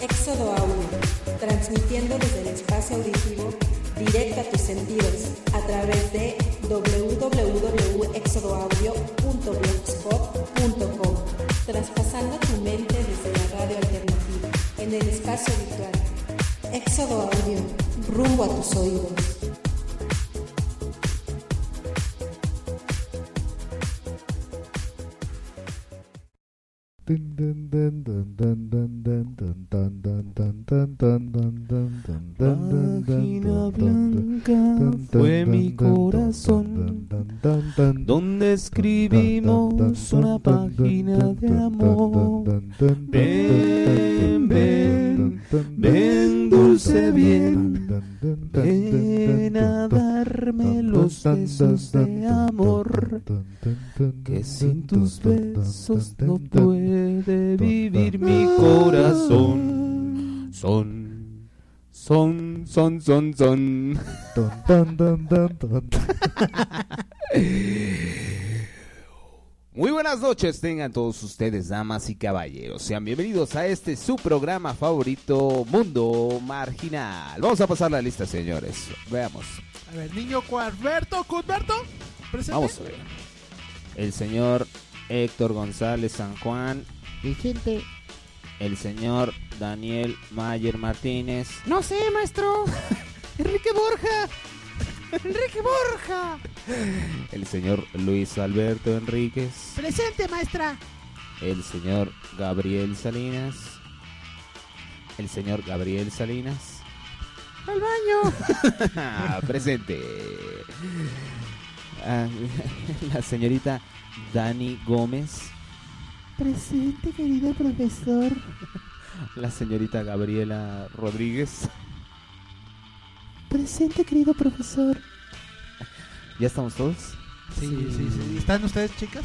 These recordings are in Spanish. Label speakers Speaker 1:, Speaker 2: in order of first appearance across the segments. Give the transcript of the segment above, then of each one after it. Speaker 1: Éxodo Audio, transmitiendo desde el espacio auditivo directo a tus sentidos a través de www.exodoaudio.blogspot.com, traspasando tu mente desde la radio alternativa en el espacio virtual. Éxodo Audio, rumbo a tus oídos.
Speaker 2: Dun, dun, dun, dun, dun, dun, dun, dun, dun, dun, dun, dun, dun, dun, dun, dun, dun, dun,
Speaker 3: Página
Speaker 2: dun, dun, dun.
Speaker 3: blanca
Speaker 2: Dun, dun,
Speaker 3: fue
Speaker 2: dun,
Speaker 3: mi
Speaker 2: dun, dun,
Speaker 3: corazón
Speaker 2: dun, dun, dun, dun, dun.
Speaker 3: donde escribimos una página de amor. Ven, ven, ven, dulce bien, ven a darme los besos de amor que sin tus besos no puede vivir mi corazón. Son, son, son, son, son.
Speaker 2: Dun, dun, dun, dun, dun.
Speaker 3: Muy buenas noches, tengan todos ustedes, damas y caballeros. Sean bienvenidos a este su programa favorito, Mundo Marginal. Vamos a pasar la lista, señores. Veamos.
Speaker 4: A ver, niño Cuarberto, Cudberto, presente.
Speaker 3: Vamos a ver. El señor Héctor González San Juan.
Speaker 5: Vigente.
Speaker 3: El señor Daniel Mayer Martínez.
Speaker 5: No sé, maestro. Enrique Borja. Enrique Borja.
Speaker 3: El señor Luis Alberto Enríquez.
Speaker 5: Presente, maestra.
Speaker 3: El señor Gabriel Salinas. El señor Gabriel Salinas.
Speaker 5: Al baño.
Speaker 3: Ah, presente. Ah, la señorita Dani Gómez,
Speaker 5: Presente, querido profesor.
Speaker 3: la señorita Gabriela Rodríguez.
Speaker 5: Presente, querido profesor.
Speaker 3: ¿Ya estamos todos?
Speaker 4: Sí, sí, sí. ¿Están ustedes, chicas?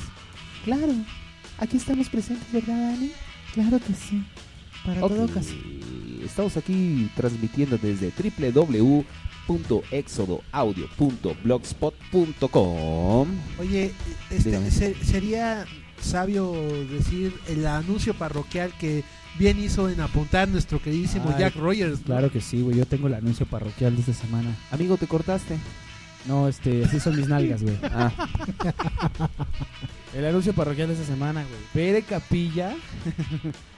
Speaker 5: Claro. Aquí estamos presentes, ¿verdad, Dani? Claro que sí. Para
Speaker 3: Ok.
Speaker 5: todo toda ocasión.
Speaker 3: Estamos aquí transmitiendo desde www.exodoaudio.blogspot.com.
Speaker 4: Oye, este,
Speaker 3: Dígame.
Speaker 4: se- sería sabio decir el anuncio parroquial que bien hizo en apuntar nuestro queridísimo
Speaker 6: Ay,
Speaker 4: Jack Rogers. ¿no?
Speaker 6: Claro que sí, güey. Yo tengo el anuncio parroquial de esta semana.
Speaker 3: Amigo, ¿te cortaste?
Speaker 6: No, este, así son mis nalgas, güey.
Speaker 3: Ah,
Speaker 6: El anuncio parroquial de esta semana, güey. Pere Capilla.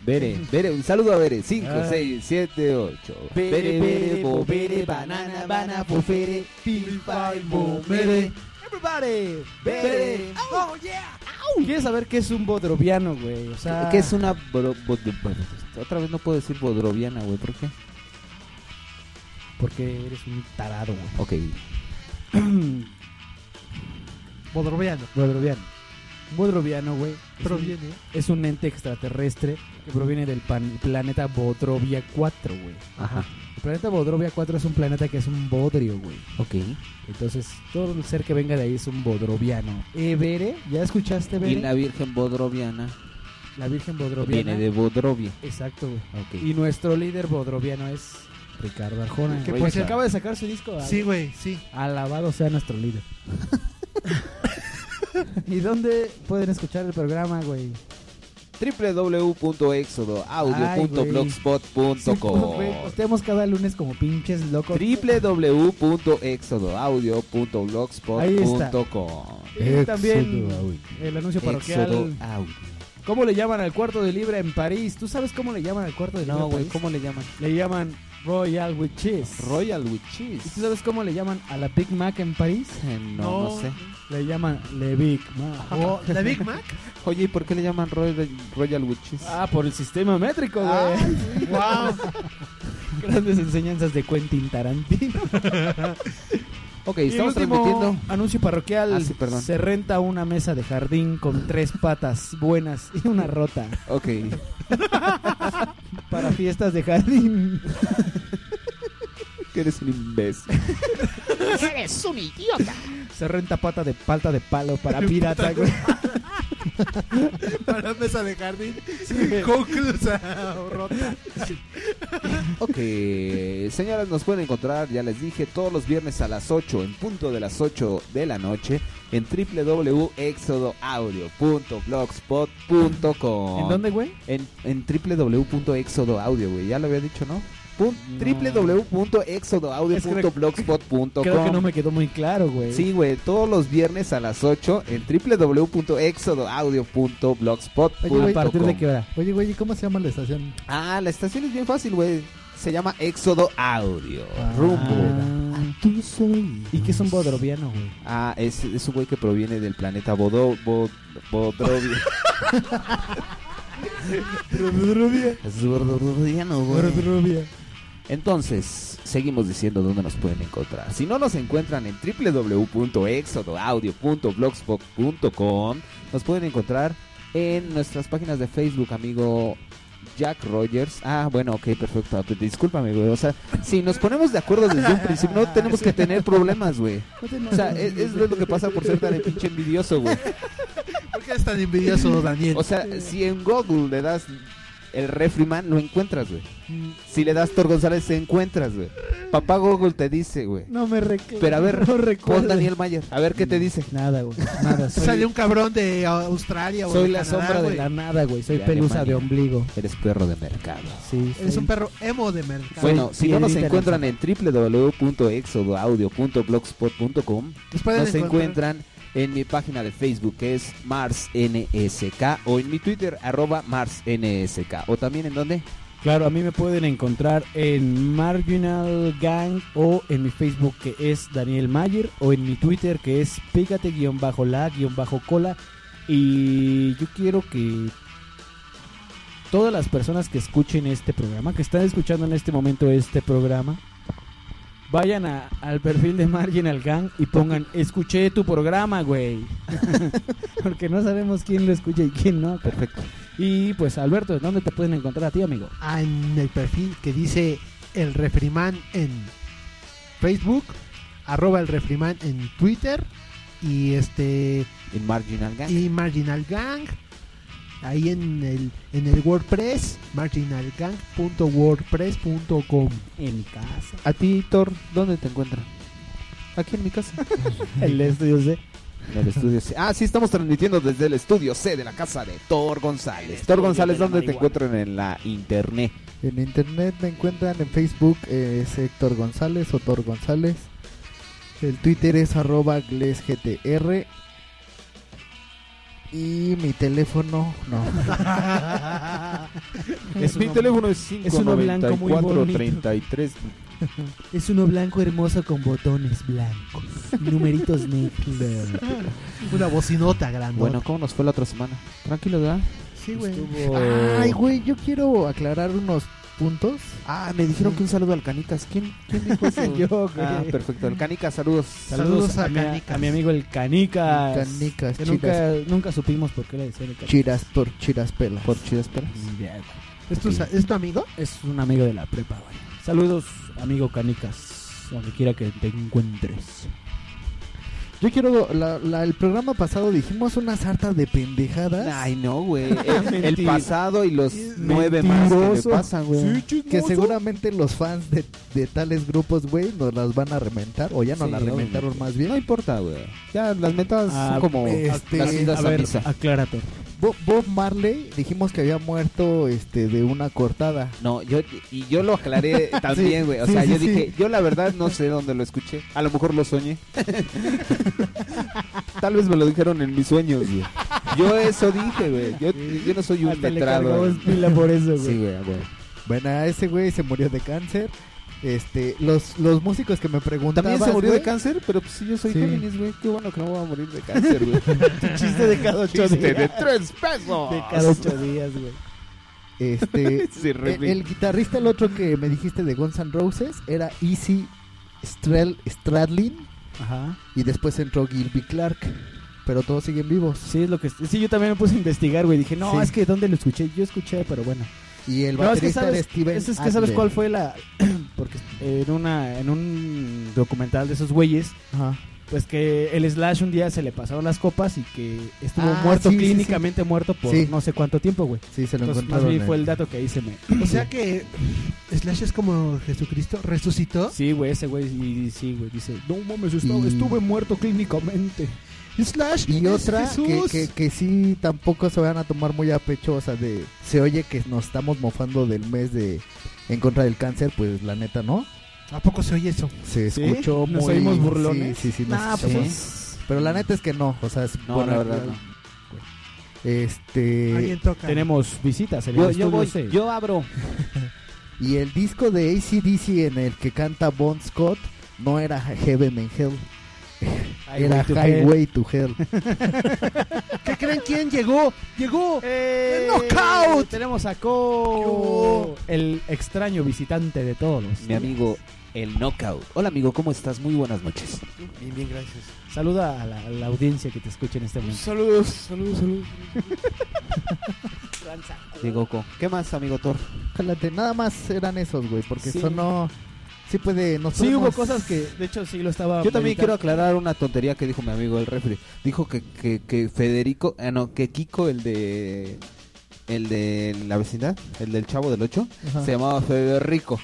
Speaker 3: Bere, Bere, un saludo a Bere. 5,
Speaker 6: Ay.
Speaker 3: 6, 7, 8.
Speaker 6: Ah. Bere, bere, bo, bere, banana, bana,
Speaker 3: bofere,
Speaker 6: pil, pal, bo,
Speaker 3: bere.
Speaker 6: mere. Everybody.
Speaker 3: Bere.
Speaker 6: Oh, yeah. ¿Quieres saber qué es un bodroviano, güey? O sea,
Speaker 3: ¿Qué es una bro- bod- bod- otra vez no puedo decir bodroviana, güey, ¿por qué?
Speaker 6: Porque eres un tarado, güey.
Speaker 3: Ok.
Speaker 4: Bodroveano.
Speaker 6: bodroviano. Un bodroviano, güey. es un-
Speaker 4: Proviene.
Speaker 6: Es un ente extraterrestre que proviene del pan- planeta Bodrovia 4, güey.
Speaker 3: Ajá.
Speaker 6: El planeta Bodrovia 4 es un planeta que es un bodrio, güey.
Speaker 3: Ok.
Speaker 6: Entonces, todo el ser que venga de ahí es un bodroviano. Eh, Bere, ¿ya escuchaste, Bere?
Speaker 3: Y la Virgen Bodroviana
Speaker 6: La Virgen Bodroviana.
Speaker 3: viene de Bodrovia.
Speaker 6: Exacto, güey.
Speaker 3: Ok.
Speaker 6: Y nuestro líder bodroviano es Ricardo Arjona.
Speaker 3: Que,
Speaker 6: Que
Speaker 3: pues,
Speaker 6: pues
Speaker 3: Ricardo.
Speaker 6: acaba de sacar su disco. ah,
Speaker 4: Sí, güey, sí.
Speaker 6: Alabado sea nuestro líder. ¿Y dónde pueden escuchar el programa, güey?
Speaker 3: www.exodoaudio.blogspot.com
Speaker 6: Güey, Posteamos cada lunes como pinches locos.
Speaker 3: www.exodoaudio.blogspot.com
Speaker 6: Y también
Speaker 2: Éxodo Audio.
Speaker 6: el anuncio parroquial.
Speaker 3: Éxodo Audio.
Speaker 6: ¿Cómo le llaman al cuarto de libra en París? ¿Tú sabes cómo le llaman al cuarto de libra
Speaker 3: No,
Speaker 6: en
Speaker 3: güey,
Speaker 6: París?
Speaker 3: ¿cómo le llaman?
Speaker 6: Le llaman Royal with Cheese.
Speaker 3: Royal with
Speaker 6: ¿Y
Speaker 3: Cheese.
Speaker 6: tú sabes cómo le llaman a la Big Mac en París?
Speaker 3: Eh, No, no sé. Oh,
Speaker 6: Le llaman Le Big Mac.
Speaker 4: O la Big Mac.
Speaker 3: Oye, ¿y por qué le llaman Royal, Royal with Cheese?
Speaker 6: Ah, por el sistema métrico, güey.
Speaker 4: wow.
Speaker 6: Grandes enseñanzas de Quentin Tarantino.
Speaker 3: ok,
Speaker 6: Y el
Speaker 3: estamos
Speaker 6: último
Speaker 3: transmitiendo.
Speaker 6: Anuncio parroquial.
Speaker 3: Ah, sí, perdón.
Speaker 6: Se renta una mesa de jardín con tres patas buenas y una rota
Speaker 3: Ok.
Speaker 6: para fiestas de jardín.
Speaker 3: que eres un imbécil.
Speaker 6: Se renta pata de palta de palo para pirata, güey.
Speaker 4: para mesa de jardín. Conclusa o rota.
Speaker 3: Ok, señoras, nos pueden encontrar, ya les dije, todos los viernes a las 8, en punto de las 8 de la noche, en www.exodoaudio.blogspot.com.
Speaker 6: ¿En dónde, güey?
Speaker 3: En, en www.exodoaudio, güey, ya lo había dicho, ¿no? Pun-
Speaker 6: No.
Speaker 3: www.exodoaudio.blogspot.com.
Speaker 6: Creo que no me quedó muy claro, güey.
Speaker 3: Sí, güey, todos los viernes a las 8 en www.exodoaudio.blogspot.com.
Speaker 6: ¿A partir de qué hora?
Speaker 2: Oye, güey, ¿y cómo se llama la estación?
Speaker 3: Ah, la estación es bien fácil, güey. Se llama Éxodo Audio.
Speaker 2: Ah.
Speaker 3: Rumbo.
Speaker 6: Ah,
Speaker 3: Tú soy.
Speaker 6: ¿Y qué es un bodroviano, güey?
Speaker 3: Ah, es, es un güey que proviene del planeta Bodo, Bod- Bodrovia. Es bodroviano, güey. Entonces, seguimos diciendo dónde nos pueden encontrar. Si no nos encuentran en www.exodoaudio.blogspot.com, nos pueden encontrar en nuestras páginas de Facebook, amigo Jack Rogers. Ah, bueno, ok, perfecto. Discúlpame, güey. O sea, si nos ponemos de acuerdo desde un principio, no tenemos que tener problemas, güey. O sea, es, es lo que pasa por ser tan de pinche envidioso, güey.
Speaker 4: ¿Por qué eres tan envidioso, Daniel?
Speaker 3: O sea, si en Google le das el refriman, lo encuentras, güey. Si le das Thor González, encuentras, güey. Papá Google te dice, güey.
Speaker 6: No me recuerdo.
Speaker 3: Pero a ver,
Speaker 6: no
Speaker 3: Pon
Speaker 6: recuerdo.
Speaker 3: Daniel Mayer, a ver qué te dice.
Speaker 6: Nada, güey. Nada. Soy,
Speaker 4: Sale un cabrón de Australia o
Speaker 6: soy
Speaker 4: de
Speaker 6: la
Speaker 4: Canadá,
Speaker 6: sombra de
Speaker 4: güey.
Speaker 6: la nada, güey. Soy
Speaker 3: De
Speaker 6: pelusa
Speaker 3: Alemania.
Speaker 6: de ombligo.
Speaker 3: Eres perro de mercado.
Speaker 6: Sí.
Speaker 4: Eres
Speaker 6: soy-
Speaker 4: un perro emo de mercado.
Speaker 3: Bueno, si no nos
Speaker 6: piedrita
Speaker 3: encuentran en www.exodoaudio.blogspot.com,
Speaker 4: Nos pueden
Speaker 3: nos
Speaker 4: encontrar-
Speaker 3: encuentran en mi página de Facebook que es MarsNSK o en mi Twitter arroba MarsNSK o también en donde
Speaker 6: Claro, a mí me pueden encontrar en Marginal Gang o en mi Facebook que es Daniel Mayer o en mi Twitter que es pégate-la-cola. Y yo quiero que todas las personas que escuchen este programa, que están escuchando en este momento este programa, vayan a- al perfil de Marginal Gang y pongan, escuché tu programa, güey. Porque no sabemos quién lo escucha y quién no.
Speaker 3: Perfecto.
Speaker 6: Y pues Alberto, ¿dónde te pueden encontrar a ti, amigo?
Speaker 4: Ah, en el perfil que dice el refrimán en Facebook, arroba el refrimán en Twitter y este
Speaker 3: en Marginal Gang.
Speaker 4: y Marginal Gang ahí en el en el WordPress marginalgang.wordpress.com
Speaker 6: pues, En mi casa.
Speaker 3: A ti, Thor, ¿dónde te encuentran? Aquí en mi casa.
Speaker 6: El estudio C.
Speaker 3: En el estudio C. Ah, sí, estamos transmitiendo desde el estudio C de la casa de Thor González. Thor González, ¿dónde te encuentran en la internet?
Speaker 2: En internet me encuentran en Facebook, eh, es Héctor González o Thor González. El Twitter es arroba glesgtr. Y mi teléfono, no.
Speaker 6: Es uno-
Speaker 3: es
Speaker 6: es uno blanco muy bonito.
Speaker 3: 33.
Speaker 6: Es uno blanco hermoso con botones blancos. numeritos negros.
Speaker 4: una bocinota grande
Speaker 3: Bueno, ¿cómo nos fue la otra semana? Tranquilo, ¿verdad?
Speaker 4: sí güey
Speaker 3: Estuvo-
Speaker 2: Ay, güey, yo quiero aclarar unos puntos.
Speaker 3: Ah, me dijeron que un saludo al Canicas. ¿Quién, quién dijo eso?
Speaker 6: Pues Yo, güey.
Speaker 3: Ah, perfecto. El Canicas, saludos.
Speaker 6: Saludos,
Speaker 4: Saludos
Speaker 6: a,
Speaker 4: a
Speaker 6: mi, a
Speaker 4: Canicas.
Speaker 6: mi amigo el Canicas.
Speaker 2: Canicas,
Speaker 6: Que nunca, nunca supimos por qué le decían el Canicas.
Speaker 2: Chiras por chiras pelas.
Speaker 3: Por chidas peras.
Speaker 4: ¿Es, tu, sa- es tu amigo
Speaker 6: Es un amigo de la prepa, güey. Saludos, amigo Canicas. Donde quiera que te encuentres.
Speaker 2: Yo quiero, la- la- el programa pasado dijimos unas hartas de pendejadas.
Speaker 3: Ay, no, güey. El, el
Speaker 6: Mentira.
Speaker 3: pasado y los nueve más que
Speaker 6: Mentiroso.
Speaker 3: me pasan, güey.
Speaker 2: Que seguramente los fans de, de tales grupos, güey, nos las van a reventar. O ya nos
Speaker 3: Sí,
Speaker 2: las reventaron
Speaker 3: obviamente.
Speaker 2: más
Speaker 3: No
Speaker 2: bien.
Speaker 3: importa, güey. Ya las mentadas
Speaker 6: Ah,
Speaker 3: son como
Speaker 2: este,
Speaker 3: las idas
Speaker 6: a
Speaker 3: a
Speaker 6: ver,
Speaker 3: misa.
Speaker 6: aclárate.
Speaker 2: Bo- Bob Marley dijimos que había muerto este de una cortada.
Speaker 3: No, yo y yo lo aclaré también, güey. O
Speaker 2: sí,
Speaker 3: sea,
Speaker 2: sí,
Speaker 3: yo
Speaker 2: sí.
Speaker 3: dije, yo la verdad no sé dónde lo escuché. A lo mejor lo soñé. Tal vez me lo dijeron en mis sueños, güey. Yo eso dije, güey. Yo, yo no soy un
Speaker 6: Hasta le cargó
Speaker 3: letrado.
Speaker 6: pila por eso, güey.
Speaker 3: Sí, güey, güey.
Speaker 2: Bueno, ese güey se murió de cáncer. Este, los, los músicos que me preguntaban.
Speaker 3: También se murió de
Speaker 2: güey,
Speaker 3: cáncer, pero pues sí, yo soy
Speaker 2: Sí.
Speaker 3: Géminis, güey. Qué bueno que no voy a morir de cáncer, güey.
Speaker 6: Chiste de cada ocho
Speaker 3: Chiste
Speaker 6: días.
Speaker 3: de tres pesos.
Speaker 6: De cada ocho días, güey.
Speaker 2: Este,
Speaker 3: Sí, re-
Speaker 2: el, el guitarrista, el otro que me dijiste de Guns N' Roses, era Easy Strel- Stradlin.
Speaker 6: Ajá.
Speaker 2: Y después entró Gilby Clark. Pero todos siguen vivos.
Speaker 6: Sí, es lo que sí, yo también me puse a investigar, güey. Dije, no,
Speaker 2: Sí.
Speaker 6: es que ¿dónde lo escuché? Yo escuché, pero bueno.
Speaker 2: Y el
Speaker 6: No, es que
Speaker 2: baterista
Speaker 6: sabes-
Speaker 2: era Steven.
Speaker 6: Eso es que sabes
Speaker 2: Adler.
Speaker 6: cuál fue la porque en una en un documental de esos güeyes
Speaker 2: Ajá.
Speaker 6: pues que el Slash un día se le pasaron las copas y que estuvo
Speaker 2: Ah,
Speaker 6: muerto,
Speaker 2: sí, sí,
Speaker 6: clínicamente muerto por
Speaker 2: Sí.
Speaker 6: no sé cuánto tiempo, güey.
Speaker 2: Sí, se lo
Speaker 6: Entonces, más
Speaker 2: encontraron.
Speaker 6: bien
Speaker 2: en-
Speaker 6: fue el dato que ahí se me...
Speaker 4: O sea que Slash es como Jesucristo, resucitó. Mm.
Speaker 6: Sí, güey, ese güey, y, y sí, güey, dice, no mames, estu-
Speaker 2: Y-
Speaker 6: estuve, muerto clínicamente.
Speaker 4: Slash
Speaker 2: Y
Speaker 4: es
Speaker 2: otra que,
Speaker 4: Jesús.
Speaker 2: que, que sí tampoco se van a tomar muy a pecho, o sea, de se oye que nos estamos mofando del mes de en contra del cáncer, pues la neta no.
Speaker 4: ¿A poco se oye eso?
Speaker 2: Se
Speaker 6: ¿Sí?
Speaker 2: escuchó
Speaker 6: ¿Nos
Speaker 2: muy
Speaker 6: oímos burlones?
Speaker 2: Sí, sí, sí, nos
Speaker 6: Nah,
Speaker 2: escuchamos.
Speaker 6: pues,
Speaker 2: Pero la neta es que no, o sea, es
Speaker 3: No,
Speaker 2: bueno,
Speaker 3: la verdad no.
Speaker 2: Este
Speaker 4: Alguien toca.
Speaker 6: tenemos visitas en el
Speaker 3: Yo, yo
Speaker 6: estudio
Speaker 3: voy,
Speaker 6: C.
Speaker 3: yo abro.
Speaker 2: y el disco de ACDC en el que canta Bon Scott no era Heaven and Hell,
Speaker 6: Ay,
Speaker 2: era
Speaker 6: güey, tú qué-
Speaker 2: Highway to Hell.
Speaker 4: ¿Qué creen quién llegó? Llegó. ¡El
Speaker 6: ¡Eh!
Speaker 4: knockout!
Speaker 6: Tenemos a Co, el extraño visitante de todos.
Speaker 3: Mi amigo, el Knockout. Hola, amigo, ¿cómo estás? Muy buenas noches.
Speaker 7: Bien, bien, gracias.
Speaker 6: Saluda a la, a la audiencia que te escucha en este momento.
Speaker 7: Saludos, saludos, saludos.
Speaker 3: Llegó Co. ¿Qué más, amigo Thor?
Speaker 2: Jálate, nada más eran esos, güey, porque
Speaker 6: Sí.
Speaker 2: eso no sí puede no
Speaker 6: Sí, hubo cosas que, de hecho, sí lo estaba.
Speaker 3: Yo también quiero
Speaker 6: meditando.
Speaker 3: aclarar una tontería que dijo mi amigo el refri. Dijo que, que, que Federico, ah, no, que Kiko, el de el de la vecindad, el del chavo del 8,
Speaker 2: Ajá.
Speaker 3: se llamaba Federico.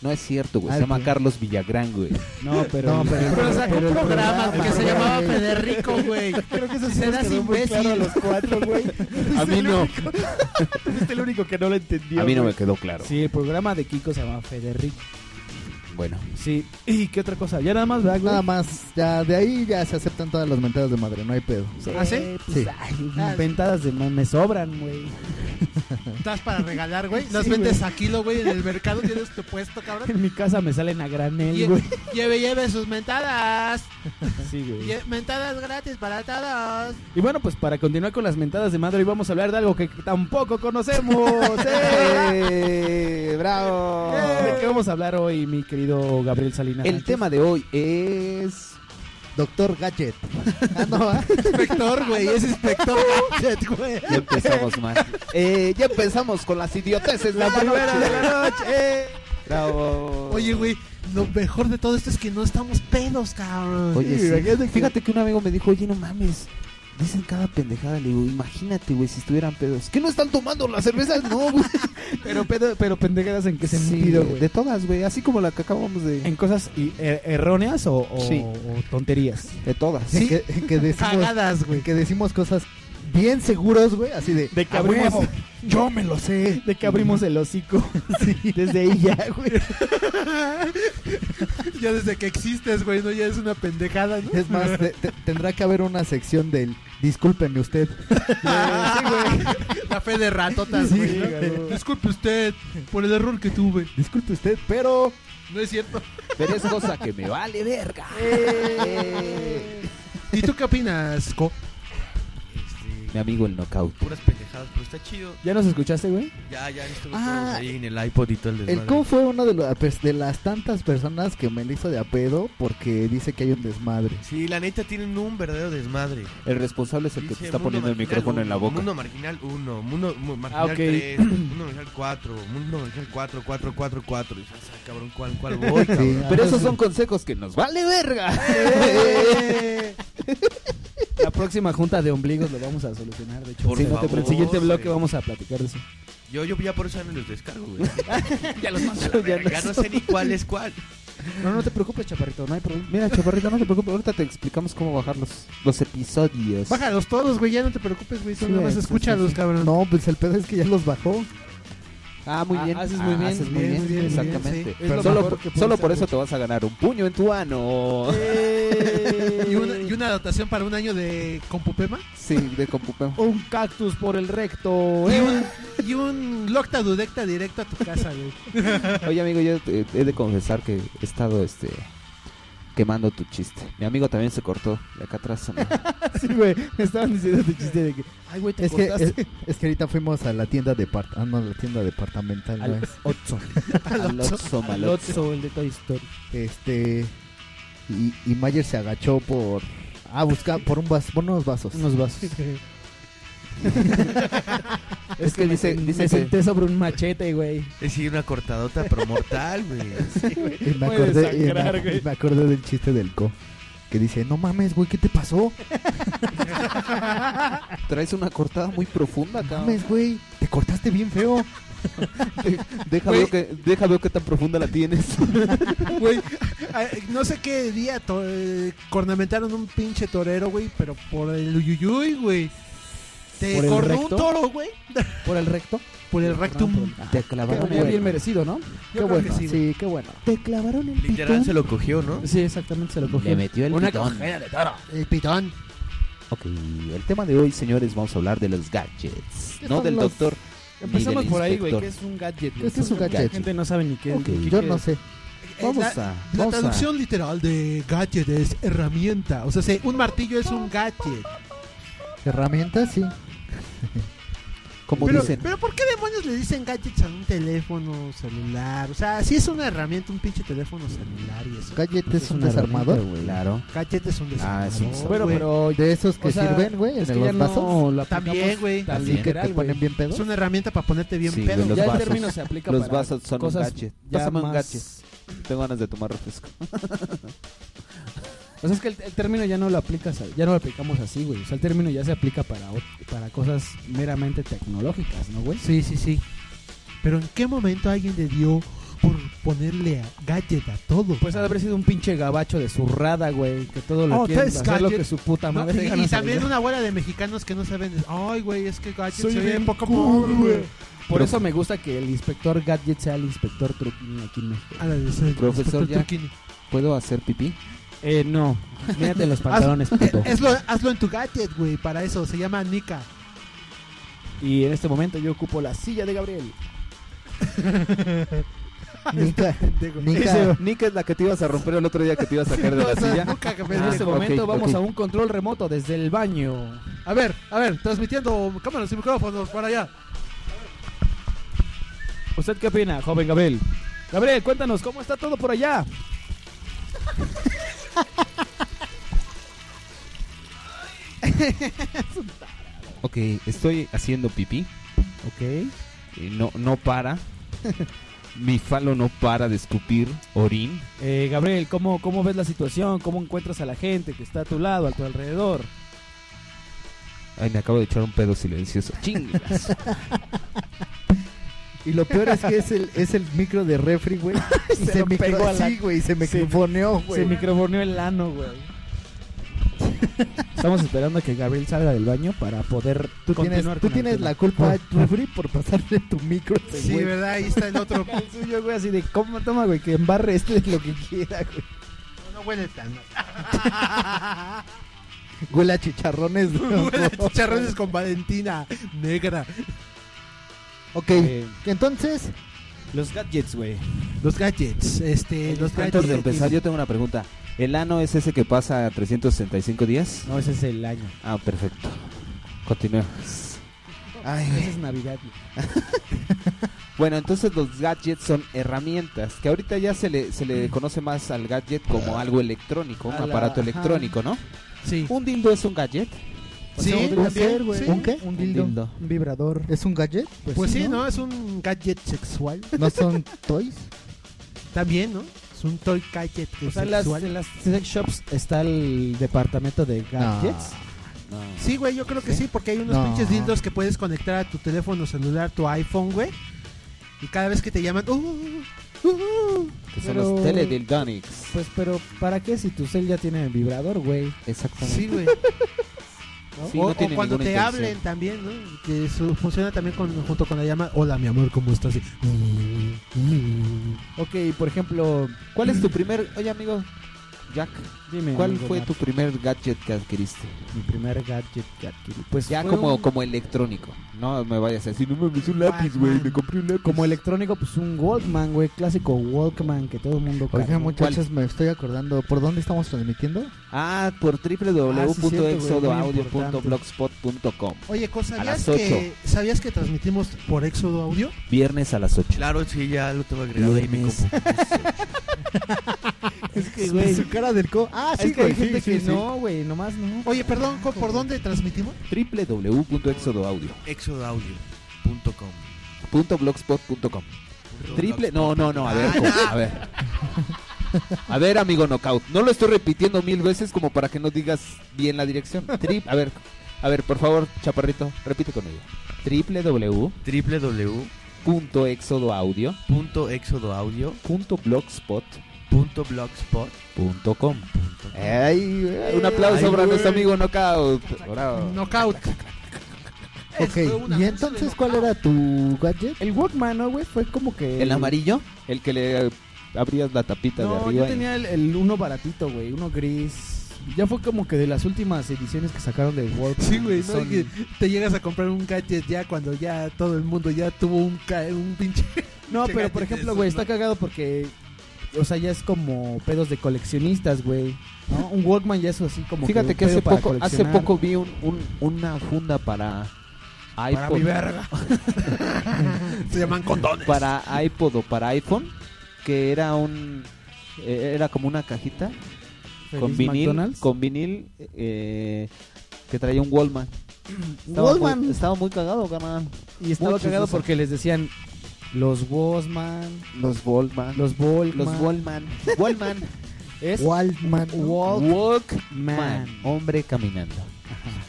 Speaker 3: No es cierto, güey.
Speaker 2: Ah,
Speaker 3: Se llama
Speaker 2: ok.
Speaker 3: Carlos Villagrán, güey.
Speaker 6: No,
Speaker 2: No,
Speaker 6: pero.
Speaker 2: pero-
Speaker 7: Pero sacó un programa,
Speaker 2: programa,
Speaker 7: güey, que
Speaker 2: el
Speaker 7: se llamaba
Speaker 2: programa, güey.
Speaker 7: Federico, güey.
Speaker 6: Creo que eso
Speaker 7: sí nos quedó muy claro a los
Speaker 6: cuatro, güey.
Speaker 3: A mí no.
Speaker 6: Fuiste el único que no lo entendió.
Speaker 3: A mí no me quedó claro.
Speaker 6: Sí, el programa de Kiko se llama Federico.
Speaker 3: Bueno.
Speaker 6: Sí. ¿Y qué otra cosa? Ya nada más, ¿verdad? güey?
Speaker 2: Nada más, ya de ahí ya se aceptan todas las mentadas de madre, no hay pedo.
Speaker 4: ¿Ah, sí?
Speaker 6: Eh, pues,
Speaker 2: Sí.
Speaker 6: ay, inventadas de más me sobran, güey.
Speaker 7: Estás para regalar, güey. Las
Speaker 6: Sí,
Speaker 7: vendes a kilo, güey. En el mercado tienes tu puesto, cabrón.
Speaker 6: En mi casa me salen a granel,
Speaker 7: Lle-
Speaker 6: güey.
Speaker 7: Lleve, lleve sus mentadas.
Speaker 6: Sí, güey.
Speaker 7: Lle- Mentadas gratis para todos.
Speaker 6: Y bueno, pues para continuar con las mentadas de madre, hoy vamos a hablar de algo que tampoco conocemos. ¡Eh!
Speaker 3: ¡Bravo!
Speaker 6: ¿De qué vamos a hablar hoy, mi querido Gabriel Salinas?
Speaker 3: El
Speaker 6: Sánchez?
Speaker 3: tema de hoy es...
Speaker 2: Doctor Gadget. Ah, no, ¿ah?
Speaker 7: Inspector, güey. Es inspector gadget, güey.
Speaker 3: Ya empezamos más. Eh, ya empezamos con las idioteces. La primera de la noche. Eh. Bravo.
Speaker 7: Oye, güey. Lo mejor de todo esto es que no estamos pedos, cabrón.
Speaker 3: Oye, sí. fíjate que un amigo me dijo, oye, no mames, dicen cada pendejada. Le digo, imagínate, güey, si estuvieran pedos. ¿Qué no están tomando las cervezas? No, güey.
Speaker 6: Pero, pedo- pero pendejadas en qué
Speaker 3: Sí,
Speaker 6: sentido,
Speaker 3: de-
Speaker 6: güey.
Speaker 3: de todas, güey. Así como la que acabamos de...
Speaker 6: ¿En cosas i- er- erróneas o, o-
Speaker 3: Sí.
Speaker 6: o tonterías?
Speaker 3: De todas.
Speaker 2: En que, en que decimos,
Speaker 7: Cagadas, güey.
Speaker 2: en que decimos cosas bien seguros, güey, así de,
Speaker 6: De que
Speaker 2: "A
Speaker 6: abrimos-
Speaker 2: huevo, yo me lo sé.
Speaker 6: De que abrimos el hocico desde ahí ya, güey.
Speaker 7: Ya desde que existes, güey. No, ya es una pendejada, ¿no?
Speaker 2: Es más, te- te- tendrá que haber una sección del discúlpenme usted.
Speaker 7: La fe de ratotas,
Speaker 2: Sí,
Speaker 7: güey. ¿no?
Speaker 2: güey.
Speaker 7: Disculpe usted por el error que tuve.
Speaker 2: Disculpe usted, pero
Speaker 7: No es cierto.
Speaker 3: Pero es cosa que me vale verga.
Speaker 2: Eh.
Speaker 7: ¿Y tú qué opinas, Co?
Speaker 3: Mi amigo el knockout.
Speaker 8: Puras pendejadas, pero está chido.
Speaker 6: ¿Ya nos escuchaste, güey?
Speaker 8: Ya, ya, estuve
Speaker 2: Ah,
Speaker 8: todos ahí en el iPod y todo el
Speaker 2: el
Speaker 8: desmadre.
Speaker 2: Co fue uno de, los, pues, de las tantas personas que me le hizo de apedo porque dice que hay un desmadre.
Speaker 8: Sí, la neta tienen un verdadero desmadre.
Speaker 3: El responsable es el que
Speaker 8: Dice
Speaker 3: te está
Speaker 8: Mundo
Speaker 3: poniendo el
Speaker 8: Marginal
Speaker 3: micrófono en la
Speaker 8: uno,
Speaker 3: boca.
Speaker 8: Mundo Marginal 1, Mundo mu- Marginal
Speaker 6: Ah, ok.
Speaker 8: 3, Mundo Marginal 4, Mundo Marginal 4, 4, 4, 4. Dices, "Ah, cabrón, ¿cuál, cuál voy,
Speaker 2: Sí,
Speaker 8: cabrón?
Speaker 3: Pero esos son consejos que nos vale verga. Eh.
Speaker 6: La próxima junta de ombligos lo vamos a solucionar, de hecho.
Speaker 8: Por
Speaker 6: Sí, no te
Speaker 8: favor,
Speaker 6: pre- el siguiente
Speaker 8: güey.
Speaker 6: bloque vamos a platicar de eso.
Speaker 8: Yo, yo ya por eso ya no los descargo, güey.
Speaker 6: Ya los mando
Speaker 8: Ya no sé ni cuál es cuál.
Speaker 6: No, no te preocupes, chaparrito, no hay problema.
Speaker 3: Mira, chaparrita, no te preocupes. Ahorita te explicamos cómo bajar los, los episodios.
Speaker 7: Bájalos todos, güey. Ya no te preocupes, güey. Tú
Speaker 3: Sí,
Speaker 7: nada
Speaker 3: güey,
Speaker 7: más
Speaker 3: sí,
Speaker 7: escúchalos, cabrón.
Speaker 2: No, pues el pedo es que ya los bajó.
Speaker 3: Ah, muy
Speaker 6: Ah,
Speaker 3: bien.
Speaker 6: haces muy bien,
Speaker 3: haces muy
Speaker 7: bien,
Speaker 3: bien,
Speaker 7: muy bien, muy bien,
Speaker 3: exactamente.
Speaker 7: sí. Es lo
Speaker 3: solo
Speaker 7: mejor
Speaker 3: por-
Speaker 7: que puedes
Speaker 3: solo por
Speaker 7: haber
Speaker 3: eso te vas a ganar un puño en tu ano.
Speaker 7: Y una, y una dotación para un año de Compupema.
Speaker 3: Sí, de compupeo.
Speaker 6: Un cactus por el recto.
Speaker 7: Y
Speaker 6: eh.
Speaker 7: un, y un Locta Dudecta directo a tu casa, güey.
Speaker 3: Oye, amigo, yo eh, he de confesar que he estado este quemando tu chiste. Mi amigo también se cortó de acá atrás. ¿no?
Speaker 6: Sí, güey. Me estaban diciendo tu chiste de que. Ay, güey, te
Speaker 2: Es que,
Speaker 6: cortaste.
Speaker 2: es, es que ahorita fuimos a la tienda depart ah, no, la tienda departamental, no
Speaker 6: Al
Speaker 2: es.
Speaker 6: Otso.
Speaker 3: Alotso,
Speaker 6: Al
Speaker 3: malotso.
Speaker 6: Otso, el de Toy Story.
Speaker 2: Este y, y Mayer se agachó por ah, busca por un vaso, por unos vasos.
Speaker 6: Unos vasos.
Speaker 3: Es que dice,
Speaker 6: me,
Speaker 3: dice que
Speaker 6: me senté sobre un machete, güey.
Speaker 8: Es decir, una cortadota, pero mortal, güey.
Speaker 2: Y Eh, me
Speaker 6: Puede
Speaker 2: acordé, y me-
Speaker 6: sangrar, güey.
Speaker 2: y me acordé del chiste del co. que dice, no mames, güey, ¿qué te pasó?
Speaker 3: Traes una cortada muy profunda,
Speaker 2: No
Speaker 3: cabrón.
Speaker 2: mames, güey, te cortaste bien feo.
Speaker 3: Deja veo, que, deja veo qué tan profunda la tienes.
Speaker 7: Güey, ah, no sé qué día to- eh, cornamentaron un pinche torero, güey, pero por el uyuyuy, güey.
Speaker 6: ¿Por
Speaker 7: Te
Speaker 6: el
Speaker 7: cornó un
Speaker 6: recto?
Speaker 7: toro, güey.
Speaker 6: Por el recto. Ah, pues,
Speaker 7: Por el rectum.
Speaker 3: Te clavaron
Speaker 6: Pero bien merecido, ¿no?
Speaker 7: Yo creo que sí, güey.
Speaker 6: qué bueno.
Speaker 5: Te clavaron el
Speaker 8: Literal
Speaker 5: pitón.
Speaker 8: se lo cogió, ¿no?
Speaker 6: Sí, exactamente, se lo cogió.
Speaker 3: metió el pitón.
Speaker 4: El pitón.
Speaker 3: Ok, el tema de hoy, señores, vamos a hablar de los gadgets.
Speaker 2: ¿Qué
Speaker 3: No
Speaker 2: son
Speaker 3: del
Speaker 2: los-
Speaker 3: doctor. ni
Speaker 6: Empezamos
Speaker 3: del
Speaker 6: por ahí, güey,
Speaker 3: inspector.
Speaker 6: que es un gadget. güey.
Speaker 2: Este es un
Speaker 6: La
Speaker 2: gadget.
Speaker 6: gente no sabe ni qué.
Speaker 3: Ok.
Speaker 6: ni qué
Speaker 2: Yo
Speaker 6: es.
Speaker 2: no sé.
Speaker 3: Vamos
Speaker 7: Eh, la-
Speaker 3: a.
Speaker 7: La
Speaker 3: vamos a-
Speaker 7: traducción literal de gadget es herramienta. O sea, se- un martillo es un gadget.
Speaker 2: Herramientas, sí.
Speaker 3: Como
Speaker 7: Pero,
Speaker 3: dicen.
Speaker 7: pero ¿por qué demonios le dicen gadgets a un teléfono celular? O sea, si es una herramienta, un pinche teléfono celular y eso.
Speaker 2: Gadget es un
Speaker 3: una herramienta,
Speaker 2: desarmador.
Speaker 3: güey. Claro.
Speaker 7: Gadget es un
Speaker 3: Ah, es un
Speaker 7: desarmador,
Speaker 6: Bueno,
Speaker 7: güey.
Speaker 6: pero
Speaker 2: De esos que
Speaker 6: O sea,
Speaker 2: sirven, güey, en
Speaker 6: es que ya
Speaker 2: los
Speaker 6: no
Speaker 2: vasos.
Speaker 6: lo aplicamos
Speaker 7: También, güey.
Speaker 6: tan
Speaker 2: Así que
Speaker 6: literal,
Speaker 2: te ponen
Speaker 6: güey.
Speaker 2: bien pedo.
Speaker 7: Es una herramienta para ponerte bien
Speaker 3: Sí,
Speaker 7: pedo.
Speaker 3: güey, los
Speaker 6: ya el
Speaker 3: vasos.
Speaker 6: término se aplica
Speaker 3: Los
Speaker 6: para
Speaker 3: vasos son un
Speaker 6: cosas
Speaker 3: gadget.
Speaker 6: ya
Speaker 3: Pásame un
Speaker 6: más-
Speaker 3: gadget. Tengo ganas de tomar refresco.
Speaker 6: O sea, es que el, el término ya no lo aplicas, a- ya no lo aplicamos así, güey. O sea, el término ya se aplica para, ot- para cosas meramente
Speaker 7: Pues,
Speaker 6: tecnológicas, ¿no, güey?
Speaker 7: Sí, sí, sí. Pero ¿en qué momento alguien le dio por ponerle a gadget a todo?
Speaker 6: Pues ha de haber sido un pinche gabacho de zurrada, güey, que todo lo
Speaker 7: Oh,
Speaker 6: quiere
Speaker 7: tres
Speaker 6: hacer lo
Speaker 7: gadget.
Speaker 6: que su puta
Speaker 7: No,
Speaker 6: madre.
Speaker 7: y,
Speaker 6: gana
Speaker 7: y también
Speaker 6: salir.
Speaker 7: una bola de mexicanos que no saben. Ay, güey, es que gadget
Speaker 6: Soy
Speaker 7: se ve
Speaker 6: bien
Speaker 7: poco
Speaker 6: cool,
Speaker 7: cool,
Speaker 6: güey".
Speaker 7: güey.
Speaker 6: Por eso me gusta que el inspector Gadget sea el inspector Truquini aquí en México.
Speaker 7: A Ah, la de ese-
Speaker 3: Profesor,
Speaker 7: inspector
Speaker 3: ya.
Speaker 7: Turquini.
Speaker 3: ¿Puedo hacer pipí?
Speaker 6: Eh, no. Mírate los pantalones, puto.
Speaker 7: eh, Hazlo, hazlo en tu gadget, güey, para eso. Se llama Nika.
Speaker 6: Y en este momento yo ocupo la silla de Gabriel.
Speaker 7: este
Speaker 2: Nica, Nica,
Speaker 3: Ese- Nica es la que te ibas a romper el otro día que te ibas a sacar de la silla.
Speaker 7: Nunca que me
Speaker 6: En
Speaker 3: Ah,
Speaker 6: este
Speaker 3: ok,
Speaker 6: momento vamos
Speaker 3: ok.
Speaker 6: a un control remoto desde el baño.
Speaker 7: A ver, a ver, transmitiendo cámaras y micrófonos para allá.
Speaker 6: ¿Usted qué opina, joven Gabriel? Gabriel, cuéntanos, ¿cómo está todo por allá?
Speaker 3: Ok, estoy haciendo pipí.
Speaker 6: Ok.
Speaker 3: y No, no para. Mi falo no para de escupir orín.
Speaker 6: Eh, Gabriel, ¿cómo, ¿cómo ves la situación? ¿Cómo encuentras a la gente que está a tu lado, a tu alrededor?
Speaker 3: Ay, me acabo de echar un pedo silencioso. Chingas.
Speaker 2: y lo peor es que es el, es el micro de refri, güey. Y se,
Speaker 6: Se lo
Speaker 2: micro-
Speaker 6: pegó a la-
Speaker 2: sí, güey, se microfoneó, güey.
Speaker 6: Se microfoneó el ano, güey. Estamos esperando a que Gabriel salga del baño para poder
Speaker 2: Tú tienes,
Speaker 6: continuar
Speaker 2: tú
Speaker 6: con el
Speaker 2: tienes
Speaker 6: tema.
Speaker 2: la culpa, refri, por pasarle tu micro. a ese
Speaker 7: Sí,
Speaker 2: güey.
Speaker 7: ¿verdad? Ahí está el otro.
Speaker 6: este El suyo, güey, así de, ¿cómo toma, güey? Que embarre este de lo que quiera, güey.
Speaker 7: no huele tan mal.
Speaker 2: Huele a chicharrones.
Speaker 7: Huele a chicharrones con Valentina negra.
Speaker 2: ok,
Speaker 6: Eh,
Speaker 2: entonces,
Speaker 6: los gadgets, güey.
Speaker 7: Los gadgets, este, los gadgets.
Speaker 3: Antes de empezar, yo tengo una pregunta. ¿El ano es ese que pasa a 365 días?
Speaker 6: No, ese es el año.
Speaker 3: Ah, perfecto. Continuemos. Ay,
Speaker 6: Ese
Speaker 3: güey.
Speaker 6: es Navidad, güey.
Speaker 3: bueno, entonces los gadgets son herramientas, que ahorita ya se le, se le conoce más al gadget como algo electrónico, un
Speaker 6: A la-
Speaker 3: aparato
Speaker 6: ajá.
Speaker 3: electrónico, ¿no?
Speaker 7: Sí.
Speaker 3: ¿Un dildo es un gadget?
Speaker 7: Sí,
Speaker 2: ¿un
Speaker 7: también,
Speaker 2: qué, güey?
Speaker 7: sí.
Speaker 2: ¿Un qué?
Speaker 6: Un dildo.
Speaker 3: dildo.
Speaker 6: Un vibrador.
Speaker 2: ¿Es un gadget?
Speaker 7: Pues, sí, ¿no? Es un gadget sexual.
Speaker 2: ¿No son toys?
Speaker 7: También, ¿no? Es un toy gadget que
Speaker 6: O
Speaker 7: es
Speaker 6: sea, en las,
Speaker 7: sexual.
Speaker 6: en las sex shops está el departamento de gadgets.
Speaker 3: No.
Speaker 7: Sí, güey, yo creo que sí, porque hay unos
Speaker 2: No.
Speaker 7: pinches dildos que puedes conectar a tu teléfono celular, tu iPhone, güey. Y cada vez que te llaman, uh, uh, uh,
Speaker 3: Que son
Speaker 6: Pero-
Speaker 3: los teledildonics.
Speaker 6: Pues, pero ¿para qué si tu cel ya tiene vibrador, güey?
Speaker 3: Exactamente.
Speaker 7: sí, güey.
Speaker 3: Sí,
Speaker 7: o,
Speaker 3: no
Speaker 7: o
Speaker 3: tiene
Speaker 7: cuando te
Speaker 3: ninguna intención.
Speaker 7: hablen también, ¿no? Que su- funciona también con, junto con la llama, hola mi amor, ¿cómo estás? Y-
Speaker 6: Ok, por ejemplo,
Speaker 3: ¿Cuál es tu primer, oye amigo, Jack,
Speaker 6: dime.
Speaker 3: cuál
Speaker 6: amigo
Speaker 3: fue
Speaker 6: Mar-
Speaker 3: tu primer gadget que adquiriste?
Speaker 6: mi primer gadget que adquirí? Pues
Speaker 3: Ya
Speaker 6: fue
Speaker 3: como,
Speaker 6: un-
Speaker 3: como electrónico. No me vayas a decir, no me un lápiz, güey, me compré un lápiz.
Speaker 6: como electrónico, pues un Walkman, güey, clásico Walkman que todo el mundo carga.
Speaker 2: Oigan, muchachos, me estoy acordando. ¿Por dónde estamos transmitiendo?
Speaker 3: Ah, por www.exodoaudio.blogspot.com.
Speaker 7: Oye, ¿cos-
Speaker 3: A las
Speaker 7: ¿sabías que, ¿sabías que transmitimos por Éxodo Audio?
Speaker 3: Viernes a las 8.
Speaker 8: Claro, sí, ya lo tengo agregado ahí, mi
Speaker 3: Lunes.
Speaker 8: compu.
Speaker 6: Es que, güey,
Speaker 2: Su cara del co. Ah,
Speaker 6: es que hay gente que no, güey, nomás no.
Speaker 7: Oye, perdón, ¿co- ¿por dónde transmitimos?
Speaker 3: www.exodoaudio.blogspot.com.
Speaker 8: Exodoaudio.com.
Speaker 3: Triple, no, no, no, a ver, co- a ver. A ver, amigo Knockout, no lo estoy repitiendo mil veces como para que no digas bien la dirección. Trip, a ver, a ver, por favor, chaparrito, repite conmigo. www.exodoaudio.blogspot.com
Speaker 8: www.exodoaudio.blogspot.com
Speaker 3: Ay, eh, un aplauso
Speaker 8: Ay,
Speaker 3: para nuestro
Speaker 8: güey.
Speaker 3: amigo Knockout. Bravo.
Speaker 4: Knockout.
Speaker 2: Ok, ¿y entonces cuál era tu gadget?
Speaker 6: El Walkman, ¿no, güey? Fue como que.
Speaker 3: ¿El amarillo? El que le eh, abrías la tapita de
Speaker 6: No,
Speaker 3: arriba.
Speaker 6: yo tenía el, el uno baratito, güey. Uno gris. Ya fue como que de las últimas ediciones que sacaron del Walkman.
Speaker 7: Sí, güey, no,
Speaker 6: Son-
Speaker 7: que te llegas a comprar un gadget ya cuando ya todo el mundo ya tuvo un, ca- un pinche.
Speaker 6: No, pero por
Speaker 7: Chécate
Speaker 6: ejemplo,
Speaker 7: esos,
Speaker 6: güey,
Speaker 7: ¿no?
Speaker 6: está cagado porque. O sea, ya es como pedos de coleccionistas, güey. ¿no? Un Walkman ya es así como.
Speaker 3: Fíjate
Speaker 6: un
Speaker 3: que
Speaker 6: pedo
Speaker 3: hace
Speaker 6: para
Speaker 3: poco, hace
Speaker 6: coleccionar.
Speaker 3: poco vi un, un- una funda para
Speaker 8: Para mi
Speaker 3: iPod,
Speaker 8: verga.
Speaker 7: Se llaman condones.
Speaker 3: para, iPod o para iPhone, que era un eh, era como una cajita con
Speaker 6: Feliz
Speaker 3: vinil,
Speaker 6: McDonald's.
Speaker 3: con vinil eh, que traía un Wallman. Estaba
Speaker 6: Walkman.
Speaker 3: muy, estaba muy cagado, carnal.
Speaker 6: Y estaba
Speaker 3: Muy
Speaker 6: cagado
Speaker 3: chistoso.
Speaker 6: porque les decían los Walkman,
Speaker 3: Los Wallman, los,
Speaker 6: los Volkman,
Speaker 3: Wallman, Wallman
Speaker 6: es
Speaker 2: Waldman.
Speaker 6: Walkman.
Speaker 3: Walkman, hombre caminando,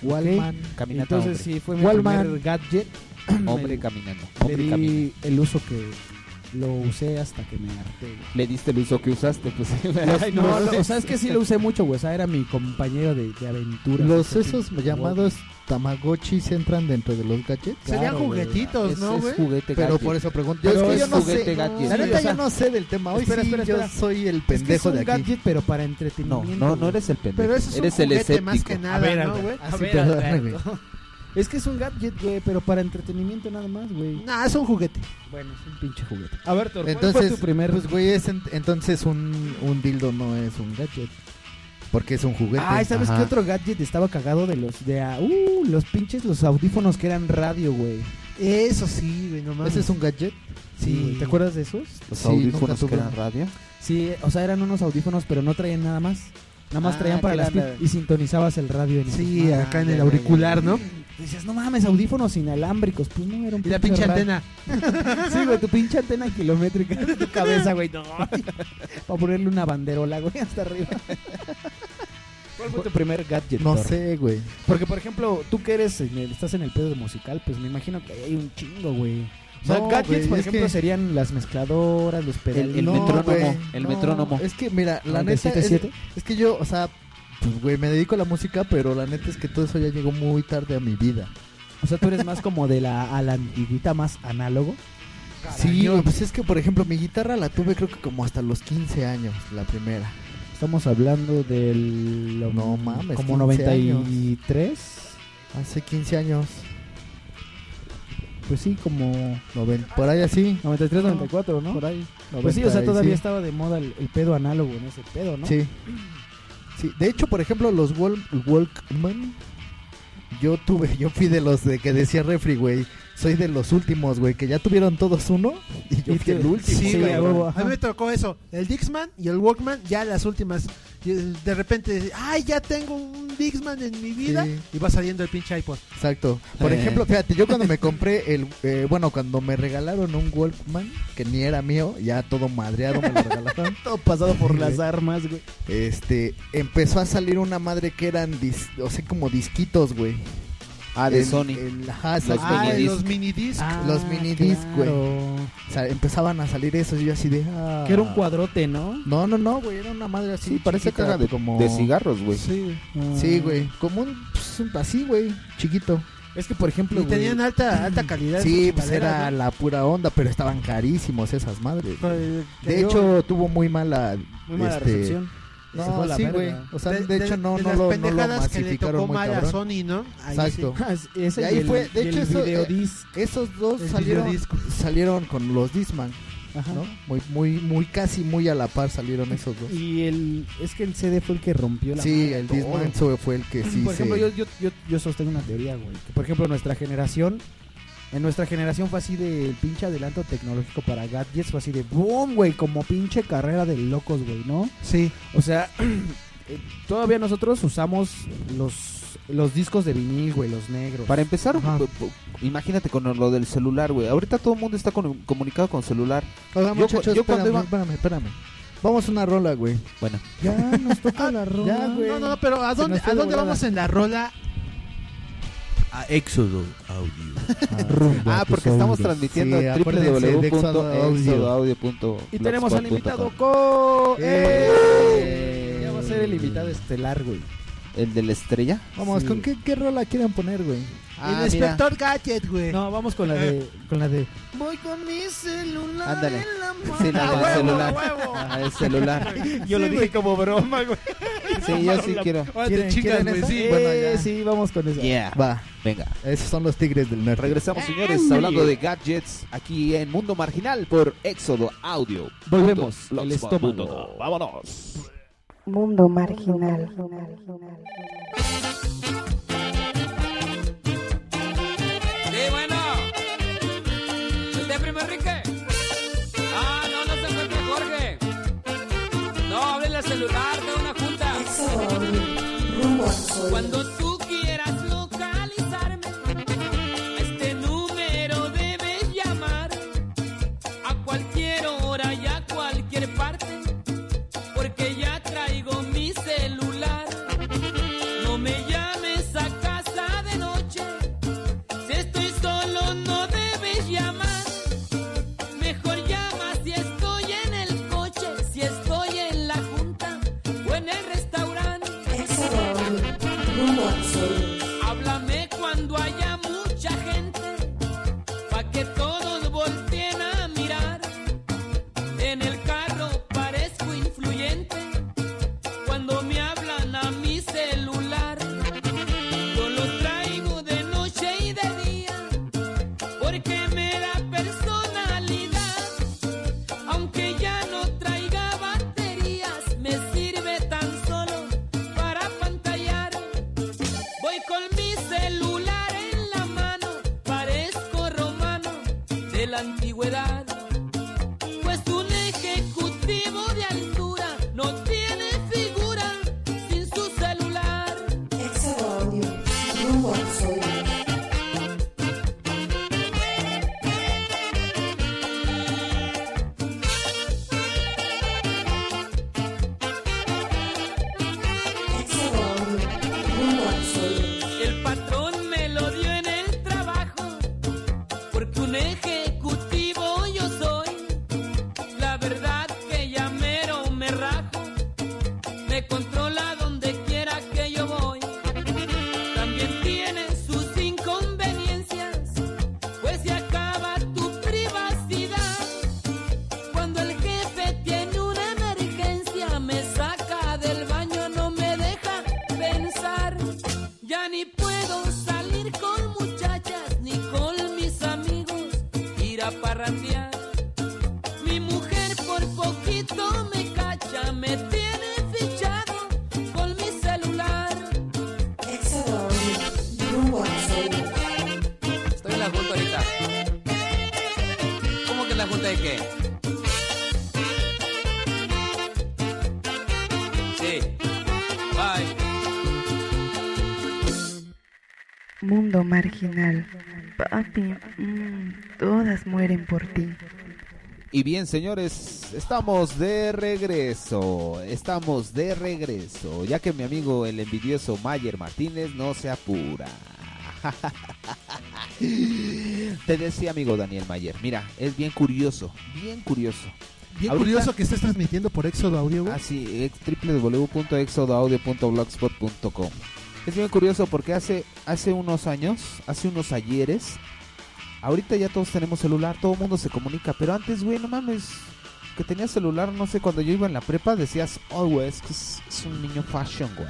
Speaker 2: Waldman.
Speaker 3: caminata
Speaker 6: Entonces sí fue mi
Speaker 2: Walkman.
Speaker 6: primer gadget.
Speaker 3: hombre, hombre
Speaker 6: Me-
Speaker 3: caminando,
Speaker 6: le
Speaker 3: hombre
Speaker 6: di
Speaker 3: caminando.
Speaker 6: el uso que lo usé hasta que me harté. güey.
Speaker 3: Le diste el uso que usaste, pues.
Speaker 6: Los- no, lo- o sea, es que sí lo usé mucho, güey. O sea, era mi compañero de, este, de aventura.
Speaker 2: Los esos llamados Tamagotchis entran dentro de los gadgets.
Speaker 7: Serían
Speaker 6: claro, güey.
Speaker 7: juguetitos,
Speaker 3: es,
Speaker 7: ¿no,
Speaker 3: es
Speaker 7: güey?
Speaker 3: juguete
Speaker 2: Pero
Speaker 3: gadget.
Speaker 2: por eso pregunto.
Speaker 3: Pero
Speaker 2: es que
Speaker 3: es
Speaker 2: yo no
Speaker 3: juguete
Speaker 2: sé.
Speaker 3: gadget.
Speaker 2: La
Speaker 7: Sí,
Speaker 2: neta
Speaker 6: o sea,
Speaker 2: yo no sé del tema. Hoy
Speaker 6: espera,
Speaker 2: sí
Speaker 6: espera, espera.
Speaker 2: yo soy el
Speaker 6: Es que es
Speaker 2: pendejo
Speaker 6: un
Speaker 2: de aquí.
Speaker 6: gadget, pero para
Speaker 3: No,
Speaker 6: entretenimiento.
Speaker 3: no, no
Speaker 6: güey.
Speaker 3: eres el pendejo.
Speaker 7: Pero eso es un
Speaker 3: eres el
Speaker 7: juguete
Speaker 3: escéptico.
Speaker 7: más que nada,
Speaker 6: A ver,
Speaker 7: ¿no, güey?
Speaker 6: Alberto,
Speaker 2: Así
Speaker 6: a ver,
Speaker 2: te va a dar,
Speaker 6: Alberto. Es que es un gadget, güey, pero para entretenimiento nada más, güey.
Speaker 7: Nah, es un juguete.
Speaker 6: Bueno, es un pinche juguete. A ver, Thor, ¿cuál
Speaker 2: Entonces,
Speaker 6: fue tu primer
Speaker 2: Pues güey, es en- entonces un, un dildo no es un gadget. Porque es un juguete.
Speaker 6: Ay, ¿sabes
Speaker 2: Ajá.
Speaker 6: qué otro gadget estaba cagado de los de ah, uh, los pinches los audífonos que eran radio, güey?
Speaker 7: Eso sí, güey, nomás.
Speaker 2: ¿Ese es un gadget?
Speaker 6: Sí, ¿te acuerdas de esos?
Speaker 3: Los
Speaker 2: Sí, nunca
Speaker 3: audífonos
Speaker 2: tuve
Speaker 3: que eran
Speaker 2: uno.
Speaker 3: radio.
Speaker 6: Sí, o sea, eran unos audífonos, pero no traían nada más. Nada más
Speaker 3: Ah,
Speaker 6: traían para
Speaker 3: que
Speaker 6: las
Speaker 3: eran
Speaker 6: pin- y sintonizabas el radio en
Speaker 7: Sí,
Speaker 6: esos.
Speaker 7: acá en
Speaker 6: Ah,
Speaker 7: el
Speaker 6: ya,
Speaker 7: auricular,
Speaker 6: ya, ya.
Speaker 7: ¿no?
Speaker 6: Dices, no mames, audífonos inalámbricos, pues no era un
Speaker 7: Y la
Speaker 6: pinche
Speaker 7: pinche
Speaker 6: radio.
Speaker 7: antena.
Speaker 6: Sí, güey, tu pinche antena kilométrica en tu cabeza, güey. No. Para ponerle una banderola, güey, hasta arriba. ¿Cuál fue tu primer gadget?
Speaker 2: No
Speaker 6: Thor?
Speaker 2: sé, güey.
Speaker 6: Porque, por ejemplo, tú que eres en el- estás en el pedo de musical, pues me imagino que ahí hay un chingo, güey. O sea,
Speaker 2: No,
Speaker 6: gadgets,
Speaker 2: güey,
Speaker 6: por
Speaker 2: es
Speaker 6: ejemplo,
Speaker 2: que-
Speaker 6: serían las mezcladoras, los pedales.
Speaker 3: El, el
Speaker 2: No,
Speaker 3: metrónomo,
Speaker 2: güey,
Speaker 3: el
Speaker 2: no.
Speaker 3: metrónomo.
Speaker 2: Es que, mira, la neta. es-
Speaker 6: 97.7.
Speaker 2: Es que yo, o sea, pues, güey, me dedico a la música, pero la neta es que todo eso ya llegó muy tarde a mi vida.
Speaker 6: O sea, tú eres más como de la, a la antiguita, más análogo.
Speaker 2: Sí, güey, pues es que, por ejemplo, mi guitarra la tuve creo que como hasta los 15 años, la primera.
Speaker 6: Estamos hablando del...
Speaker 2: No mames,
Speaker 6: Como
Speaker 2: 15
Speaker 6: 93.
Speaker 2: Hace 15 años,
Speaker 6: Pues sí, como...
Speaker 2: noven- por ahí así.
Speaker 6: 93, 94, ¿no?
Speaker 2: Por ahí.
Speaker 6: Pues sí, o sea,
Speaker 2: 90 y-
Speaker 6: todavía
Speaker 2: sí.
Speaker 6: estaba de moda el, el pedo análogo en ese pedo, ¿no?
Speaker 2: Sí. Sí, de hecho, por ejemplo, los Wal- Walkman, yo tuve, yo fui de los de que decía refri, güey. Soy de los últimos, güey, que ya tuvieron todos uno y yo
Speaker 6: Y
Speaker 2: fui
Speaker 6: tú-
Speaker 2: el último.
Speaker 6: Sí,
Speaker 7: Sí,
Speaker 2: güey.
Speaker 7: güey.
Speaker 6: a huevo, ajá.
Speaker 7: A mí me tocó eso. El Dixman y el Walkman, ya las últimas. Y, eh, De repente, ay, ya tengo un Dixman en mi vida.
Speaker 2: Sí.
Speaker 7: Y va saliendo el pinche iPod.
Speaker 2: Exacto. Por
Speaker 3: Eh.
Speaker 2: ejemplo, fíjate, yo cuando me compré el, eh, bueno, cuando me regalaron un Walkman que ni era mío, ya todo madreado me lo regalaron.
Speaker 6: Todo pasado por las
Speaker 2: Sí.
Speaker 6: armas, güey.
Speaker 2: Este, empezó a salir una madre que eran, dis- o sea, como disquitos, güey.
Speaker 3: ah, de
Speaker 2: El-
Speaker 3: Sony.
Speaker 2: el- ajá,
Speaker 3: Los Ah,
Speaker 2: exacto.
Speaker 7: Ah,
Speaker 3: minidisc.
Speaker 7: los minidisc.
Speaker 2: Los mini disc, güey.
Speaker 6: claro.
Speaker 2: O sea, empezaban a salir esos y yo así de. ah.
Speaker 6: Que era un cuadrote, ¿no?
Speaker 2: No, no, no, güey, era una madre así.
Speaker 3: Sí, parece
Speaker 2: chiquita,
Speaker 3: caja de,
Speaker 2: como.
Speaker 3: de cigarros, güey.
Speaker 7: Sí.
Speaker 2: Sí, güey, como un, pues, un- así, güey, chiquito.
Speaker 6: Es que, por ejemplo,
Speaker 7: Y
Speaker 6: güey,
Speaker 7: tenían alta, alta calidad.
Speaker 2: Sí,
Speaker 7: esas
Speaker 2: pues
Speaker 7: chingaderas,
Speaker 2: era
Speaker 7: ¿no?
Speaker 2: la pura onda, pero estaban carísimos esas madres.
Speaker 7: Eh, que
Speaker 2: De
Speaker 7: yo-
Speaker 2: hecho, tuvo muy mala.
Speaker 6: muy mala
Speaker 2: este,
Speaker 6: recepción. Se fue a
Speaker 2: No,
Speaker 6: la
Speaker 2: sí,
Speaker 6: verga.
Speaker 2: güey. O sea, de, hecho, no,
Speaker 7: de
Speaker 2: no,
Speaker 7: las
Speaker 2: lo, no lo
Speaker 7: pendejadas que le
Speaker 2: masificaron
Speaker 7: tocó
Speaker 2: muy
Speaker 7: mal a
Speaker 2: cabrón.
Speaker 7: Sony, ¿no? Ahí
Speaker 2: Exacto.
Speaker 6: Ese
Speaker 2: Y ahí
Speaker 6: y el-
Speaker 2: fue- de
Speaker 6: y
Speaker 2: hecho,
Speaker 6: el
Speaker 2: eso, eh,
Speaker 6: videodisc.
Speaker 2: Esos dos
Speaker 7: El
Speaker 2: salieron,
Speaker 7: videodisco.
Speaker 2: salieron con los Disman,
Speaker 6: Ajá.
Speaker 2: ¿no? Muy, muy, muy, casi muy a la par salieron esos dos.
Speaker 6: Y el, es que el CD fue el que rompió la
Speaker 2: Sí,
Speaker 6: madre
Speaker 2: el
Speaker 6: todo.
Speaker 2: Disman fue- fue el que sí
Speaker 6: por ejemplo,
Speaker 2: se-
Speaker 6: yo, yo, yo, yo sostengo una teoría, güey. que, por ejemplo, nuestra generación, en nuestra generación fue así de pinche adelanto tecnológico para gadgets, fue así de boom, güey, como pinche carrera de locos, güey, ¿no?
Speaker 7: Sí.
Speaker 6: O sea, eh, todavía nosotros usamos los, los discos de vinil, güey, los negros.
Speaker 3: Para empezar,
Speaker 6: Ajá.
Speaker 3: pu- pu- imagínate con lo del celular, güey. Ahorita todo el mundo está con- comunicado con celular.
Speaker 2: Oiga,
Speaker 3: Yo cu-
Speaker 2: muchachos,
Speaker 3: yo
Speaker 2: espérame,
Speaker 3: cuando iba-
Speaker 2: espérame, espérame. Vamos a una rola, güey.
Speaker 3: Bueno,
Speaker 5: Ya
Speaker 6: Ah,
Speaker 5: nos
Speaker 3: Ah,
Speaker 5: toca la rola.
Speaker 2: Ya, güey.
Speaker 7: No, no, no, pero ¿a
Speaker 2: Se
Speaker 7: dónde,
Speaker 2: nos fue
Speaker 7: ¿a
Speaker 2: de
Speaker 7: dónde
Speaker 2: volada.
Speaker 7: vamos en la rola?
Speaker 8: A Éxodo Audio.
Speaker 3: ah, porque estamos transmitiendo
Speaker 2: Sí,
Speaker 3: a
Speaker 2: acuérdense de
Speaker 3: www.exodoaudio.blogspot.com.
Speaker 6: Y tenemos al invitado Co.
Speaker 2: ¡Eh!
Speaker 6: Ya va a ser el invitado estelar, güey.
Speaker 3: ¿El de la estrella?
Speaker 2: Vamos,
Speaker 6: Sí.
Speaker 2: ¿con qué, qué rola quieren poner, güey?
Speaker 3: Ah,
Speaker 7: el
Speaker 3: mira.
Speaker 7: inspector Gadget, güey.
Speaker 6: No, vamos con la de. Con la de.
Speaker 7: Voy con mi celular.
Speaker 3: Ándale.
Speaker 7: en la mano.
Speaker 3: Sí, la
Speaker 7: A
Speaker 3: del
Speaker 7: huevo,
Speaker 3: celular.
Speaker 7: a huevo.
Speaker 3: Ah, el celular.
Speaker 6: Yo lo dije como broma, güey.
Speaker 3: Sí, yo sí quiero.
Speaker 7: Ahora te
Speaker 2: ¿Quieren-
Speaker 7: chingas,
Speaker 2: quieren
Speaker 7: güey.
Speaker 2: esa?
Speaker 7: pues Sí,
Speaker 2: Bueno, ya.
Speaker 6: Eh, sí, vamos con esa.
Speaker 3: Yeah.
Speaker 2: Va,
Speaker 3: Venga. Eh,
Speaker 2: esos son los tigres del norte.
Speaker 3: Regresamos, señores, hablando de gadgets aquí en Mundo Marginal por Éxodo Audio.
Speaker 6: Volvemos, el
Speaker 3: Blogspot punto
Speaker 6: estómago.
Speaker 3: com. Vámonos.
Speaker 9: Mundo marginal.
Speaker 10: Sí, bueno. ¿Y ¿Usted, primo Enrique? Ah, no, no se encuentra Jorge. No, háblele al celular de una junta.
Speaker 1: Éxodo Audio, rumbo a tus oídos.
Speaker 10: Cuando tú quieras localizarme, a este número debes llamar. A cualquier hora y a cualquier parte, porque ya traigo mi celular. No me llames a casa de noche, si estoy solo no debes llamar. Mejor llama si estoy en el coche, si estoy en la junta o en el restaurante.
Speaker 1: Éxodo Audio, rumbo a tus oídos.
Speaker 10: Háblame cuando haya mucha gente, pa' que todos volteen a mirar. En el carro parezco influyente, cuando me hablan a mi celular. Yo lo traigo de noche y de día, porque me da personalidad. Aunque ya no traiga baterías, me sirve tan solo para pantallar. Voy con mi celular en la mano, parezco romano de la antigüedad. Pues un ejecutivo de altura no tiene figura sin su celular.
Speaker 1: Éxodo Audio, rumbo a tus oídos. Éxodo Audio, rumbo a tus oídos.
Speaker 10: El patrón me lo dio en el trabajo, porque un ejecutivo yo soy. La verdad que ya mero me rajo, me controla donde quiera que yo voy. También tiene sus inconveniencias, pues se acaba tu privacidad. Cuando el jefe tiene una emergencia, me saca del baño, no me deja pensar. Ya ni puedo salir con muchachas, ni con mis amigos, ir a parrandear. Mi mujer por poquito me cacha, me tiene fichado con mi celular.
Speaker 1: Éxodo Audio, rumbo a tus oídos.
Speaker 10: Estoy en la junta ahorita. ¿Cómo que en la junta de qué? Sí. Bye.
Speaker 9: Mundo marginal. Papi, mm, todas mueren por ti.
Speaker 3: Y bien, señores, estamos de regreso. Estamos de regreso. Ya que mi amigo el envidioso Mayer Martínez no se apura. Te decía, amigo Daniel Mayer, mira, es bien curioso, bien curioso.
Speaker 7: Bien
Speaker 3: Ahorita-
Speaker 7: curioso que estés transmitiendo por Éxodo Audio, güey.
Speaker 3: Ah, sí, ex- www.exodoaudio.blogspot.com. Es bien curioso porque hace, hace unos años, hace unos ayeres, ahorita ya todos tenemos celular, todo el mundo se comunica, pero antes, güey, no mames, que tenía celular, no sé, cuando yo iba en la prepa decías, oh, güey, es que es, es un niño fashion, güey.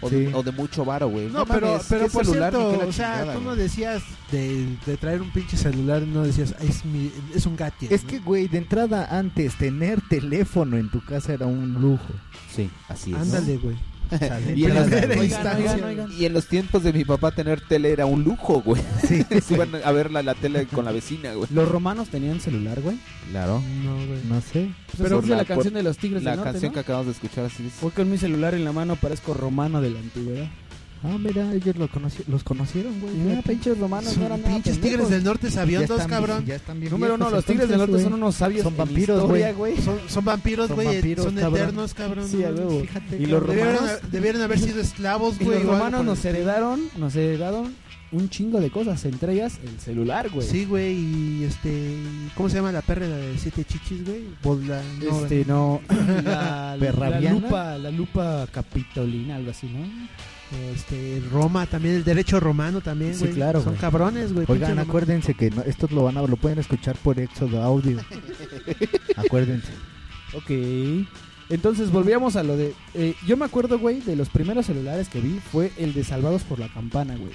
Speaker 3: O, de,
Speaker 2: Sí.
Speaker 3: o de mucho varo, güey.
Speaker 7: No, pero,
Speaker 3: mames,
Speaker 7: pero
Speaker 3: ¿qué
Speaker 7: por
Speaker 3: celular ni qué
Speaker 7: cierto,
Speaker 3: la
Speaker 7: o sea,
Speaker 3: chingada,
Speaker 7: tú no
Speaker 3: güey?
Speaker 7: decías de, de traer un pinche celular, no decías, es, mi, es un gadget.
Speaker 2: Es
Speaker 7: ¿no?
Speaker 2: que, güey, de entrada antes tener teléfono en tu casa era un lujo.
Speaker 3: Sí, así es.
Speaker 7: Ándale, güey. O sea, de
Speaker 3: Y en las-
Speaker 7: primera
Speaker 3: oigan,
Speaker 7: instancia,
Speaker 6: oigan, oigan.
Speaker 3: Y en los tiempos de mi papá tener tele era un lujo, güey.
Speaker 2: Sí.
Speaker 3: Se iban a ver la, la tele con la vecina, güey.
Speaker 6: Los romanos tenían celular, güey.
Speaker 3: Claro.
Speaker 7: No, güey.
Speaker 2: No sé.
Speaker 3: por
Speaker 6: Pero es de la,
Speaker 3: Pues la-
Speaker 6: canción de los Tigres
Speaker 3: La
Speaker 6: del Norte,
Speaker 3: canción que
Speaker 6: ¿no?
Speaker 3: acabamos de escuchar así dice.
Speaker 6: Voy con mi celular en la mano, parezco romano de la antigüedad.
Speaker 2: Ah, mira, ellos lo conoci- los conocieron, güey.
Speaker 6: Mira, pinches romanos no eran nada
Speaker 7: Pinches
Speaker 6: pendejos.
Speaker 7: tigres del norte sabían
Speaker 2: Ya
Speaker 7: dos,
Speaker 2: están-
Speaker 7: cabrón.
Speaker 2: ya están bien
Speaker 6: Número uno, los Tigres del Norte son unos sabios
Speaker 2: Son
Speaker 6: en
Speaker 2: vampiros,
Speaker 6: historia,
Speaker 2: güey.
Speaker 7: Son, son vampiros,
Speaker 2: Son
Speaker 7: güey.
Speaker 2: vampiros,
Speaker 7: Son
Speaker 2: cabrón.
Speaker 7: eternos, cabrón.
Speaker 6: Sí, a huevo.
Speaker 2: Fíjate,
Speaker 6: Y los
Speaker 2: cabrón.
Speaker 7: Debieron,
Speaker 6: romanos,
Speaker 7: debieron haber sido esclavos,
Speaker 6: y
Speaker 7: güey.
Speaker 6: los
Speaker 7: o algo
Speaker 6: romanos este
Speaker 7: por el
Speaker 6: nos
Speaker 7: estilo.
Speaker 6: heredaron, nos heredaron un chingo de cosas, entre ellas el celular, güey.
Speaker 7: Sí, güey. Y este. ¿Cómo se llama la perra de siete chichis, güey? Volda. no,
Speaker 6: Este, no, la, la
Speaker 2: Perrabiana.
Speaker 6: lupa, la lupa capitolina, algo así, ¿no?
Speaker 7: Este, Roma también, el derecho romano también,
Speaker 6: Sí,
Speaker 7: güey.
Speaker 6: claro,
Speaker 7: Son
Speaker 6: güey.
Speaker 7: cabrones, güey. pinches
Speaker 2: Oigan,
Speaker 7: romanos.
Speaker 2: acuérdense que no- estos lo van a lo pueden escuchar por Éxodo Audio. acuérdense.
Speaker 6: Ok. Entonces volvíamos a lo de. eh, yo me acuerdo, güey, de los primeros celulares que vi fue el de Salvados por la Campana, güey.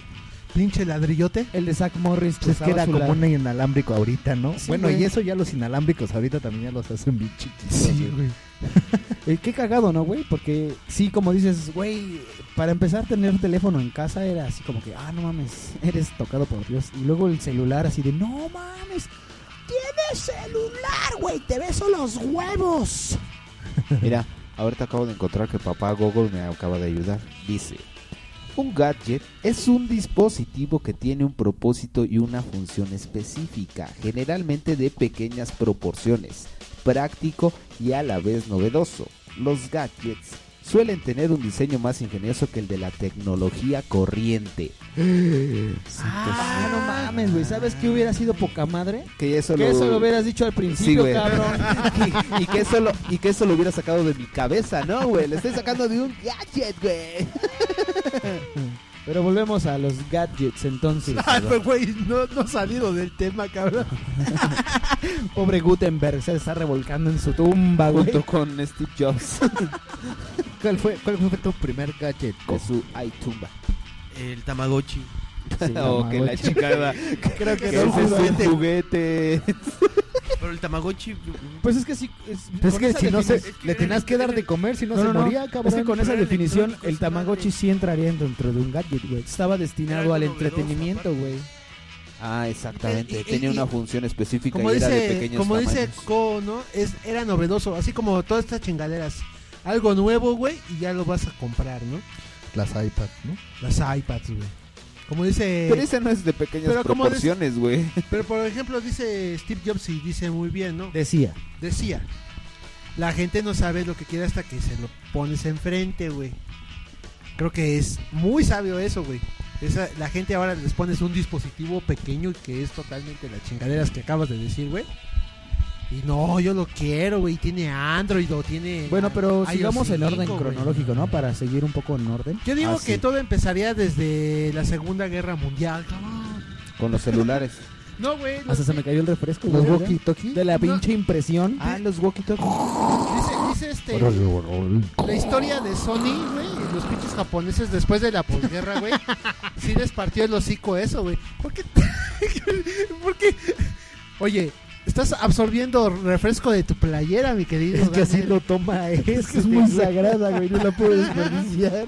Speaker 7: Pinche ladrillote.
Speaker 6: El de Zack Morris.
Speaker 2: Pues es que
Speaker 6: usaba
Speaker 2: era
Speaker 6: su
Speaker 2: como
Speaker 6: la-
Speaker 2: un inalámbrico ahorita, ¿no?
Speaker 6: Sí,
Speaker 2: bueno,
Speaker 6: güey.
Speaker 2: y eso ya los inalámbricos ahorita también ya los hacen bien chiquitos. güey.
Speaker 7: güey.
Speaker 6: Eh, qué cagado, ¿no, güey? Porque sí, como dices, güey, para empezar a tener teléfono en casa era así como que, ah, no mames, eres tocado por Dios. Y luego el celular así de, no mames, tienes celular, güey, te beso los huevos.
Speaker 3: Mira, ahorita acabo de encontrar que papá Google me acaba de ayudar. Dice, un gadget es un dispositivo que tiene un propósito y una función específica, generalmente de pequeñas proporciones, práctico y a la vez novedoso. Los gadgets suelen tener un diseño más ingenioso que el de la tecnología corriente. pues
Speaker 6: Ah, no mames, güey, ¿sabes qué hubiera sido poca madre?
Speaker 3: Que eso
Speaker 6: Que
Speaker 3: lo-
Speaker 6: eso lo hubieras dicho al principio,
Speaker 3: güey.
Speaker 6: cabrón.
Speaker 3: y, y que eso lo, y que eso lo hubiera sacado de mi cabeza, ¿no, güey? Le estoy sacando de un gadget, güey.
Speaker 6: Pero volvemos a los gadgets entonces.
Speaker 7: Ay, pues, güey, no, no ha salido del tema, cabrón.
Speaker 6: Pobre Gutenberg se está revolcando en su tumba, güey.
Speaker 3: Junto con Steve Jobs.
Speaker 2: ¿Cuál fue, ¿Cuál fue tu primer gadget?
Speaker 3: con su iTumba.
Speaker 8: El Tamagotchi.
Speaker 3: o que la chingada. Creo que,
Speaker 8: no,
Speaker 3: ese es
Speaker 8: juguete.
Speaker 3: un juguete.
Speaker 8: Pero el Tamagotchi.
Speaker 6: Pues es que sí.
Speaker 2: Pues es que si no se,
Speaker 8: definición- es que
Speaker 2: le tenías que dar de comer, si no, se moría, cabrón.
Speaker 6: Es que con esa
Speaker 8: Pero
Speaker 6: definición,
Speaker 8: electrónico,
Speaker 6: el
Speaker 8: esa madre.
Speaker 6: Tamagotchi sí entraría dentro de un gadget, güey. Estaba
Speaker 8: Era
Speaker 6: destinado
Speaker 8: algo
Speaker 6: al
Speaker 8: novedoso,
Speaker 6: entretenimiento,
Speaker 8: aparte.
Speaker 6: güey.
Speaker 3: Ah, exactamente.
Speaker 7: Y- y-
Speaker 3: Tenía
Speaker 7: y-
Speaker 3: una función específica
Speaker 7: Como
Speaker 3: y era de
Speaker 7: dice,
Speaker 3: pequeños
Speaker 7: como dice
Speaker 3: tamaños.
Speaker 7: Co, ¿no? Es, era novedoso, así como todas estas chingaderas. Algo nuevo, güey, y ya lo vas a comprar, ¿no?
Speaker 2: Las iPads, ¿no?
Speaker 7: Las iPads, güey. Como dice.
Speaker 3: Pero ese no es de pequeñas
Speaker 7: Pero como
Speaker 3: proporciones, güey.
Speaker 7: Pero por ejemplo, dice Steve Jobs y dice muy bien, ¿no?
Speaker 6: Decía.
Speaker 7: Decía, la gente no sabe lo que quiere hasta que se lo pones enfrente, güey. Creo que es muy sabio eso, güey. Esa, la gente ahora les pones un dispositivo pequeño y que es totalmente las chingaderas que acabas de decir, güey. Y no, yo lo quiero, güey. Tiene Android o tiene.
Speaker 6: Bueno, pero
Speaker 7: iOS
Speaker 6: sigamos en
Speaker 7: 5,
Speaker 6: orden
Speaker 7: güey.
Speaker 6: cronológico, ¿no? Para seguir un poco en orden.
Speaker 7: Yo digo
Speaker 3: Ah,
Speaker 7: que
Speaker 3: sí.
Speaker 7: todo empezaría desde la Segunda Guerra Mundial, cabrón.
Speaker 3: Con los celulares.
Speaker 7: No, güey.
Speaker 2: Ah,
Speaker 7: no-
Speaker 6: Hasta se me cayó el refresco,
Speaker 2: Los
Speaker 6: güey.
Speaker 2: walkie-talkie.
Speaker 6: De la
Speaker 7: No.
Speaker 6: pinche impresión.
Speaker 3: ah, los walkie
Speaker 7: Dice, dice este. La historia de Sony, güey, y los pinches japoneses después de la posguerra, güey, sí les partió el hocico eso, güey. ¿Por qué? ¿Por qué? Oye, estás absorbiendo refresco de tu playera, mi querido.
Speaker 2: Es que así
Speaker 7: Daniel.
Speaker 2: lo toma
Speaker 6: Es que
Speaker 2: este,
Speaker 6: es muy
Speaker 2: güey.
Speaker 6: sagrada, güey. No la puedo desperdiciar.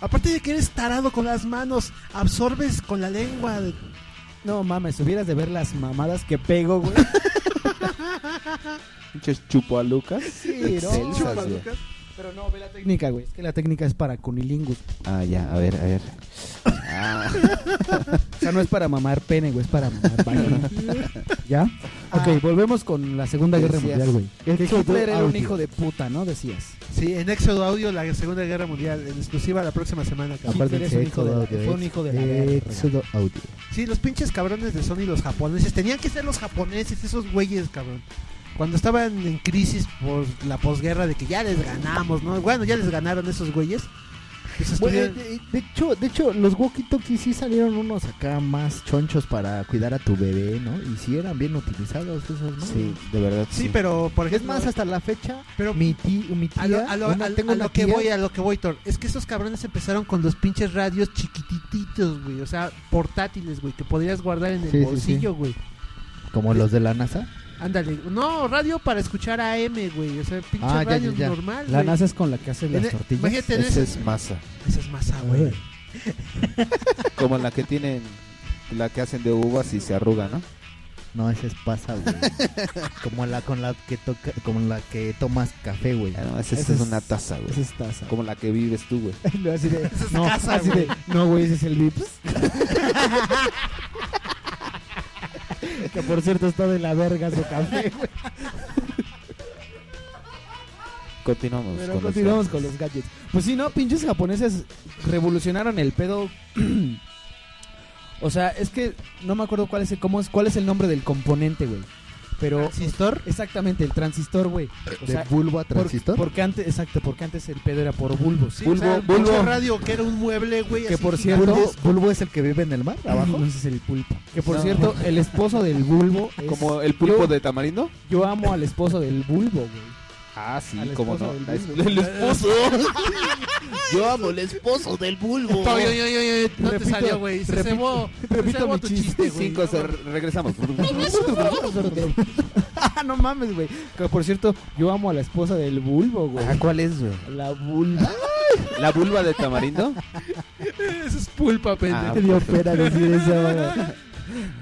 Speaker 7: Aparte de que eres tarado con las manos, absorbes con la lengua. de-
Speaker 6: No mames, hubieras de ver las mamadas que pego, güey.
Speaker 3: Pinches chupo a Lucas.
Speaker 6: Sí, no.
Speaker 3: Excelsas,
Speaker 6: Chupa,
Speaker 3: güey.
Speaker 6: Pero no, ve la técnica, güey. Es que la técnica es para cunilingus.
Speaker 3: Ah, ya, a ver, a ver. Ah,
Speaker 6: O sea, no es para mamar pene, güey, es para mamar vagina. ¿Ya?
Speaker 7: Ah.
Speaker 6: Ok, volvemos con la Segunda Guerra
Speaker 3: Decías.
Speaker 6: Mundial, güey. Que
Speaker 2: Éxodo
Speaker 6: Hitler era un
Speaker 2: audio.
Speaker 6: hijo de puta, ¿no? Decías.
Speaker 7: Sí, en Éxodo Audio, la Segunda Guerra Mundial, en exclusiva la próxima semana. cabrón.
Speaker 6: Hitler es
Speaker 2: Acuérdense,
Speaker 6: un hijo de la-
Speaker 2: Éxodo
Speaker 6: fue un hijo de la
Speaker 2: Audio, eh.
Speaker 6: verga.
Speaker 2: Éxodo Audio.
Speaker 7: Sí, los pinches cabrones de Sony, los japoneses. Tenían que ser los japoneses, esos güeyes, cabrón. Cuando estaban en crisis por la posguerra de que ya les ganamos, ¿no? Bueno, ya les ganaron esos güeyes. Pues
Speaker 2: Bueno,
Speaker 7: estuvieron-
Speaker 2: de, de hecho, de hecho, los walkie-talkies sí salieron unos acá más chonchos para cuidar a tu bebé, ¿no? Y sí eran bien utilizados esos, ¿no?
Speaker 3: sí, de verdad.
Speaker 7: sí, pero por
Speaker 2: Es
Speaker 7: ejemplo,
Speaker 2: más, hasta la fecha,
Speaker 7: pero
Speaker 2: mi, ti- mi tía...
Speaker 7: a lo, a lo-
Speaker 2: una-
Speaker 7: a lo-
Speaker 2: tengo
Speaker 7: a
Speaker 2: una
Speaker 7: lo que
Speaker 2: tía-
Speaker 7: voy, a lo que voy, Thor, es que esos cabrones empezaron con los pinches radios chiquititos, güey, o sea, portátiles, güey, que podrías guardar en
Speaker 2: Sí,
Speaker 7: el
Speaker 2: sí, sí.
Speaker 7: bolsillo, güey.
Speaker 2: Como los de la NASA.
Speaker 7: Ándale, no, radio para escuchar AM, güey, o sea, pinche
Speaker 2: Ah, ya,
Speaker 7: radio
Speaker 2: ya, ya.
Speaker 7: normal,
Speaker 6: La
Speaker 7: güey.
Speaker 6: NASA es con la que hacen
Speaker 7: En
Speaker 6: las
Speaker 7: el-
Speaker 6: tortillas.
Speaker 7: Imagínate en
Speaker 3: Esa
Speaker 7: ese,
Speaker 3: es masa.
Speaker 7: esa es masa, güey.
Speaker 3: Como la que tienen, la que hacen de uvas y se arruga, ¿no?
Speaker 2: No, esa es pasa, güey. como la con la que toca, como la que tomas café, güey.
Speaker 3: No, esa, esa es una taza, güey.
Speaker 6: Esa es taza.
Speaker 3: Como la que vives tú, güey.
Speaker 6: Lo así de,
Speaker 7: Esa es
Speaker 6: no,
Speaker 7: casa,
Speaker 6: así de,
Speaker 7: güey.
Speaker 6: no, güey, ese es el
Speaker 2: pues.
Speaker 6: Vips. que por cierto está de la verga su café, güey.
Speaker 3: Continuamos.
Speaker 6: Pero
Speaker 3: con los
Speaker 6: continuamos
Speaker 3: gadgets.
Speaker 6: con los gadgets. Pues sí, no, pinches japoneses revolucionaron el pedo. o sea, es que no me acuerdo cuál es el, cómo es, cuál es el nombre del componente, güey. Pero
Speaker 7: ¿Transistor?
Speaker 6: exactamente el transistor, güey. O
Speaker 2: Eh, ¿De
Speaker 6: sea,
Speaker 2: bulbo a
Speaker 6: por-
Speaker 2: transistor?
Speaker 6: porque antes, exacto, porque antes el pedo era por bulbos.
Speaker 7: Sí,
Speaker 3: Bulbo,
Speaker 7: o sea, el
Speaker 3: bulbo.
Speaker 7: pinche radio que era un mueble, güey.
Speaker 6: Que
Speaker 7: así
Speaker 6: por
Speaker 7: gigante.
Speaker 6: cierto,
Speaker 2: ¿Bulbo, es, bulbo es el que vive en el mar, abajo?
Speaker 6: No, ese es el pulpo. Que por
Speaker 3: No.
Speaker 6: cierto, el esposo del bulbo es-
Speaker 3: Como el pulpo
Speaker 6: yo,
Speaker 3: de tamarindo.
Speaker 6: Yo amo al esposo del bulbo, güey.
Speaker 3: Ah, sí,
Speaker 6: Al
Speaker 3: cómo no.
Speaker 6: esposo del
Speaker 3: La es-
Speaker 6: bulbo.
Speaker 3: El esposo.
Speaker 8: Yo amo el esposo del bulbo.
Speaker 7: Oye, oye, oye, oye, no te
Speaker 6: Repito,
Speaker 7: salió, güey. Se
Speaker 6: repito,
Speaker 7: cebó. se
Speaker 6: repito
Speaker 7: cebó
Speaker 6: mi
Speaker 7: tu
Speaker 6: chiste,
Speaker 7: chiste, güey.
Speaker 3: Cinco, o sea, re- regresamos.
Speaker 6: ah, no mames, güey. Que por cierto, yo amo a la esposa del bulbo, güey.
Speaker 8: Ah,
Speaker 3: ¿Cuál es, güey?
Speaker 6: La bulba.
Speaker 3: ¿La vulva de tamarindo?
Speaker 7: Eso es pulpa, pendejo.
Speaker 3: Ah,
Speaker 6: Pues, Te dio pena decir eso, güey.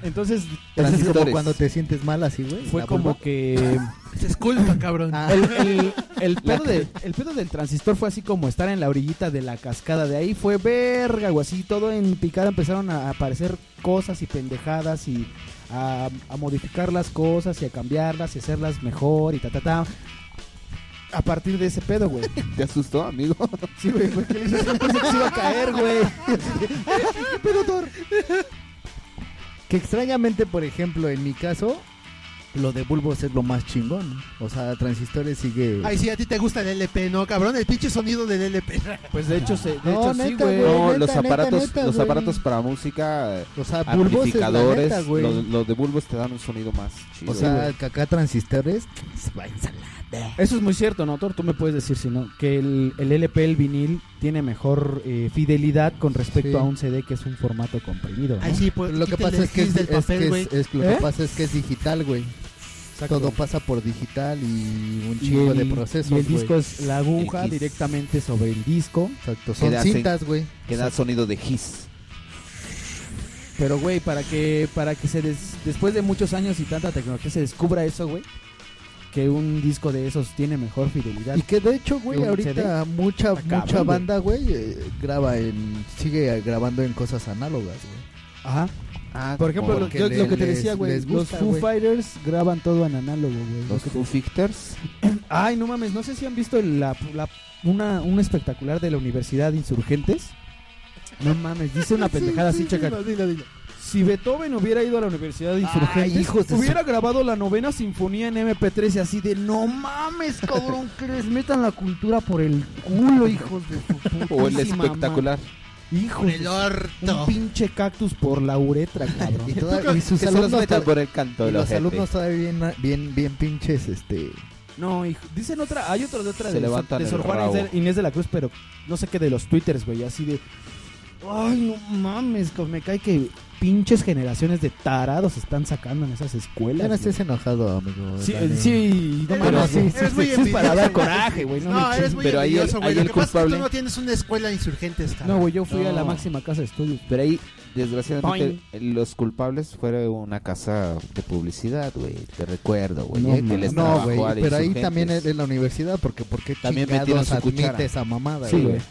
Speaker 6: Entonces,
Speaker 2: Así es como
Speaker 3: Transistores.
Speaker 2: cuando te sientes mal así, güey.
Speaker 6: fue
Speaker 2: la
Speaker 6: como
Speaker 2: vulva.
Speaker 6: que...
Speaker 7: Se esculpa, cabrón.
Speaker 2: Ah.
Speaker 6: El, el- el pedo de- el pedo del transistor fue así como estar en la orillita de la cascada. De ahí fue verga, o así. Todo en picada empezaron a aparecer cosas y pendejadas y a, a modificar las cosas y a cambiarlas y hacerlas mejor y ta, ta, ta. A partir de ese pedo, güey.
Speaker 3: ¿Te asustó, amigo?
Speaker 6: Sí, güey, porque le hizo sorpresa que se iba a caer, güey. ¿Qué pedo, Thor?
Speaker 2: Que extrañamente, por ejemplo, en mi caso, lo de bulbos es lo más chingón. O sea, transistores sigue...
Speaker 7: Ay, sí, a ti te gusta el LP, ¿no, cabrón? El pinche sonido del LP.
Speaker 6: Pues de hecho, se, de
Speaker 2: No,
Speaker 6: hecho sí,
Speaker 2: neta,
Speaker 6: güey.
Speaker 2: güey.
Speaker 3: No,
Speaker 2: neta,
Speaker 3: los
Speaker 2: neta,
Speaker 3: aparatos,
Speaker 2: neta,
Speaker 3: los
Speaker 2: güey.
Speaker 3: aparatos para música, eh,
Speaker 2: o sea, bulbos es la
Speaker 3: amplificadores,
Speaker 2: neta, güey.
Speaker 3: los, los de bulbos te dan un sonido más chido.
Speaker 2: O sea, que acá transistores... váyanse a la-
Speaker 6: Eso es muy cierto, ¿no, Thor? Tú me puedes decir, si no, que el, el LP, el vinil, tiene mejor eh, fidelidad con respecto
Speaker 2: Sí.
Speaker 6: a un CD que es un formato comprimido. ¿no?
Speaker 7: Ay, sí, pues.
Speaker 2: Lo que
Speaker 7: quítale
Speaker 2: pasa es que
Speaker 7: el
Speaker 2: es,
Speaker 7: del
Speaker 2: es que
Speaker 7: papel,
Speaker 2: es-
Speaker 7: güey.
Speaker 2: es- lo que
Speaker 6: ¿Eh?
Speaker 2: pasa es que es digital, güey.
Speaker 6: Exacto.
Speaker 2: Todo pasa por digital y un
Speaker 6: Y
Speaker 2: chingo
Speaker 6: el-
Speaker 2: de procesos,
Speaker 6: Y
Speaker 2: güey.
Speaker 6: el disco es la aguja
Speaker 3: El gis.
Speaker 6: directamente sobre el disco.
Speaker 2: Exacto, son
Speaker 3: Queda sin-
Speaker 2: cintas, güey.
Speaker 3: que da sonido de hiss.
Speaker 6: Pero, güey, para que, para que se des- después de muchos años y tanta tecnología se descubra eso, güey, que un disco de esos tiene mejor fidelidad.
Speaker 2: Y que de hecho, güey,
Speaker 6: ¿Un
Speaker 2: ahorita mucha
Speaker 6: Está cabrón,
Speaker 2: mucha
Speaker 6: güey.
Speaker 2: banda, güey, eh, graba en sigue grabando en cosas análogas, güey.
Speaker 6: Ajá.
Speaker 3: Ah,
Speaker 6: Por ejemplo, lo,
Speaker 2: porque
Speaker 6: yo-
Speaker 2: le-
Speaker 6: lo que te
Speaker 2: les-
Speaker 6: decía, güey,
Speaker 2: les
Speaker 6: los
Speaker 2: gusta,
Speaker 6: Foo
Speaker 2: güey.
Speaker 6: Fighters graban todo en análogo, güey.
Speaker 3: Los Foo Fighters.
Speaker 6: Ay, no mames, no sé si han visto la, la- una, un espectacular de la Universidad de Insurgentes. No mames, dice una pendejada así, chaca. Si Beethoven hubiera ido a la Universidad de Insurgentes,
Speaker 2: hijos de su-
Speaker 6: hubiera grabado la novena sinfonía en MP3 y así de no mames, cabrón, que les metan la cultura por el culo, hijos de su
Speaker 3: O el
Speaker 6: putísima
Speaker 3: espectacular.
Speaker 6: ma- Hijos
Speaker 7: Con
Speaker 6: de
Speaker 7: el
Speaker 6: su-
Speaker 7: orto.
Speaker 6: un pinche cactus por la uretra, cabrón.
Speaker 2: Y, toda- y sus
Speaker 3: Que se los
Speaker 2: alumnos
Speaker 3: metan
Speaker 2: toda-
Speaker 3: por el canto
Speaker 2: y
Speaker 3: de la
Speaker 2: los
Speaker 3: gente.
Speaker 2: alumnos todavía bien bien bien pinches este
Speaker 6: No, hijo. Dicen otra, hay otra de otra
Speaker 3: Se
Speaker 6: de,
Speaker 3: levantan
Speaker 6: de
Speaker 3: el
Speaker 6: Sor Juana
Speaker 3: rabo.
Speaker 6: Inés de, Inés de la Cruz, pero no sé qué de los twitters, güey, así de Ay, no mames, co- me cae que pinches generaciones de tarados están sacando en esas escuelas.
Speaker 2: ya no
Speaker 6: güey.
Speaker 2: estés enojado, amigo.
Speaker 6: Sí,
Speaker 2: Dani.
Speaker 6: eh, sí, no
Speaker 7: Eres
Speaker 6: mames,
Speaker 2: muy-
Speaker 6: sí,
Speaker 2: eres
Speaker 6: sí,
Speaker 7: muy
Speaker 6: sí, es para
Speaker 7: envidioso,
Speaker 6: dar
Speaker 7: güey.
Speaker 6: coraje, güey, no,
Speaker 7: No,
Speaker 6: me
Speaker 7: eres
Speaker 6: chingues.
Speaker 7: muy
Speaker 3: Pero ahí el-
Speaker 7: envidioso, güey.
Speaker 3: ahí
Speaker 7: Lo
Speaker 3: el
Speaker 7: que pasa es que
Speaker 3: culpable-
Speaker 7: tú no tienes una escuela de insurgentes, cabrón.
Speaker 6: No, güey, yo fui a la
Speaker 3: No.
Speaker 6: máxima casa de estudios.
Speaker 3: Pero ahí, desgraciadamente, los culpables fueron una casa de publicidad, güey. Te recuerdo, güey.
Speaker 6: No,
Speaker 3: eh, que les
Speaker 2: No,
Speaker 3: trabajó
Speaker 2: güey,
Speaker 3: al
Speaker 2: pero ahí
Speaker 3: Insurgentes.
Speaker 2: también es en la universidad porque porque
Speaker 3: También metieron
Speaker 2: chingados
Speaker 3: su cuchara.
Speaker 2: admite esa mamada,
Speaker 6: Sí,
Speaker 2: güey.
Speaker 6: güey.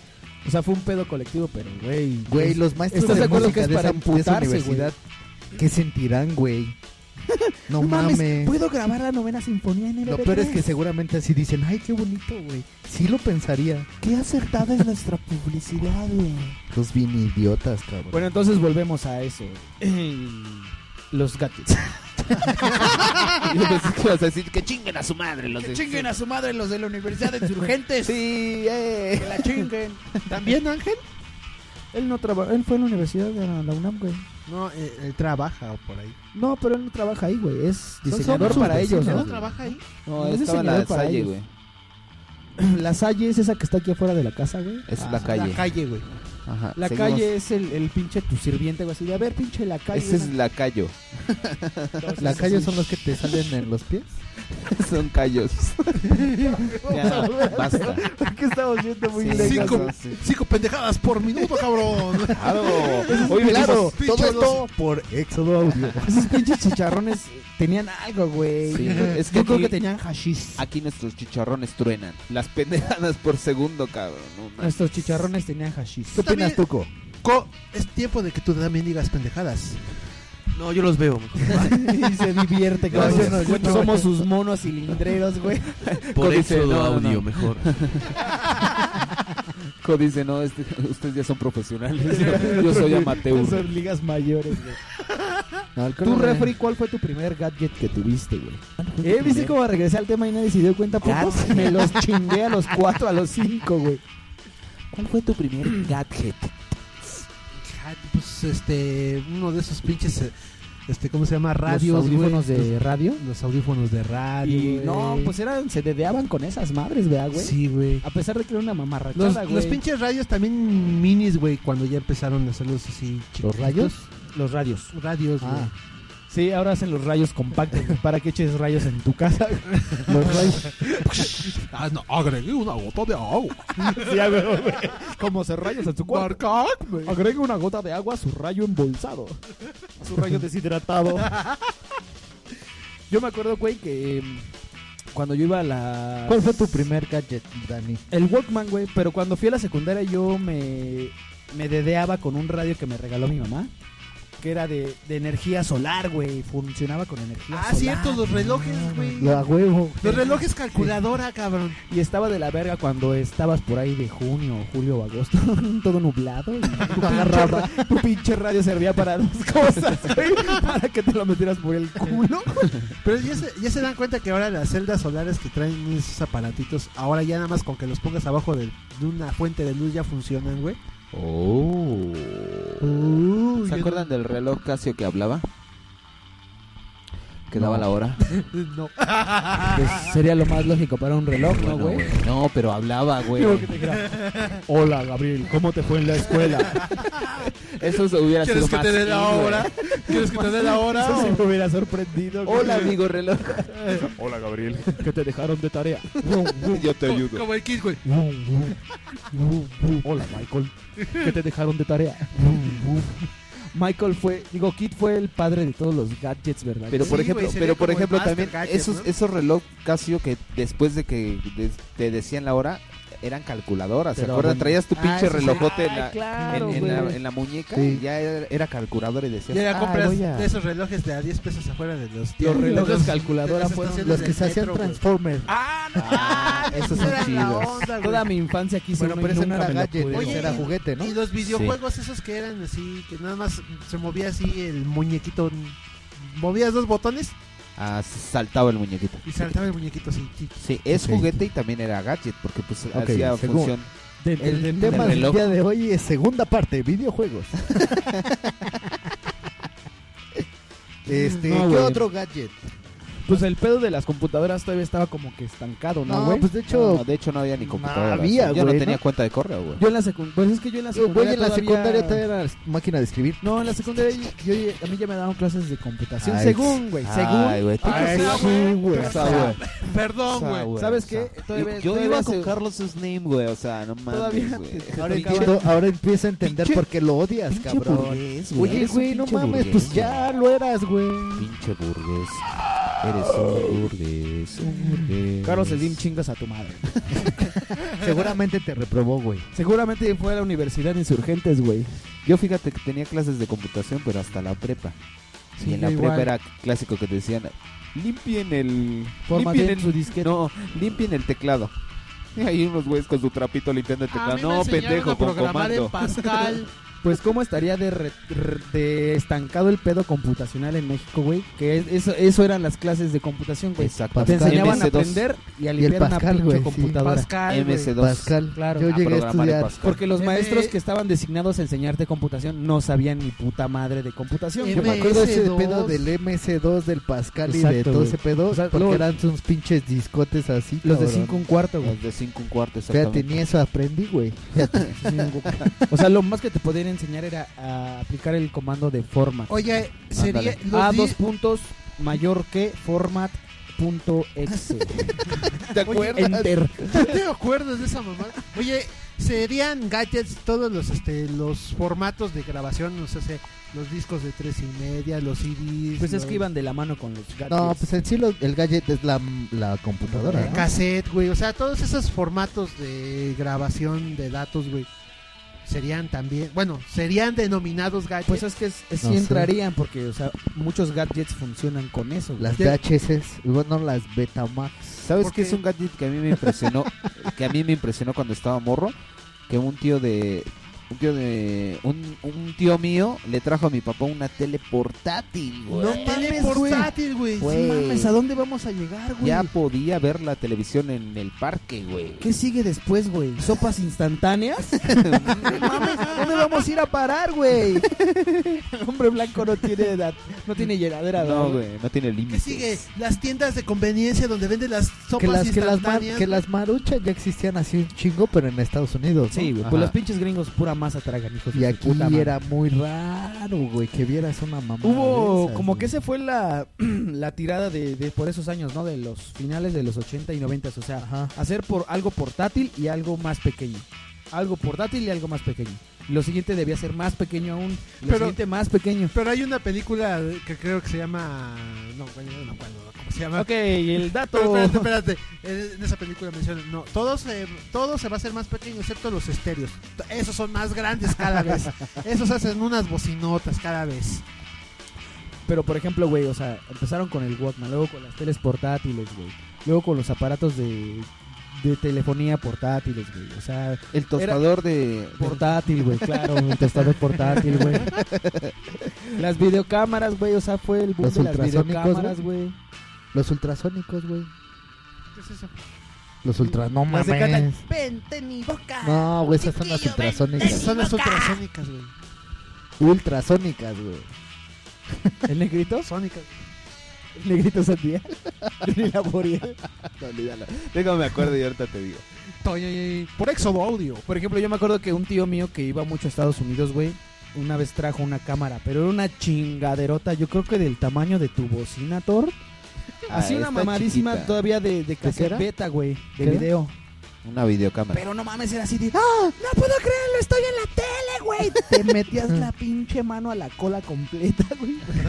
Speaker 6: O sea, fue un pedo colectivo, pero güey.
Speaker 2: Güey,
Speaker 6: es-
Speaker 2: los maestros
Speaker 6: ¿Estás
Speaker 2: de
Speaker 6: de acuerdo
Speaker 2: música
Speaker 6: que es
Speaker 2: de,
Speaker 6: para
Speaker 2: esa, de esa
Speaker 6: emputarse, güey?
Speaker 2: universidad qué sentirán, güey? No, mames.
Speaker 6: puedo grabar la novena sinfonía en el
Speaker 2: Lo peor es que seguramente así dicen, "Ay, qué bonito, güey." Sí lo pensaría.
Speaker 5: Qué acertada es nuestra publicidad, güey.
Speaker 2: Los bien idiotas, cabrón.
Speaker 6: Bueno, entonces volvemos a eso. Los gadgets.
Speaker 3: Yo pensé que ibas a decir que chinguen a su madre los de- este".
Speaker 6: a su madre los de la Universidad de Insurgentes.
Speaker 3: Sí, eh.
Speaker 6: la chinguen. ¿También Ángel? Él no trabaja, él fue a la universidad de la la UNAM, güey.
Speaker 7: No, eh, él trabaja o por ahí.
Speaker 6: No, pero él no trabaja ahí, güey. Es
Speaker 2: Son-
Speaker 6: diseñador
Speaker 2: son sus
Speaker 6: para ellos,
Speaker 2: vecinos,
Speaker 6: ¿no?
Speaker 7: ¿No trabaja ahí?
Speaker 3: No,
Speaker 6: Ese
Speaker 3: estaba en la
Speaker 6: señor para
Speaker 3: Salle,
Speaker 6: ellos.
Speaker 3: güey.
Speaker 6: La Salle es esa que está aquí afuera de la casa, güey.
Speaker 3: Es
Speaker 6: Ah,
Speaker 3: la calle.
Speaker 7: La calle, güey.
Speaker 3: Ajá,
Speaker 6: La
Speaker 3: seguimos.
Speaker 6: calle es el, el pinche tu sirviente, güey. Así de, a ver, pinche la calle.
Speaker 3: Ese es lacayo.
Speaker 2: ¿La calle son los que te salen en los pies?
Speaker 3: Son callos. Ya, basta.
Speaker 7: qué estamos yendo muy
Speaker 3: Sí,
Speaker 7: lejos?
Speaker 3: cinco-
Speaker 7: Cinco, pendejadas por minuto, cabrón.
Speaker 3: Claro.
Speaker 7: Oye,
Speaker 2: claro, todo
Speaker 7: pinches pichos,
Speaker 2: esto por Éxodo Audio.
Speaker 6: Esos pinches chicharrones tenían algo, güey.
Speaker 3: Sí, es que
Speaker 6: Yo creo
Speaker 3: aquí-
Speaker 6: que tenían hashish.
Speaker 3: Aquí nuestros chicharrones truenan. Las pendejadas por segundo, cabrón. No mames.
Speaker 6: Nuestros chicharrones tenían hashish.
Speaker 2: ¿Qué opinas,
Speaker 7: También-
Speaker 2: Tuco?
Speaker 7: co- Es tiempo de que tú también digas pendejadas.
Speaker 8: No, yo los veo.
Speaker 6: y se divierte,
Speaker 3: No,
Speaker 6: cabrón.
Speaker 3: yo no, yo no.
Speaker 6: Somos sus monos cilindreros, güey.
Speaker 8: Por
Speaker 3: Códice,
Speaker 8: eso
Speaker 3: no,
Speaker 8: audio,
Speaker 3: no.
Speaker 8: mejor.
Speaker 3: Co dice, no, este- ustedes ya son profesionales. Yo, yo soy amateur.
Speaker 6: Son ligas mayores, güey.
Speaker 2: No, el
Speaker 6: ¿Tú,
Speaker 2: Corona-
Speaker 6: refri, cuál fue tu primer gadget que tuviste, güey? Eh, ¿viste cómo regresé al tema y nadie se dio cuenta? Pocos me los chingué a los cuatro, a los cinco, güey.
Speaker 5: ¿Cuál fue tu primer gadget?
Speaker 7: Ah, Pues este, uno de esos pinches, eh, este, ¿cómo se llama? Radios,
Speaker 6: Los audífonos
Speaker 7: güey.
Speaker 6: de Eh, radio.
Speaker 7: Los, los audífonos de radio.
Speaker 6: Y
Speaker 7: güey.
Speaker 6: no, pues eran, se dedeaban con esas madres, ¿verdad, güey?
Speaker 7: Sí, güey.
Speaker 6: A pesar de que era una
Speaker 7: Los,
Speaker 6: mamarrachada, güey.
Speaker 7: los pinches radios también minis, güey, cuando ya empezaron a hacerlos así.
Speaker 2: ¿Los
Speaker 7: chiquitos.
Speaker 2: rayos?
Speaker 6: Los radios.
Speaker 7: Radios, güey.
Speaker 2: Ah.
Speaker 6: Sí, ahora hacen los rayos compactos. güey, Para que eches rayos en tu casa. Pues, los rayos.
Speaker 7: Ah, no, agregué una gota de agua.
Speaker 6: Sí, a huevo, güey. Como hacer rayos en su cuarto. Agrega una gota de agua a su rayo embolsado. A su rayo deshidratado. Yo me acuerdo, güey, que em, cuando yo iba a la...
Speaker 2: ¿Cuál fue tu primer gadget, Dani?
Speaker 6: El Walkman, güey. Pero cuando fui a la secundaria yo me, me dedeaba con un radio que me regaló mi mamá. Que era de, de energía solar, güey. Funcionaba con energía
Speaker 7: Ah,
Speaker 6: solar.
Speaker 7: cierto, los relojes, güey.
Speaker 2: La huevo.
Speaker 7: Los relojes calculadora, cabrón.
Speaker 6: Y estaba de la verga cuando estabas por ahí de junio, julio o agosto, todo nublado. Y tu, pinche, ra- tu pinche radio servía para dos cosas, güey, Para que te lo metieras por el culo.
Speaker 7: Pero ya se, ya se dan cuenta que ahora las celdas solares que traen esos aparatitos, ahora ya nada más con que los pongas abajo de, de una fuente de luz ya funcionan, güey.
Speaker 3: Oh.
Speaker 7: Uh,
Speaker 3: ¿Se acuerdan del reloj Casio que hablaba? Que daba la hora.
Speaker 7: No. Ah.
Speaker 6: Pues sería lo más lógico para un reloj,
Speaker 3: Bueno,
Speaker 6: ¿no, güey?
Speaker 3: güey. No, pero hablaba, güey.
Speaker 6: Digo que te dijera, Hola, Gabriel, ¿cómo te fue en la escuela?
Speaker 3: Eso se hubiera sido más in, güey.
Speaker 7: ¿Quieres que te dé la
Speaker 6: Eso sí me hubiera sorprendido. güey.
Speaker 3: Hola, amigo reloj.
Speaker 8: Hola, Gabriel.
Speaker 6: Que te dejaron de tarea.
Speaker 3: Yo te ayudo.
Speaker 7: Como el Kid, güey.
Speaker 6: Hola, Michael. Que te dejaron de tarea. Michael fue, digo, Kid fue el padre de todos los gadgets, ¿verdad?
Speaker 3: Pero por
Speaker 7: Sí,
Speaker 3: ejemplo,
Speaker 7: güey, sería
Speaker 3: pero por
Speaker 7: como el
Speaker 3: ejemplo
Speaker 7: Master
Speaker 3: también
Speaker 7: Gadget,
Speaker 3: esos
Speaker 7: ¿no?
Speaker 3: esos reloj Casio que después de que des- te decían la hora eran calculadoras, ¿se
Speaker 2: Pero
Speaker 3: acuerdan?
Speaker 2: bueno.
Speaker 3: Traías tu
Speaker 2: Ah,
Speaker 3: pinche
Speaker 2: eso sí.
Speaker 3: relojote en la,
Speaker 6: claro,
Speaker 3: en, en la,
Speaker 6: güey.
Speaker 3: en la muñeca
Speaker 2: Sí.
Speaker 3: y ya era, era calculadora y decías,
Speaker 7: Ya
Speaker 3: "Ah,
Speaker 7: compras
Speaker 3: voy a-
Speaker 7: de esos relojes de a 10 pesos afuera de los
Speaker 6: los relojes
Speaker 7: de
Speaker 6: calculadoras
Speaker 7: las
Speaker 6: fueron
Speaker 7: estaciones
Speaker 2: Los que se hacían
Speaker 7: metro, güey.
Speaker 2: Transformer.
Speaker 3: Ah, esos son
Speaker 7: Era la
Speaker 3: chidos.
Speaker 7: onda, güey.
Speaker 6: toda mi infancia aquí
Speaker 2: Bueno, pero ese no era gadget,
Speaker 7: pudieron.
Speaker 2: ese era
Speaker 7: Oye,
Speaker 2: juguete, ¿no?
Speaker 7: Y los videojuegos esos que eran así, que nada más se movía así el muñequito. Movías dos botones
Speaker 3: Ah, saltaba el muñequito.
Speaker 7: y saltaba el muñequito así. chi-
Speaker 3: Sí, es
Speaker 2: Ok.
Speaker 3: juguete y también era gadget porque pues
Speaker 2: Ok,
Speaker 3: hacía
Speaker 2: según.
Speaker 3: función.
Speaker 2: El,
Speaker 3: del
Speaker 2: tema del
Speaker 3: reloj.
Speaker 2: día de hoy es segunda parte, videojuegos. este,
Speaker 6: No,
Speaker 2: ¿qué
Speaker 6: güey.
Speaker 2: otro gadget?
Speaker 6: Pues el pedo de las computadoras todavía estaba como que estancado, ¿no,
Speaker 2: No,
Speaker 6: güey?
Speaker 2: pues de hecho,
Speaker 3: No, de hecho no había ni computadora.
Speaker 2: había,
Speaker 3: yo
Speaker 2: güey,
Speaker 3: no tenía
Speaker 2: ¿no?
Speaker 3: cuenta de correo, güey.
Speaker 6: Yo en la secundaria, pues es que yo en la
Speaker 2: eh, güey,
Speaker 6: secundaria
Speaker 2: en la
Speaker 6: todavía-
Speaker 2: secundaria todavía era máquina de escribir.
Speaker 6: No, en la secundaria yo, yo- a mí ya me daban clases de computación,
Speaker 2: Ay,
Speaker 6: según, güey,
Speaker 3: Ay,
Speaker 6: según. Ah,
Speaker 3: güey, tú
Speaker 2: Ay,
Speaker 3: qué
Speaker 2: sí,
Speaker 3: sabes,
Speaker 2: güey.
Speaker 3: tú qué
Speaker 2: O
Speaker 3: sabes.
Speaker 2: sea,
Speaker 3: O sea,
Speaker 7: Perdón, güey.
Speaker 3: güey,
Speaker 6: ¿Sabes
Speaker 3: o sea,
Speaker 6: qué? Todavía-
Speaker 3: yo- yo
Speaker 6: todavía
Speaker 3: iba
Speaker 6: hace-
Speaker 3: con Carlos Slim, güey, o sea, no mames,
Speaker 6: Todavía
Speaker 3: güey.
Speaker 6: te-
Speaker 2: Ahora
Speaker 6: Ahorita-
Speaker 2: entiendo, ahora empiezo a entender
Speaker 3: Pinche-
Speaker 2: por qué lo odias,
Speaker 3: Pinche
Speaker 2: cabrón.
Speaker 3: burgués,
Speaker 2: Oye,
Speaker 3: Eres un
Speaker 2: güey, no
Speaker 3: pinche
Speaker 2: mames,
Speaker 3: burgués,
Speaker 2: pues ya lo eras, güey.
Speaker 3: güey. Pinche burgués. Eres un burgués, un burgués.
Speaker 6: Carlos Slim, chingas a tu madre.
Speaker 2: Seguramente te reprobó, güey.
Speaker 6: Seguramente fue a la universidad de insurgentes, güey.
Speaker 3: Yo fíjate que tenía clases de computación, pero hasta la prepa. y en la
Speaker 6: yo igual.
Speaker 3: prepa era clásico que te decían, limpien el...
Speaker 6: Formateen
Speaker 3: limpien el-
Speaker 6: su disquete.
Speaker 3: No, limpien el teclado. Y hay unos güeyes con su trapito limpiando el
Speaker 7: A
Speaker 3: teclado.
Speaker 7: mí me
Speaker 3: No,
Speaker 7: enseñaron
Speaker 3: pendejo,
Speaker 7: a
Speaker 3: con
Speaker 7: programar en
Speaker 3: comando.
Speaker 7: Pascal.
Speaker 6: Pues cómo estaría de, re- r- de estancado el pedo computacional en México, güey. Que es- eso, eso eran las clases de computación, güey.
Speaker 3: Exacto.
Speaker 6: Te enseñaban a
Speaker 3: MS2.
Speaker 6: aprender y a
Speaker 3: Y el
Speaker 6: limpiar
Speaker 3: Pascal,
Speaker 6: una
Speaker 3: güey,
Speaker 6: pinche
Speaker 3: sí.
Speaker 6: computadora.
Speaker 3: Pascal, güey. Ah, MS2.
Speaker 2: Pascal.
Speaker 6: Claro.
Speaker 2: Yo
Speaker 6: A
Speaker 2: llegué a
Speaker 6: programar en
Speaker 2: estudiar.
Speaker 6: Pascal. Porque los maestros que estaban designados a enseñarte computación no sabían ni puta madre de computación.
Speaker 2: Yo me acuerdo ese pedo del MS2, del Pascal y de
Speaker 6: Exacto,
Speaker 2: todo
Speaker 6: güey.
Speaker 2: ese pedo.
Speaker 6: O sea,
Speaker 2: porque
Speaker 6: luego-
Speaker 2: eran unos pinches discotes así.
Speaker 6: Los de
Speaker 2: cabrón.
Speaker 6: cinco un cuarto, güey.
Speaker 3: Los de 5 un cuarto,
Speaker 2: Fíjate,
Speaker 3: exactamente.
Speaker 2: ni eso aprendí, güey. Fíjate.
Speaker 6: Sí, un poco. o sea, lo más que te podían enseñar era a aplicar el comando de format.
Speaker 7: Oye, sería-
Speaker 6: Ándale.
Speaker 7: los
Speaker 6: A
Speaker 7: di-
Speaker 6: dos puntos mayor que format.exe.
Speaker 7: ¿Te
Speaker 6: acuerdas? Enter.
Speaker 7: ¿Tú te acuerdas de esa mamada? Oye, serían gadgets todos los este los formatos de grabación, o sea, se- los discos de tres y media, los CDs.
Speaker 6: Pues es
Speaker 7: los-
Speaker 6: que iban de la mano con los gadgets.
Speaker 2: No, pues en sí lo- el gadget es la, la computadora.
Speaker 7: el
Speaker 2: ¿no?
Speaker 7: cassette, güey, o sea, todos esos formatos de grabación de datos, güey. Serían también, bueno, serían denominados gadgets.
Speaker 6: Pues es que es- es-
Speaker 2: No
Speaker 6: sí
Speaker 2: sé.
Speaker 6: entrarían porque, o sea, muchos gadgets funcionan con eso. güey.
Speaker 2: Las
Speaker 6: Ya-
Speaker 2: DHS, bueno, las Betamax.
Speaker 3: ¿Sabes
Speaker 7: ¿Por
Speaker 3: qué es
Speaker 7: qué?
Speaker 3: un gadget que a mí me impresionó? que a mí me impresionó cuando estaba morro. Que un tío de. Un tío de. Un, un tío mío le trajo a mi papá una tele portátil, güey.
Speaker 7: no
Speaker 6: Pues,
Speaker 7: mames,
Speaker 6: güey.
Speaker 7: portátil, güey.
Speaker 3: Güey,
Speaker 6: Mames, ¿a dónde vamos a llegar, güey?
Speaker 3: ya podía ver la televisión en el parque, güey.
Speaker 6: ¿Qué sigue después, güey? ¿Sopas instantáneas? Mames, ¿dónde vamos a ir a parar, güey? El hombre blanco no tiene edad, no tiene llenadera,
Speaker 3: No, güey, no tiene límite.
Speaker 7: ¿Qué sigue? Las tiendas de conveniencia donde venden las sopas
Speaker 2: Que las, que, las mar-
Speaker 7: instantáneas.
Speaker 2: que las maruchas ya existían así un chingo, pero en Estados Unidos. ¿no?
Speaker 6: Sí, güey,
Speaker 3: Ajá.
Speaker 6: pues los pinches gringos pura masa tragan, hijos de
Speaker 2: Y
Speaker 6: su
Speaker 2: aquí
Speaker 6: puta madre.
Speaker 2: era muy raro, güey, que vieras una mamá.
Speaker 6: Hubo, como que esa fue la, la tirada de, de por esos años, ¿no? De los finales de los 80 y 90, o sea,
Speaker 2: Ajá.
Speaker 6: hacer por algo portátil y algo más pequeño. Algo portátil y algo más pequeño. Lo siguiente debía ser más pequeño aún, lo
Speaker 7: Pero-
Speaker 6: siguiente más pequeño.
Speaker 7: Pero hay una película que creo que se llama. No, bueno, yo no me acuerdo cómo se llama.
Speaker 6: Ok, el dato.
Speaker 7: Pero espérate, espérate. En en esa película mencionan. No, todo se, todo se va a hacer más pequeño, excepto los estéreos. T- Esos son más grandes cada vez. Esos hacen unas bocinotas cada vez.
Speaker 6: Pero por ejemplo, güey, o sea, empezaron con el Walkman, luego con las teles portátiles, güey. Luego con los aparatos de, de telefonía portátiles, güey. O sea,
Speaker 3: El tostador de.
Speaker 6: portátil, güey, claro, el tostador portátil, güey. Las videocámaras, güey, o sea, fue el boom
Speaker 2: Los
Speaker 6: de las
Speaker 2: ultrasónicos,
Speaker 6: videocámaras, güey.
Speaker 2: Los ultrasónicos, güey.
Speaker 7: ¿Qué es eso?
Speaker 2: Los ultras... No
Speaker 6: Las de Catán.
Speaker 2: mames. No, güey, esas son las
Speaker 7: Esas
Speaker 2: ultrasónicas.
Speaker 7: son las ultrasónicas, güey.
Speaker 2: Ultrasónicas, güey.
Speaker 6: ¿El negrito?
Speaker 7: Sónicas.
Speaker 6: ¿El negrito Sandial? Johnny Laboriel.
Speaker 3: No, olvídalo. Déjame me acuerdo y ahorita te digo.
Speaker 7: Toy- Por Exodo Audio.
Speaker 6: Por ejemplo, yo me acuerdo que un tío mío que iba mucho a Estados Unidos, güey, una vez trajo una cámara, pero era una chingaderota, yo creo que del tamaño de tu bocina, Thor. Así
Speaker 3: Ah,
Speaker 6: una
Speaker 3: está
Speaker 6: mamadísima
Speaker 3: chiquita.
Speaker 6: todavía de, de
Speaker 2: qué era?
Speaker 6: cassette beta, güey, de
Speaker 2: ¿Qué era?
Speaker 6: video.
Speaker 3: Una videocámara.
Speaker 6: Pero no mames, era así de, ¡ah! ¡No puedo creerlo! ¡Estoy en la tele, güey! Te metías la pinche mano a la cola completa, güey. ¡No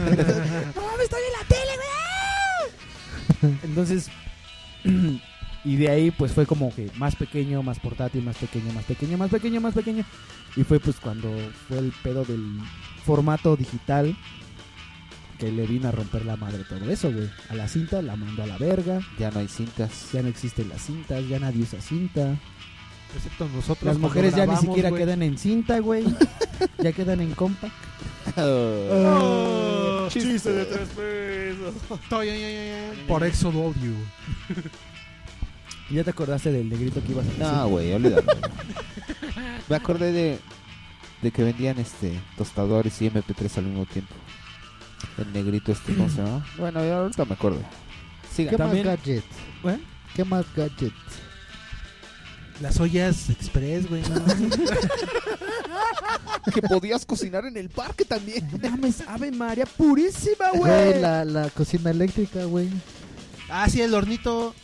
Speaker 6: mames, estoy en la tele, güey! ¡Ah! Entonces, y de ahí pues fue como que más pequeño, más portátil, más pequeño, más pequeño, más pequeño, más pequeño. Y fue pues cuando fue el pedo del formato digital que le vino a romper la madre todo eso, güey. A la cinta la mandó a la verga.
Speaker 3: Ya no hay cintas.
Speaker 6: Ya no existen las cintas, ya nadie usa cinta.
Speaker 7: Excepto nosotros.
Speaker 6: Las
Speaker 7: cuando
Speaker 6: mujeres ya ni
Speaker 7: grabamos,
Speaker 6: siquiera
Speaker 7: güey.
Speaker 6: quedan en cinta, güey. ya quedan en compa.
Speaker 7: Oh, chiste de tres pesos. Toy- Por Exodo Audio.
Speaker 6: ¿Ya te acordaste del negrito que ibas a decir?
Speaker 3: No, Ah, güey, olvídalo. Me acordé de, de que vendían este tostadores y MP3 al mismo tiempo. El negrito este, ¿cómo se llama? Bueno, ya ahorita me acuerdo. Siga.
Speaker 2: ¿Qué
Speaker 6: También-
Speaker 2: más gadgets?
Speaker 6: ¿Eh?
Speaker 2: ¿Qué más gadgets?
Speaker 7: Las ollas express, güey. ¿no?
Speaker 3: Que podías cocinar en el parque también.
Speaker 6: No mames, Ave María purísima,
Speaker 2: Güey,
Speaker 6: Ah, güey.
Speaker 2: la, la cocina eléctrica, güey.
Speaker 7: Ah, sí, el hornito.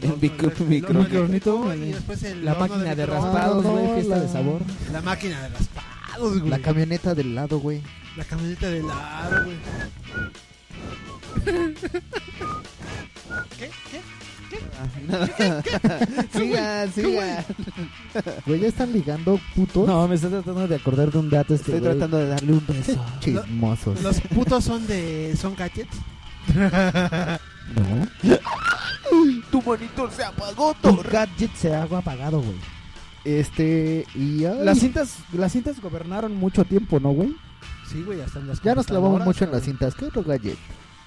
Speaker 3: El micro- micro-
Speaker 7: horno eléctrico
Speaker 6: micro-
Speaker 7: y después el
Speaker 6: La
Speaker 7: horno
Speaker 6: máquina de
Speaker 7: microondas.
Speaker 6: raspados,
Speaker 2: No,
Speaker 6: güey, fiesta
Speaker 2: la-
Speaker 6: de sabor.
Speaker 7: La máquina de raspados, güey.
Speaker 2: La
Speaker 7: La,
Speaker 2: camioneta del lado, güey.
Speaker 7: camioneta de lado, güey. ¿Qué? ¿Qué?
Speaker 3: Siga, siga.
Speaker 2: Güey, ya están ligando putos
Speaker 6: No, me estoy tratando de acordar de un dato este,
Speaker 3: Estoy
Speaker 6: güey.
Speaker 3: tratando de darle un beso.
Speaker 2: chismosos.
Speaker 7: Los putos son de. son gadgets.
Speaker 3: Tu monitor se apagó,
Speaker 6: Tu gadget se ha apagado, güey.
Speaker 2: Este, y ay,
Speaker 6: Las cintas, las cintas gobernaron mucho tiempo, ¿no, güey?
Speaker 7: Sí, güey, hasta en las
Speaker 2: ya nos clavamos
Speaker 7: computadoras,
Speaker 2: mucho en las
Speaker 7: cabrón.
Speaker 2: cintas. ¿Qué otro gadget?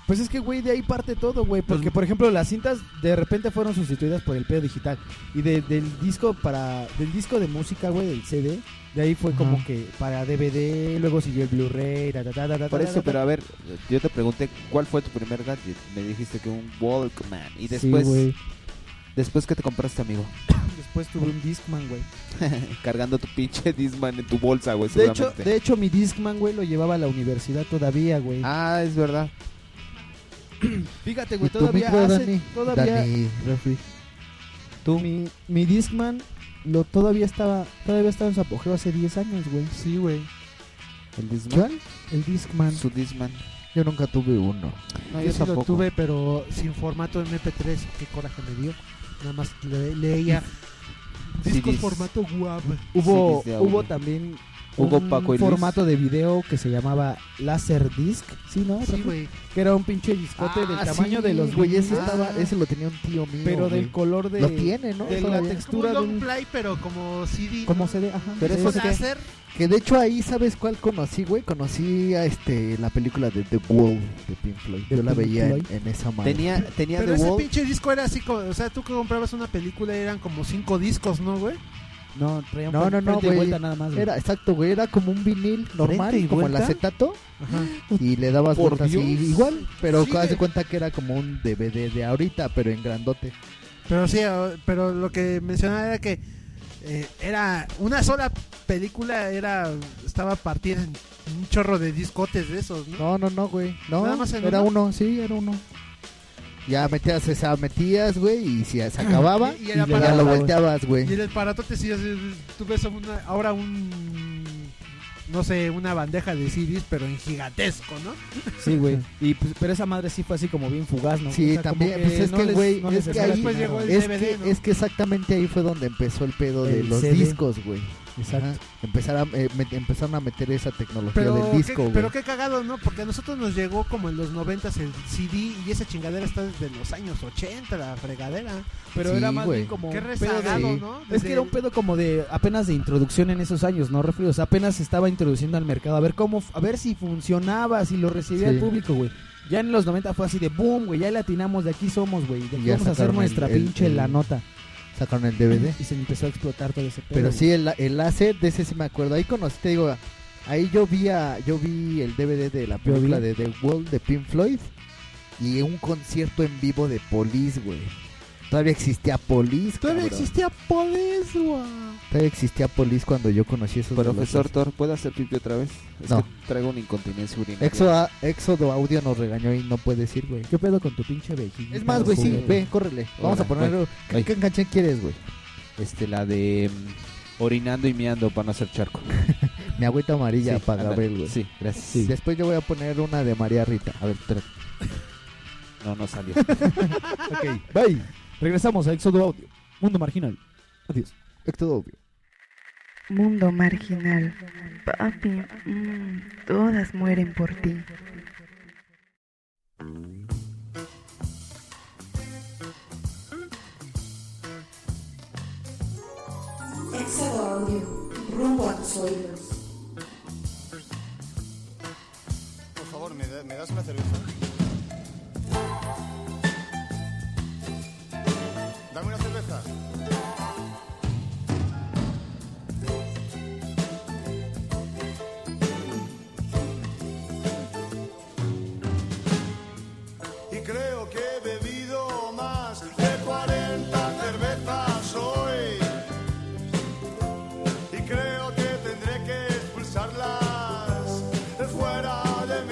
Speaker 6: Pues es que, güey, de ahí parte todo, güey. Porque, por ejemplo, las cintas de repente fueron sustituidas por el pedo digital. Y de- del disco para del disco de música, güey, del CD, de ahí fue como que para DVD, luego siguió el Blu-ray, ta, ta, ta, ta, ta,
Speaker 3: Por
Speaker 6: ta, ta,
Speaker 3: eso,
Speaker 6: ta.
Speaker 3: pero a ver, yo te pregunté cuál fue tu primer gadget. Me dijiste que un Walkman. Y
Speaker 6: Sí,
Speaker 3: después,
Speaker 6: güey.
Speaker 3: después ¿qué te compraste, amigo?
Speaker 6: Después tuve un Discman, güey.
Speaker 3: Cargando tu pinche Disman en tu bolsa, güey,
Speaker 6: De hecho,
Speaker 3: seguramente.
Speaker 6: de hecho, mi Discman, güey, lo llevaba a la universidad todavía, güey.
Speaker 3: Ah, es verdad.
Speaker 6: Fíjate,
Speaker 2: ¿Y
Speaker 6: güey,
Speaker 2: tu
Speaker 6: todavía
Speaker 2: micro,
Speaker 6: hace-
Speaker 2: Dani?
Speaker 6: todavía
Speaker 2: Dani, refri.
Speaker 3: tú.
Speaker 6: Mi, mi Discman lo todavía estaba todavía estaba en su apogeo hace 10 años, güey.
Speaker 7: Sí, güey.
Speaker 3: El Disman.
Speaker 2: ¿Cuál?
Speaker 6: El Discman.
Speaker 3: Su Disman.
Speaker 2: Yo nunca tuve uno.
Speaker 3: No,
Speaker 7: yo sí lo tuve, pero sin formato MP3. Qué coraje me dio. Nada más le- leía. Disco
Speaker 3: CDs.
Speaker 7: formato WAV.
Speaker 6: Hubo
Speaker 3: CDs de audio.
Speaker 6: hubo también
Speaker 3: Hugo,
Speaker 6: un
Speaker 3: Paco y Luis.
Speaker 6: formato de video que se llamaba Laserdisc, ¿sí, no?
Speaker 7: Sí, güey.
Speaker 6: que era un pinche discote del
Speaker 2: Ah,
Speaker 6: tamaño
Speaker 2: sí,
Speaker 6: de los
Speaker 2: güey.
Speaker 6: güeyes,
Speaker 2: Ese, estaba, ese lo tenía un tío mío.
Speaker 6: pero
Speaker 2: güey.
Speaker 6: del color de
Speaker 2: Lo tiene, ¿no?
Speaker 6: de la
Speaker 2: Todavía.
Speaker 6: textura.
Speaker 7: Como un
Speaker 6: de
Speaker 7: long
Speaker 6: un-
Speaker 7: play, pero como CD.
Speaker 6: como se ve, ajá.
Speaker 3: Pero
Speaker 6: Sí,
Speaker 3: eso
Speaker 6: sí,
Speaker 3: es
Speaker 6: sí.
Speaker 7: láser.
Speaker 2: Que de hecho ahí, ¿sabes cuál conocí, güey? Conocí a este, la película de The Wall de Pink Floyd.
Speaker 6: ¿De
Speaker 2: Yo la
Speaker 6: Pink
Speaker 2: veía en,
Speaker 6: Floyd?
Speaker 2: en esa madre.
Speaker 3: Tenía, tenía
Speaker 7: Pero
Speaker 3: The
Speaker 7: ese
Speaker 3: Wall.
Speaker 7: pinche disco era así, como, o sea, tú que comprabas una película eran como cinco discos, ¿no, güey?
Speaker 6: No, traía un
Speaker 2: No, no,
Speaker 6: frente
Speaker 2: no,
Speaker 6: y
Speaker 2: güey.
Speaker 6: vuelta nada más. güey.
Speaker 2: Era, exacto, güey, era como un vinil normal,
Speaker 3: ¿Frente y
Speaker 2: como el
Speaker 3: vuelta?
Speaker 2: acetato, y le dabas
Speaker 3: Por
Speaker 2: vueltas y-
Speaker 3: Dios.
Speaker 2: igual, pero
Speaker 7: Sí,
Speaker 2: haz de
Speaker 7: güey.
Speaker 2: cuenta que era como un DVD de ahorita, pero en grandote.
Speaker 7: Pero sí, o- pero lo que mencionaba era que eh, era una sola película, era estaba partida en un chorro de discotes de esos, ¿no?
Speaker 2: No, no, no, güey. No,
Speaker 7: ¿Nada más en
Speaker 2: era
Speaker 7: uno?
Speaker 2: uno, sí, era uno. Ya metías esa, metías, güey, y si se acababa,
Speaker 7: Y- y era
Speaker 2: ya
Speaker 7: para-
Speaker 2: lo volteabas,
Speaker 7: Y
Speaker 2: güey.
Speaker 7: en el paratote sí, así, tú ves una- ahora un, no sé, una bandeja de CDs, pero en gigantesco, ¿no?
Speaker 6: Sí, güey. Y pues, pero esa madre sí fue así como bien fugaz, ¿no?
Speaker 2: Sí,
Speaker 6: O sea, como
Speaker 2: también, pues es
Speaker 6: no
Speaker 2: que,
Speaker 6: les-
Speaker 2: güey,
Speaker 6: no
Speaker 2: es
Speaker 6: les
Speaker 2: que
Speaker 6: estaba
Speaker 2: ahí-
Speaker 6: atinando.
Speaker 7: Después llegó el
Speaker 2: Es,
Speaker 7: DVD,
Speaker 2: que,
Speaker 7: ¿no?
Speaker 2: es que exactamente ahí fue donde empezó el pedo de
Speaker 6: El
Speaker 2: los
Speaker 6: CD.
Speaker 2: discos, güey.
Speaker 6: Exacto.
Speaker 2: Ajá. Empezar a, eh, met- empezaron a meter esa tecnología
Speaker 7: Pero,
Speaker 2: del disco,
Speaker 7: qué,
Speaker 2: güey.
Speaker 7: pero qué cagado, ¿no? Porque a nosotros nos llegó como en los noventas el CD y esa chingadera está desde los años 80, la fregadera.
Speaker 6: Pero
Speaker 2: Sí,
Speaker 6: era más
Speaker 2: güey.
Speaker 6: bien como
Speaker 7: Qué
Speaker 6: un
Speaker 7: rezagado,
Speaker 2: sí.
Speaker 7: ¿no?
Speaker 6: Es que era un pedo como de apenas de introducción en esos años, ¿no, Refri? O sea, apenas se estaba introduciendo al mercado. A ver cómo, a ver si funcionaba, si lo recibía
Speaker 2: Sí.
Speaker 6: el público, güey. Ya en los 90 fue así de boom, güey, ya le atinamos, de aquí somos, güey. De aquí
Speaker 2: Ya
Speaker 6: vamos a hacer
Speaker 2: sacaron el-
Speaker 6: nuestra
Speaker 2: el-
Speaker 6: pinche
Speaker 2: el-
Speaker 6: la nota.
Speaker 2: Sacaron el DVD.
Speaker 6: Y se empezó a explotar todo ese pedo.
Speaker 2: Pero
Speaker 6: güey.
Speaker 2: sí, el, el láser, de ese sí me acuerdo. Ahí conocí, te digo, ahí yo vi, a- yo vi el DVD de la película
Speaker 6: vi.
Speaker 2: de The Wall de Pink Floyd y un concierto en vivo de Police, güey. Todavía existía Police,
Speaker 7: Todavía
Speaker 2: cabrón.
Speaker 7: existía Police, güey.
Speaker 2: Todavía existía Police cuando yo conocí esos
Speaker 3: Profesor
Speaker 2: velazos.
Speaker 3: Thor, ¿puedo hacer pipi otra vez? Es
Speaker 2: No.
Speaker 3: que traigo una incontinencia urinaria.
Speaker 6: ah,
Speaker 2: Éxodo, Éxodo Audio nos regañó y no puede ir, güey.
Speaker 6: ¿Qué pedo con tu pinche vejilla?
Speaker 2: Es más, güey, sí,
Speaker 3: Joder.
Speaker 2: ven, córrele. Vamos
Speaker 3: Hola,
Speaker 2: a ponerlo. ¿Qué,
Speaker 3: Ay.
Speaker 2: qué canción quieres, güey?
Speaker 3: Este, la de mm, orinando y meando para no hacer charco.
Speaker 2: Mi agüita amarilla
Speaker 3: Sí,
Speaker 2: para
Speaker 3: ándale.
Speaker 2: Gabriel, güey.
Speaker 3: Sí, gracias.
Speaker 2: Después yo voy a poner una de María Rita.
Speaker 3: A ver, tra- No, no salió.
Speaker 6: Ok, bye. Regresamos a Exodo Audio. Mundo Marginal. Adiós.
Speaker 2: Éxodo Audio.
Speaker 9: Mundo marginal. Papi, mm, todas mueren por ti.
Speaker 1: Éxodo Audio, rumbo a tus oídos.
Speaker 11: Por favor, ¿me, da- me das una cerveza? Dame una cerveza. Y creo que he bebido más de 40 cervezas hoy. Y creo que tendré que expulsarlas de fuera de mí.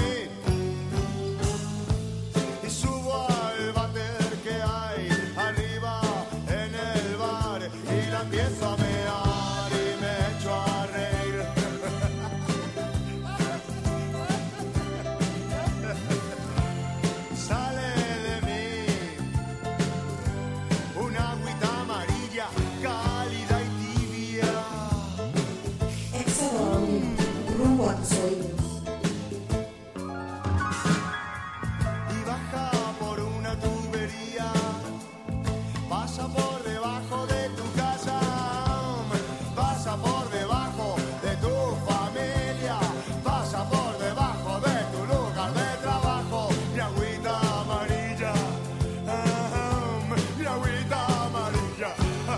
Speaker 11: ah,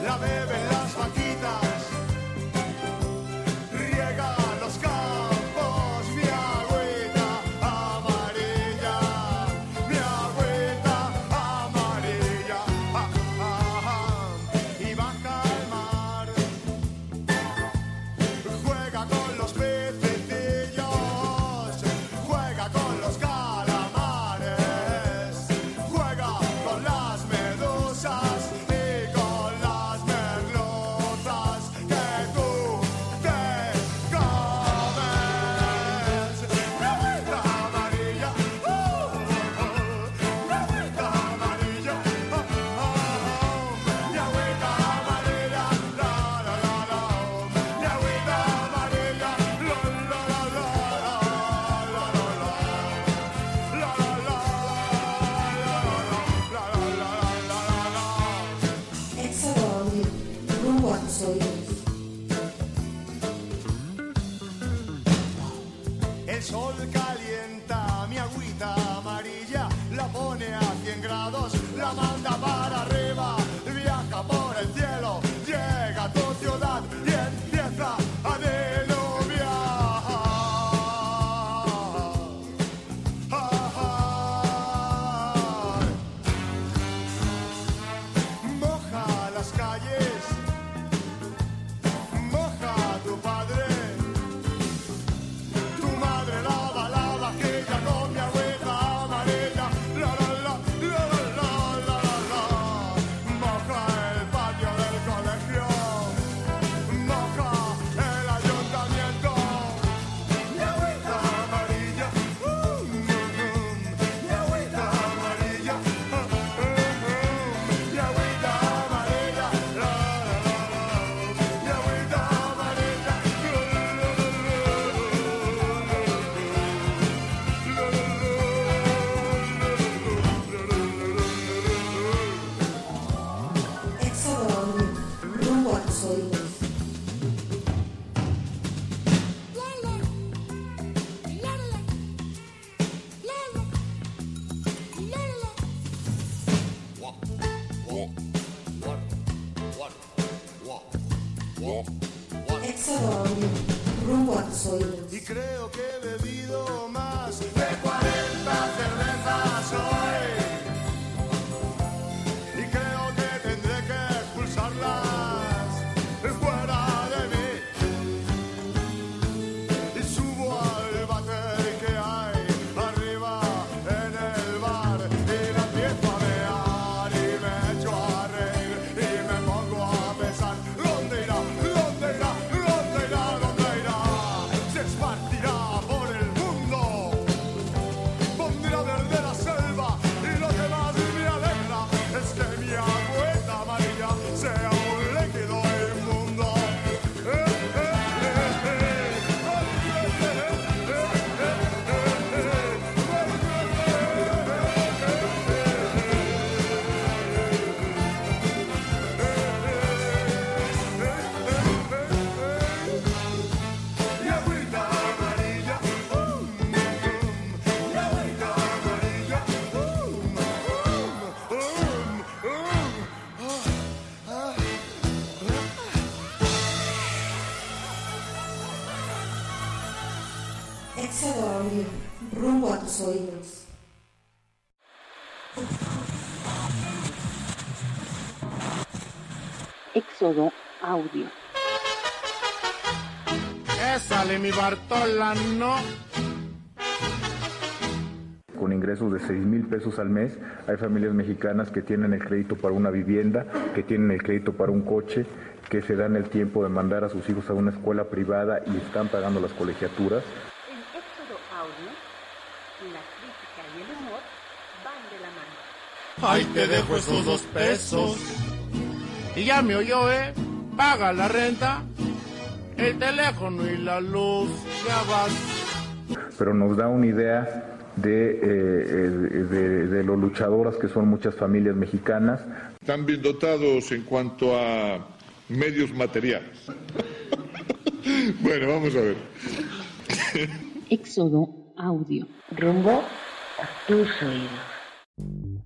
Speaker 11: ah, ah,
Speaker 1: Éxodo Audio, rumbo a tus oídos.
Speaker 11: Y creo que he bebido más de 40 cervezas hoy. Y creo que tendré que expulsarlas de fuera de mí. Y subo al bater que hay arriba en el bar. Y me empiezo a mear y me echo a reír. Y me pongo a pensar: ¿dónde irá? ¿Dónde irá? ¿Dónde irá? ¿Dónde irá? Se esparcirá por el mundo. Pondrá verde la selva y lo que más me alegra es que mi agüeta amarilla sea un líquido inmundo. Eh, eh, eh, eh. Mi agüita amarilla, um, um. Mi agüita amarilla, um, um, um, um. Ah, ah,
Speaker 1: Éxodo Audio, rumbo a tus oídos.
Speaker 12: Éxodo Audio.
Speaker 13: Ésale Eh, mi Bartola, no.
Speaker 14: Con ingresos de 6 mil pesos al mes, hay familias mexicanas que tienen el crédito para una vivienda, que tienen el crédito para un coche, que se dan el tiempo de mandar a sus hijos a una escuela privada y están pagando las colegiaturas.
Speaker 12: En Éxodo Audio, la crítica y el humor van de la mano.
Speaker 13: Ahí te dejo esos dos pesos. Y ya me oyó, ¿eh? Paga la renta, el teléfono y la luz. Ya vas.
Speaker 14: pero nos da una idea de, eh, eh, de- de lo luchadoras que son muchas familias mexicanas.
Speaker 15: Están bien dotados en cuanto a medios materiales. bueno, vamos a ver.
Speaker 12: Éxodo Audio. Rumbo a tus oídos.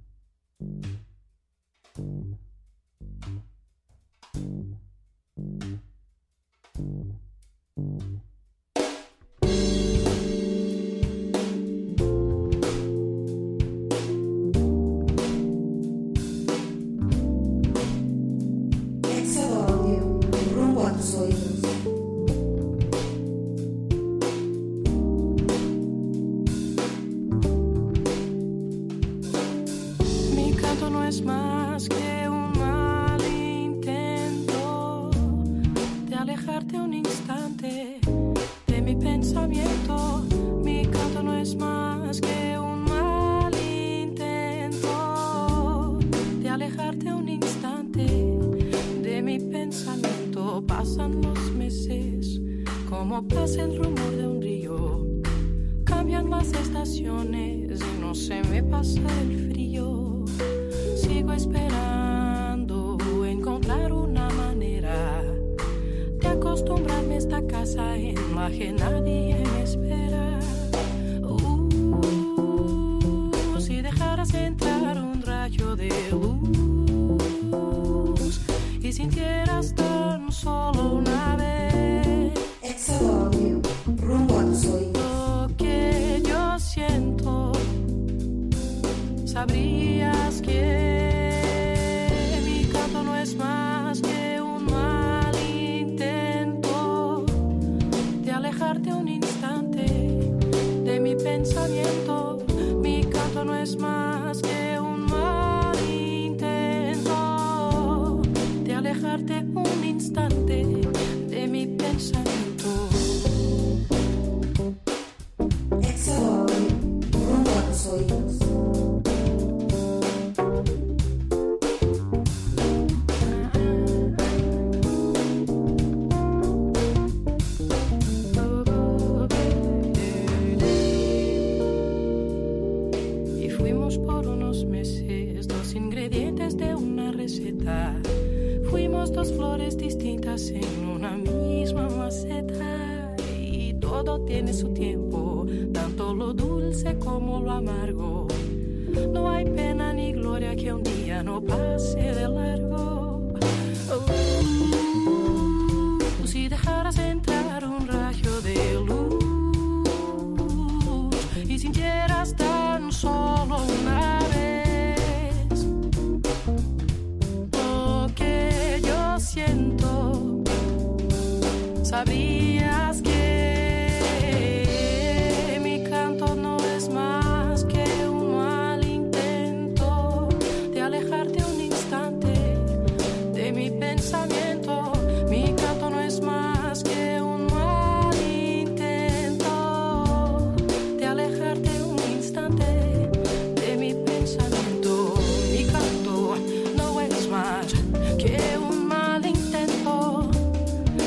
Speaker 1: Éxodo Audio, rumbo a tus oídos.
Speaker 16: Mi canto no es más que un mal intento de alejarte un instante de mi pensamiento. Mi canto no es más que un mal intento de alejarte un instante de mi pensamiento. Pasan los meses como pasa el rumor de un río. Cambian las estaciones y no se me pasa el frío. Sigo esperando encontrar una manera de acostumbrarme a esta casa en la que nadie me espera. Uh, si dejaras entrar un rayo de luz y sintieras tan solo una vez.
Speaker 1: Éxodo Audio, rumbo a tus oídos.
Speaker 16: Lo que yo siento, sabrías que mi canto no es más que un mal intento de alejarte un instante de mi pensamiento. Mi canto no es más que un mal intento de alejarte un instante de mi pensamiento.
Speaker 1: Éxodo Audio, rumbo a tus oídos.
Speaker 16: y fuimos por unos meses dos ingredientes de una receta. Fuimos dos flores distintas en una misma maceta y todo tiene su tiempo, tanto lo dulce como lo amargo. No hay pena ni gloria que un día no pase de largo. Uh, Oh, si dejaras dejas entrar un rayo de luz y sintieras tan solo una vez lo que yo siento, sabrías que mi canto no es más que un mal intento de alejarte un instante de mi pensamiento. Mi canto no es más que un mal intento de alejarte un instante de mi pensamiento. Mi canto no es más que un mal intento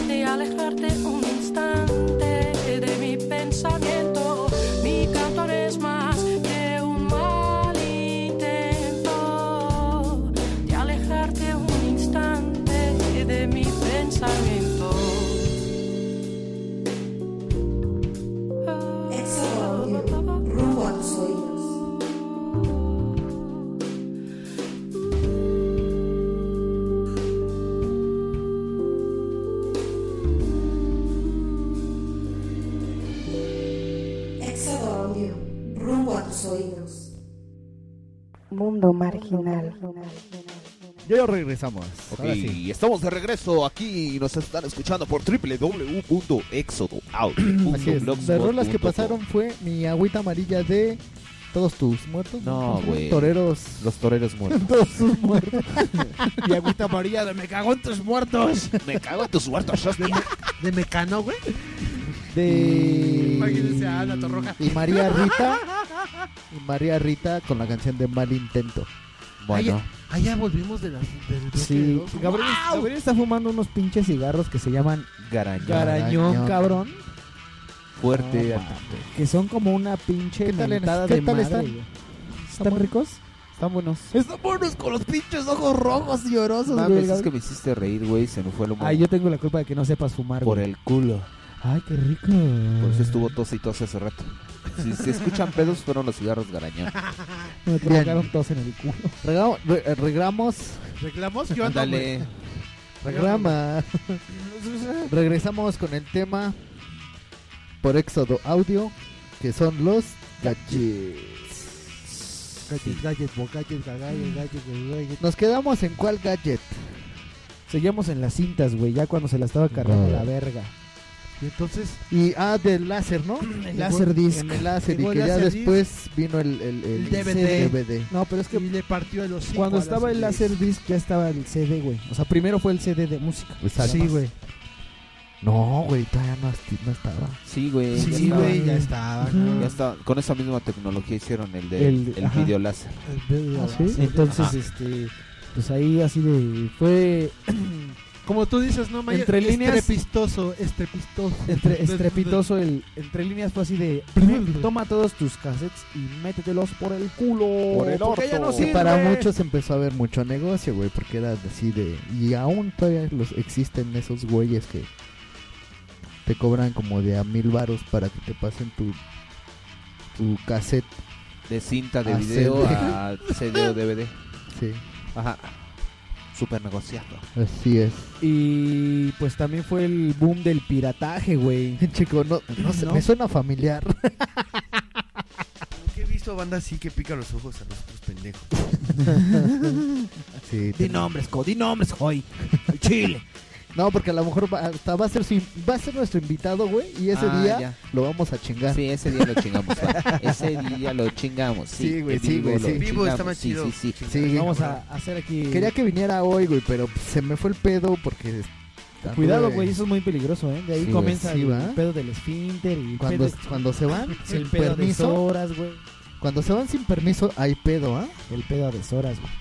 Speaker 16: de alejarte un instante de mi pensamiento. Mi canto no es más que un mal intento de alejarte un instante de mi pensamiento.
Speaker 1: Éxodo Audio, rumbo a tus oídos. Éxodo Audio, rumbo a tus oídos.
Speaker 9: Mundo marginal.
Speaker 2: Ya ya regresamos.
Speaker 3: Ok,
Speaker 2: Ahora sí.
Speaker 3: estamos de regreso aquí. Nos están escuchando por www.exodoaudio.blogspot.com.
Speaker 2: Las rolas que pasaron fue mi agüita amarilla de todos tus muertos.
Speaker 3: No, güey.
Speaker 2: Toreros.
Speaker 3: Los toreros muertos.
Speaker 2: Todos tus muertos.
Speaker 7: Y agüita amarilla de me cago en tus muertos.
Speaker 3: Me cago en tus muertos,
Speaker 7: De, me- de mecano, güey.
Speaker 2: De.
Speaker 7: Imagínense a Ana Torroja.
Speaker 2: Y María Rita. Y María Rita con la canción de Mal Intento.
Speaker 3: Bueno.
Speaker 7: Ah, ya volvimos de la, del bloque de
Speaker 6: Sí,
Speaker 7: dos.
Speaker 6: Gabriel, Gabriel está fumando unos pinches cigarros que se llaman
Speaker 3: Garañón.
Speaker 6: garañón, cabrón.
Speaker 3: Fuerte.
Speaker 6: No, Que son como una pinche
Speaker 2: ¿Qué tal,
Speaker 6: mentada
Speaker 2: qué
Speaker 6: de
Speaker 2: tal
Speaker 6: madre,
Speaker 2: están?
Speaker 6: güey. ¿Están ricos?
Speaker 2: Están buenos.
Speaker 6: Están buenos con los pinches ojos rojos y llorosos,
Speaker 3: Mames,
Speaker 6: güey.
Speaker 3: es que me hiciste reír, güey. Se me fue el humor.
Speaker 6: Ay, yo tengo la culpa de que no sepas fumar,
Speaker 3: Por
Speaker 6: güey.
Speaker 3: el culo.
Speaker 6: Ay, qué rico.
Speaker 3: Por eso estuvo tos y tos hace rato. Si se escuchan pedos, fueron los cigarros garañón.
Speaker 6: Me
Speaker 2: Bien.
Speaker 6: provocaron tos en el culo.
Speaker 2: Regamos. re- eh, regramos.
Speaker 7: ¿Reclamos? Yo ando,
Speaker 3: Ándale.
Speaker 7: güey.
Speaker 2: Regrama. Regresamos con el tema por Éxodo Audio, que son los gadgets.
Speaker 7: Gadget, gadget, bo- gadget, gadget, gadget, gadget.
Speaker 2: Nos quedamos en cuál gadget.
Speaker 6: Seguíamos en las cintas, güey, ya cuando se la estaba cargando la verga.
Speaker 7: Y entonces,
Speaker 2: Y ah, del láser, ¿no? El
Speaker 6: Laserdisc.
Speaker 2: El láser, y
Speaker 6: Llegó
Speaker 2: que
Speaker 6: el
Speaker 2: ya
Speaker 6: Laserdisc.
Speaker 2: después vino el, el, el
Speaker 7: El DVD.
Speaker 2: DVD.
Speaker 6: No, pero es que
Speaker 7: y le partió el hocico.
Speaker 6: cuando
Speaker 7: a la
Speaker 6: estaba el
Speaker 7: CDs.
Speaker 6: láser disc ya estaba el CD, güey. O sea, primero fue el CD de música.
Speaker 2: Exacto.
Speaker 6: Sí, güey.
Speaker 2: No, güey, todavía no, esti- no estaba.
Speaker 3: Sí, güey.
Speaker 7: Sí,
Speaker 3: ya
Speaker 7: sí,
Speaker 3: estaba.
Speaker 7: güey, ya estaba.
Speaker 6: Ujú.
Speaker 7: ¿no?
Speaker 3: Ya está, con esa misma tecnología hicieron el de el,
Speaker 6: El- ajá.
Speaker 3: video láser.
Speaker 7: Ah, sí.
Speaker 6: Entonces,
Speaker 3: Ajá.
Speaker 6: este, pues ahí así de fue
Speaker 7: Como tú dices, no, Maya,
Speaker 6: Entre líneas-
Speaker 7: Estrepistoso, estrepistoso.
Speaker 6: entre, estrepitoso el entre líneas fue así de toma todos tus cassettes y métetelos por el culo.
Speaker 3: Por el
Speaker 6: Eh, porque ya
Speaker 3: orto.
Speaker 6: no
Speaker 3: Y
Speaker 2: Y
Speaker 6: sirve.
Speaker 2: para muchos empezó a haber mucho negocio, güey, porque era así de... Y aún todavía los existen esos güeyes que te cobran como de a mil varos para que te pasen tu, tu cassette.
Speaker 3: De cinta
Speaker 6: Ah,
Speaker 3: de
Speaker 2: A
Speaker 3: video
Speaker 2: CD.
Speaker 3: a CD o DVD.
Speaker 2: Sí,
Speaker 3: Ajá. Super negociado.
Speaker 2: así es.
Speaker 6: y pues también fue el boom del pirataje, güey.
Speaker 2: Chico, no, no sé,
Speaker 6: No.
Speaker 2: me suena familiar.
Speaker 8: Nunca he visto banda así que pica los ojos a los otros pendejos.
Speaker 2: Sí,
Speaker 6: Di
Speaker 2: te-
Speaker 6: nombres, co, di nombres, hoy. Chile.
Speaker 2: no, porque a lo mejor va, hasta va a ser su in- va a ser nuestro invitado, güey, y ese
Speaker 3: Ah,
Speaker 2: día
Speaker 3: ya.
Speaker 2: lo vamos a chingar.
Speaker 3: Sí, ese día lo chingamos. va. Ese día lo chingamos. Sí,
Speaker 2: Sí, güey,
Speaker 3: en
Speaker 2: sí,
Speaker 3: vivo
Speaker 2: güey,
Speaker 3: lo
Speaker 2: sí.
Speaker 8: En vivo está más
Speaker 3: chingamos, sí,
Speaker 8: chido.
Speaker 3: Sí, sí.
Speaker 2: Sí,
Speaker 6: Vamos a hacer aquí
Speaker 2: quería que viniera hoy, güey, pero se me fue el pedo porque...
Speaker 6: Cuidado,
Speaker 2: anduve-
Speaker 6: Ah, güey, eso es muy peligroso, ¿eh? De ahí
Speaker 3: Sí,
Speaker 6: comienza
Speaker 2: güey, sí, ¿va?
Speaker 6: el pedo del esfínter, el
Speaker 2: Cuando,
Speaker 6: pedo,
Speaker 2: cuando se van,
Speaker 6: el
Speaker 2: sin
Speaker 6: pedo a
Speaker 2: permiso,
Speaker 6: deshoras, güey.
Speaker 2: Cuando se van sin permiso hay pedo, ¿ah?
Speaker 6: El pedo a deshoras, güey.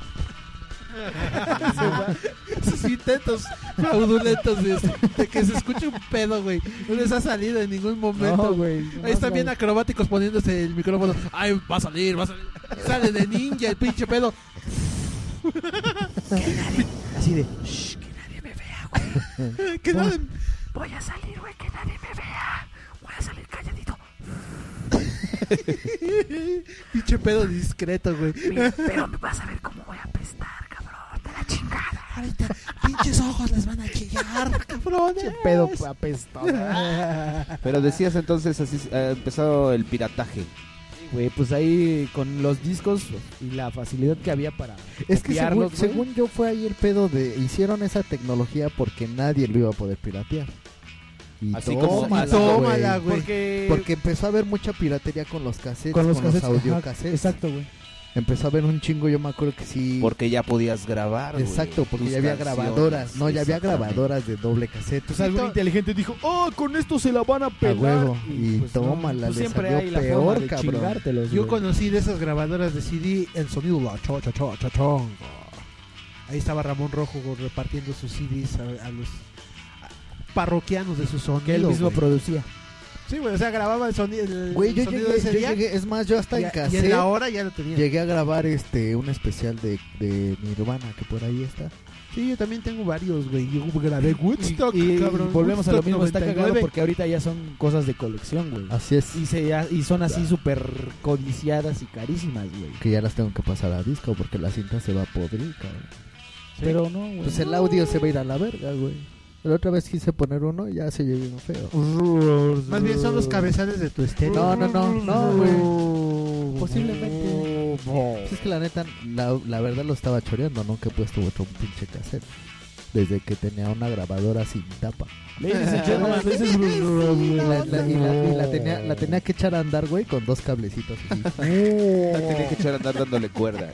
Speaker 7: Sus intentos fraudulentos de, este, de que se escuche un pedo, güey. No les ha salido en ningún momento.
Speaker 6: No, güey.
Speaker 7: Ahí están bien acrobáticos poniéndose el micrófono. Ay, va a salir, va a salir. Sale de ninja el pinche pedo.
Speaker 6: Así de.
Speaker 7: Que no-
Speaker 9: Voy a salir, güey, que nadie me vea. Voy a salir calladito.
Speaker 7: pinche pedo discreto, güey.
Speaker 9: Pero me vas a ver cómo voy a apestar, cabrón. De la chingada.
Speaker 7: Ahorita, pinches ojos les van a chillar, cabrones.
Speaker 6: pedo apestado.
Speaker 3: Pero decías entonces, así ha empezado el pirataje.
Speaker 17: Güey, pues ahí con los discos y la facilidad que había para
Speaker 6: Es que según,
Speaker 17: copiarlos, güey.
Speaker 6: según yo fue ahí el pedo de hicieron esa tecnología porque nadie lo iba a poder piratear. Y
Speaker 3: Así como-
Speaker 6: tómala,
Speaker 3: y tómala,
Speaker 6: güey.
Speaker 3: güey.
Speaker 6: Porque...
Speaker 3: Porque-
Speaker 6: empezó a haber mucha piratería con los cassettes,
Speaker 17: Con
Speaker 6: con
Speaker 17: los
Speaker 6: los,
Speaker 17: cassettes, ajá,
Speaker 6: audiocassettes. Exacto, güey. Empezó a haber un chingo, yo me acuerdo que sí.
Speaker 3: Porque ya podías grabar. güey,
Speaker 6: Exacto, porque
Speaker 3: tus
Speaker 6: ya había
Speaker 3: canciones.
Speaker 6: grabadoras. No, ya había
Speaker 3: Exactamente.
Speaker 6: grabadoras de doble cassette.
Speaker 17: Pues algún inteligente dijo, oh, con esto se la van a
Speaker 6: a
Speaker 17: pelar.
Speaker 6: huevo. Y,
Speaker 17: pues, no,
Speaker 6: tómala,
Speaker 17: pues
Speaker 6: le
Speaker 17: siempre
Speaker 6: salió
Speaker 17: hay la forma
Speaker 6: peor,
Speaker 17: de
Speaker 6: cabrón.
Speaker 17: chingártelos,
Speaker 7: Yo conocí de esas grabadoras de CD el sonido la cho, cho, cho, cho, chongo. Ahí estaba Ramón Rojo güey, repartiendo sus CDs a, a los a- parroquianos de su sonido.
Speaker 17: Que él mismo
Speaker 7: güey.
Speaker 17: producía.
Speaker 7: Sí, güey, o sea, grababa el sonido. el
Speaker 6: Güey, yo
Speaker 7: sonido
Speaker 6: llegué,
Speaker 7: de ese
Speaker 6: yo
Speaker 7: día.
Speaker 6: llegué- es más, yo hasta
Speaker 7: Y a-
Speaker 6: en
Speaker 7: y en
Speaker 6: cassette.
Speaker 7: la hora ya lo tenía.
Speaker 6: Llegué a grabar este un especial de, de Nirvana, que por ahí está.
Speaker 7: Sí, yo también tengo varios, güey. Yo grabé Woodstock,
Speaker 17: Y
Speaker 7: cabrón.
Speaker 17: volvemos a lo
Speaker 7: Woodstock
Speaker 17: mismo, está cagado
Speaker 7: 99.
Speaker 17: porque ahorita ya son cosas de colección, güey.
Speaker 6: Así es.
Speaker 17: Y, se, ya- y son así súper codiciadas y carísimas, güey.
Speaker 6: Que ya las tengo que pasar a disco porque la cinta se va a podrir, cabrón.
Speaker 17: Pero no, güey.
Speaker 6: Pues el audio se va a ir a la verga, güey. La otra vez quise poner uno y ya se llegó uno feo.
Speaker 7: Más bien son los cabezales de tu estéreo.
Speaker 6: No, no, no, no, güey. Posiblemente. Pues es que la neta, la, la verdad lo estaba choreando, ¿no? Que he puesto otro pinche cassette. Desde que tenía una grabadora sin tapa.
Speaker 17: Ladies and gentlemen, this is-
Speaker 6: La- la- y la, y la tenía, la tenía que echar a andar, güey, con dos cablecitos. así.
Speaker 3: La tenía que echar a andar dándole cuerda.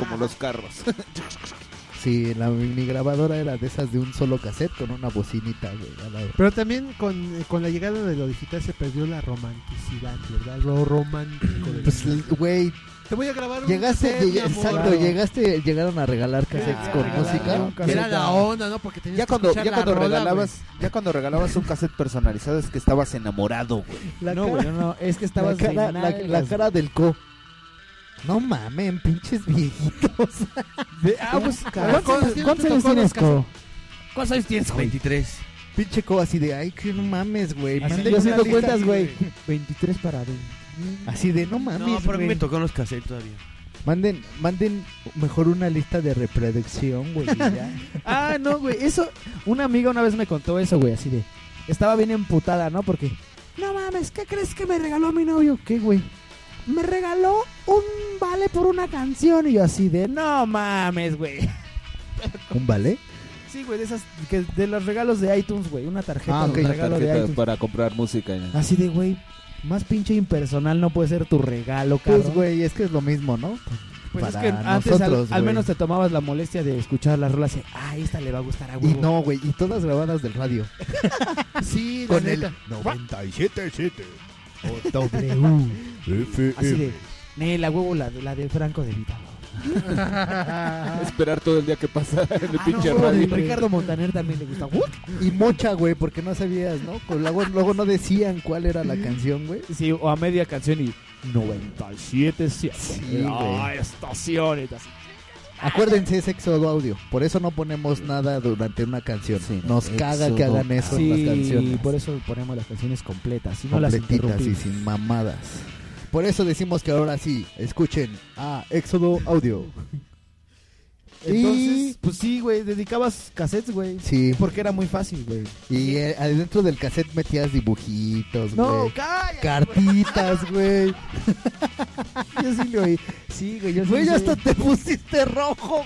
Speaker 3: Como los carros.
Speaker 6: Sí, la, mi mi grabadora era de esas de un solo cassette con una bocinita, güey. al lado.
Speaker 7: Pero también con, eh, con la llegada de lo digital se perdió la romanticidad, ¿verdad? Lo romántico. del-
Speaker 6: Pues, l- güey,
Speaker 7: Te voy a grabar un
Speaker 6: llegaste,
Speaker 7: cassette, mi
Speaker 6: llega-
Speaker 7: amor.
Speaker 6: exacto,
Speaker 7: Claro.
Speaker 6: llegaste, llegaron a regalar cassettes con música.
Speaker 7: Era la onda, ¿no? Porque tenías
Speaker 3: Ya
Speaker 7: que
Speaker 3: cuando,
Speaker 7: escuchar
Speaker 3: ya
Speaker 7: la
Speaker 3: cuando
Speaker 7: rola,
Speaker 3: regalabas, ya cuando regalabas un cassette personalizado es que estabas enamorado, güey.
Speaker 17: no, güey, no, no, es que
Speaker 6: la
Speaker 17: estabas
Speaker 6: cara,
Speaker 17: en
Speaker 6: la- la
Speaker 17: nalgas,
Speaker 6: cara del co. No mamen, pinches viejitos.
Speaker 17: ah, pues,
Speaker 6: Cabrón,
Speaker 17: ¿cuántos- cuántos años tienes, co? ¿Cuántos años tienes, güey?
Speaker 18: 23.
Speaker 6: Pinche co así de, ay, que no mames, güey.
Speaker 17: Así,
Speaker 6: manden
Speaker 17: yo
Speaker 6: una
Speaker 17: haciendo
Speaker 6: lista
Speaker 17: cuentas,
Speaker 6: así
Speaker 17: güey.
Speaker 6: de-
Speaker 17: 23 para 20.
Speaker 6: Así de, no mames,
Speaker 18: No, pero a mí
Speaker 6: güey.
Speaker 18: me tocaron los cassettes todavía.
Speaker 6: Manden, manden mejor una lista de reproducción, güey. y ya.
Speaker 17: Ah, no, güey. Eso, una amiga una vez me contó eso, güey, así de. Estaba bien emputada, ¿no? Porque. No mames, ¿qué crees que me regaló mi novio? ¿Qué, güey? Me regaló un vale por una canción. Y yo así de. No mames, güey.
Speaker 6: ¿Un ballet?
Speaker 17: Sí, güey, de esas. que- de los regalos de iTunes, güey. Una tarjeta,
Speaker 6: Ah,
Speaker 17: un
Speaker 6: ok. Ah,
Speaker 3: Una
Speaker 17: regalo de
Speaker 3: tarjeta
Speaker 17: iTunes.
Speaker 3: para comprar música.
Speaker 17: Así de, güey. Más pinche impersonal no puede ser tu regalo, cabrón.
Speaker 6: Pues, güey, es que es lo mismo, ¿no?
Speaker 17: Pues es
Speaker 6: Para
Speaker 17: que antes al-
Speaker 6: nosotros,
Speaker 17: al,
Speaker 6: güey.
Speaker 17: menos te tomabas la molestia de escuchar las rolas y, ah, esta le va a gustar a
Speaker 6: Y
Speaker 17: huevo.
Speaker 6: no, güey, y todas grabadas del radio.
Speaker 7: Sí, la
Speaker 6: Con el
Speaker 7: neta.
Speaker 6: 97.7 o
Speaker 17: Así
Speaker 6: FM.
Speaker 17: de, "Ne, la huevo, la, de- la de Franco de Vita.
Speaker 3: Esperar todo el día que pasa en el pinche
Speaker 17: huevo,
Speaker 3: radio.
Speaker 17: Ah, de Ricardo Montaner también le gusta. ¿What?
Speaker 6: Y mocha, güey, porque no sabías, ¿no? Con- Luego, luego no decían cuál era la canción, güey.
Speaker 17: Sí, o a media canción y 97
Speaker 6: Sí,
Speaker 17: Ah,
Speaker 6: güey.
Speaker 17: estaciones. así.
Speaker 6: Acuérdense, es Éxodo Audio. Por eso no ponemos nada durante una canción. Nos caga que hagan eso en las
Speaker 17: Sí,
Speaker 6: canciones.
Speaker 17: por eso ponemos las canciones completas. Si no las
Speaker 6: Completitas y
Speaker 17: interrumpimos.
Speaker 6: sin mamadas. Por eso decimos que ahora sí, escuchen a Éxodo Audio.
Speaker 17: Entonces, pues sí, güey, dedicabas cassettes, güey.
Speaker 6: Sí.
Speaker 17: Porque era muy fácil, güey.
Speaker 6: Y eh, adentro del cassette metías dibujitos,
Speaker 17: No,
Speaker 6: güey.
Speaker 17: cállate,
Speaker 6: Cartitas, güey.
Speaker 17: Yo sí lo oí. Sí, güey, yo sí
Speaker 6: Güey,
Speaker 17: hice-
Speaker 6: ya hasta te pusiste rojo.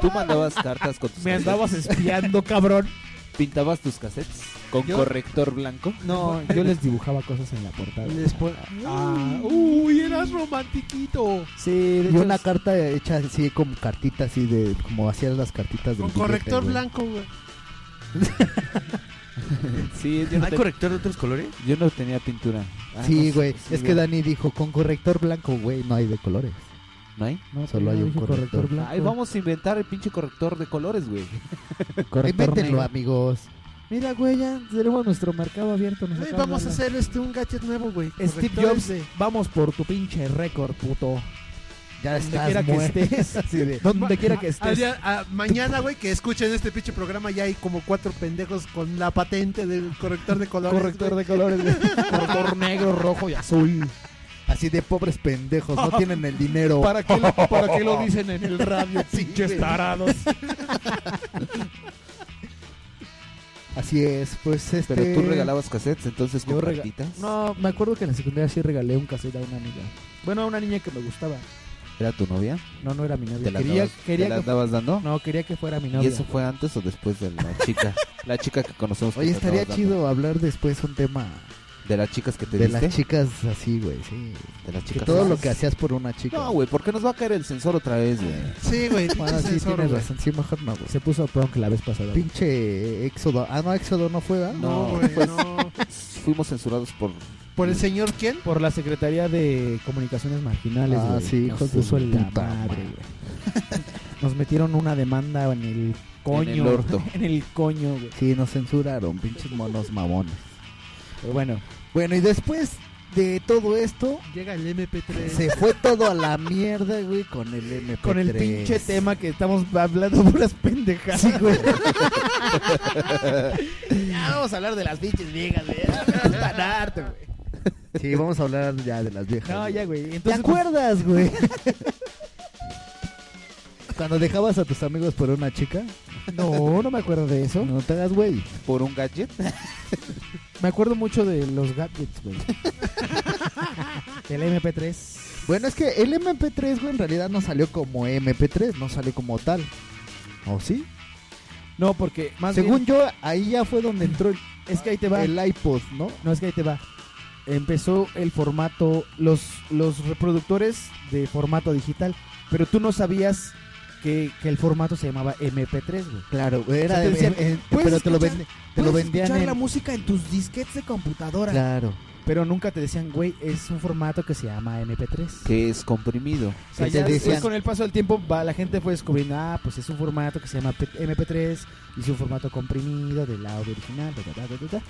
Speaker 3: Tú mandabas cartas con tus
Speaker 17: Me
Speaker 3: cassettes?
Speaker 17: andabas espiando, cabrón.
Speaker 3: ¿Pintabas tus cassettes con
Speaker 17: Yo-
Speaker 3: corrector blanco?
Speaker 17: No, yo les dibujaba cosas en la portada.
Speaker 7: Les pon- Ah, uy, eras romantiquito.
Speaker 17: Sí, de
Speaker 6: Y
Speaker 17: hecho,
Speaker 6: una carta hecha así como cartitas así de como hacías las cartitas del
Speaker 7: Con
Speaker 6: billete,
Speaker 7: corrector
Speaker 6: güey.
Speaker 7: blanco, güey.
Speaker 3: Sí, yo no,
Speaker 18: ¿Hay
Speaker 3: te-
Speaker 18: corrector de otros colores?
Speaker 3: yo no tenía pintura. Ah, no
Speaker 6: Sí,
Speaker 3: sé,
Speaker 6: güey. es
Speaker 3: güey.
Speaker 6: que Dani dijo, con corrector blanco, güey, no hay de colores.
Speaker 3: ¿No hay?
Speaker 17: No,
Speaker 6: Solo hay un
Speaker 17: dijo
Speaker 6: corrector.
Speaker 17: blanco.
Speaker 3: Ay, vamos a inventar el pinche corrector de colores, güey.
Speaker 17: Corrector
Speaker 6: Invéntenlo,
Speaker 17: negro.
Speaker 6: amigos.
Speaker 17: Mira, güey, ya tenemos nuestro mercado abierto. nos
Speaker 7: Güey,
Speaker 17: acaban
Speaker 7: vamos
Speaker 17: de
Speaker 7: a
Speaker 17: hablar.
Speaker 7: hacer este un gadget nuevo, güey. este.
Speaker 17: Steve
Speaker 7: Correctores
Speaker 17: Jobs,
Speaker 7: de-
Speaker 17: vamos por tu pinche récord, puto.
Speaker 6: Ya
Speaker 17: Donde
Speaker 6: estás
Speaker 17: quiera
Speaker 6: muerto.
Speaker 17: que estés.
Speaker 6: Así de,
Speaker 17: Donde quiera que
Speaker 7: Al
Speaker 17: estés.
Speaker 7: día- a- mañana, güey, que escuchen este pinche programa, ya hay como cuatro pendejos con la patente del corrector de colores.
Speaker 17: Corrector de colores, güey. corrector negro, rojo y azul.
Speaker 7: güey.
Speaker 6: Así de pobres
Speaker 7: Pues
Speaker 6: pendejos, no tienen el dinero.
Speaker 7: ¿Para qué lo, para qué lo dicen en el radio,
Speaker 6: Sí,
Speaker 7: pinches
Speaker 6: güey.
Speaker 7: tarados?
Speaker 6: Así es, pues este...
Speaker 3: Pero tú regalabas cassettes, entonces
Speaker 6: Yo
Speaker 3: con
Speaker 6: rega-
Speaker 3: ratitas.
Speaker 7: No, me acuerdo que en la secundaria sí regalé un cassette a una amiga. Bueno, a una niña que me gustaba.
Speaker 3: ¿Era tu novia?
Speaker 7: No, no era mi novia.
Speaker 3: ¿Te la
Speaker 7: quería,
Speaker 3: dabas-
Speaker 7: quería
Speaker 3: te la
Speaker 7: que fu-
Speaker 3: dabas dando?
Speaker 7: No, quería que fuera mi novia.
Speaker 3: ¿Y eso fue antes o después de la chica? la chica que conocemos. que
Speaker 6: Oye,
Speaker 3: te
Speaker 6: estaría
Speaker 3: andabas
Speaker 6: chido hablar después un tema
Speaker 3: dando. De las chicas que te
Speaker 6: de
Speaker 3: diste.
Speaker 6: las chicas así, güey, sí.
Speaker 3: De las
Speaker 6: Que
Speaker 3: chicas
Speaker 6: todo lo
Speaker 3: raras.
Speaker 6: que hacías por una chica.
Speaker 3: No, güey, porque nos va a caer el sensor otra vez, güey.
Speaker 6: Sí, güey,
Speaker 3: pinche
Speaker 6: sí,
Speaker 3: sensor,
Speaker 6: tienes
Speaker 3: güey.
Speaker 6: razón, sí, mejor no, güey.
Speaker 7: Se puso punk la vez pasada. güey.
Speaker 6: Pinche Éxodo. Ah, no, Éxodo no fue, ¿verdad?
Speaker 3: No,
Speaker 7: güey,
Speaker 3: pues, Fuimos censurados por...
Speaker 7: ¿Por
Speaker 17: el señor quién?
Speaker 7: Por la Secretaría de Comunicaciones Marginales.
Speaker 6: Ah,
Speaker 7: güey.
Speaker 6: sí,
Speaker 7: Nos
Speaker 6: hijos de
Speaker 7: puso
Speaker 6: su
Speaker 7: la
Speaker 6: puta
Speaker 7: madre,
Speaker 6: madre.
Speaker 7: güey. Nos metieron una demanda en el coño.
Speaker 6: En el orto.
Speaker 7: en el coño, güey.
Speaker 6: Sí, nos censuraron, pinches monos mamones.
Speaker 7: Pero bueno.
Speaker 6: Bueno, y después de todo esto,
Speaker 17: Llega el MP3.
Speaker 6: se fue todo a la mierda, güey, con el MP3.
Speaker 7: Con el pinche tema que estamos hablando puras pendejadas. güey. ya vamos a hablar de las pinches viejas, güey. Ya, no es para harto, güey.
Speaker 6: Sí, vamos a hablar ya de las viejas.
Speaker 7: No,
Speaker 6: güey.
Speaker 7: ya, güey.
Speaker 6: ¿Te
Speaker 7: Entonces, pues,
Speaker 6: acuerdas, güey? Cuando dejabas a tus amigos por una chica.
Speaker 7: No, no me acuerdo de eso.
Speaker 6: No te hagas, güey.
Speaker 3: ¿Por un gadget?
Speaker 7: Me acuerdo mucho de los gadgets, güey. Del MP3.
Speaker 6: Bueno, es que el MP3, güey, en realidad no salió como MP3, no salió como tal. ¿O sí?
Speaker 7: No, porque más
Speaker 6: Según
Speaker 7: bien-
Speaker 6: yo, ahí ya fue donde entró el,
Speaker 7: Es que ahí te va.
Speaker 6: el iPod, ¿no?
Speaker 7: No, es que ahí te va. Empezó el formato, los, los reproductores de formato digital. Pero tú no sabías que, que el formato se llamaba MP3, güey.
Speaker 6: Claro,
Speaker 7: O
Speaker 6: era
Speaker 7: sea, te decían,
Speaker 6: en- en-
Speaker 7: "Puedes
Speaker 6: pero te lo,
Speaker 7: escuchar-
Speaker 6: vende- te lo
Speaker 7: puedes
Speaker 6: vendían
Speaker 7: escuchar
Speaker 6: en...
Speaker 7: la música en tus disquetes de computadora.
Speaker 6: Claro.
Speaker 7: Pero nunca te decían, güey, es un formato que se llama MP3.
Speaker 3: Que es comprimido.
Speaker 7: O sea,
Speaker 3: Que
Speaker 7: ya
Speaker 3: te
Speaker 7: después
Speaker 3: decían-
Speaker 7: con el paso del tiempo va- la gente fue descubriendo, ah, pues es un formato que se llama P- MP3 y es un formato comprimido del audio original. da, da, da, da, da.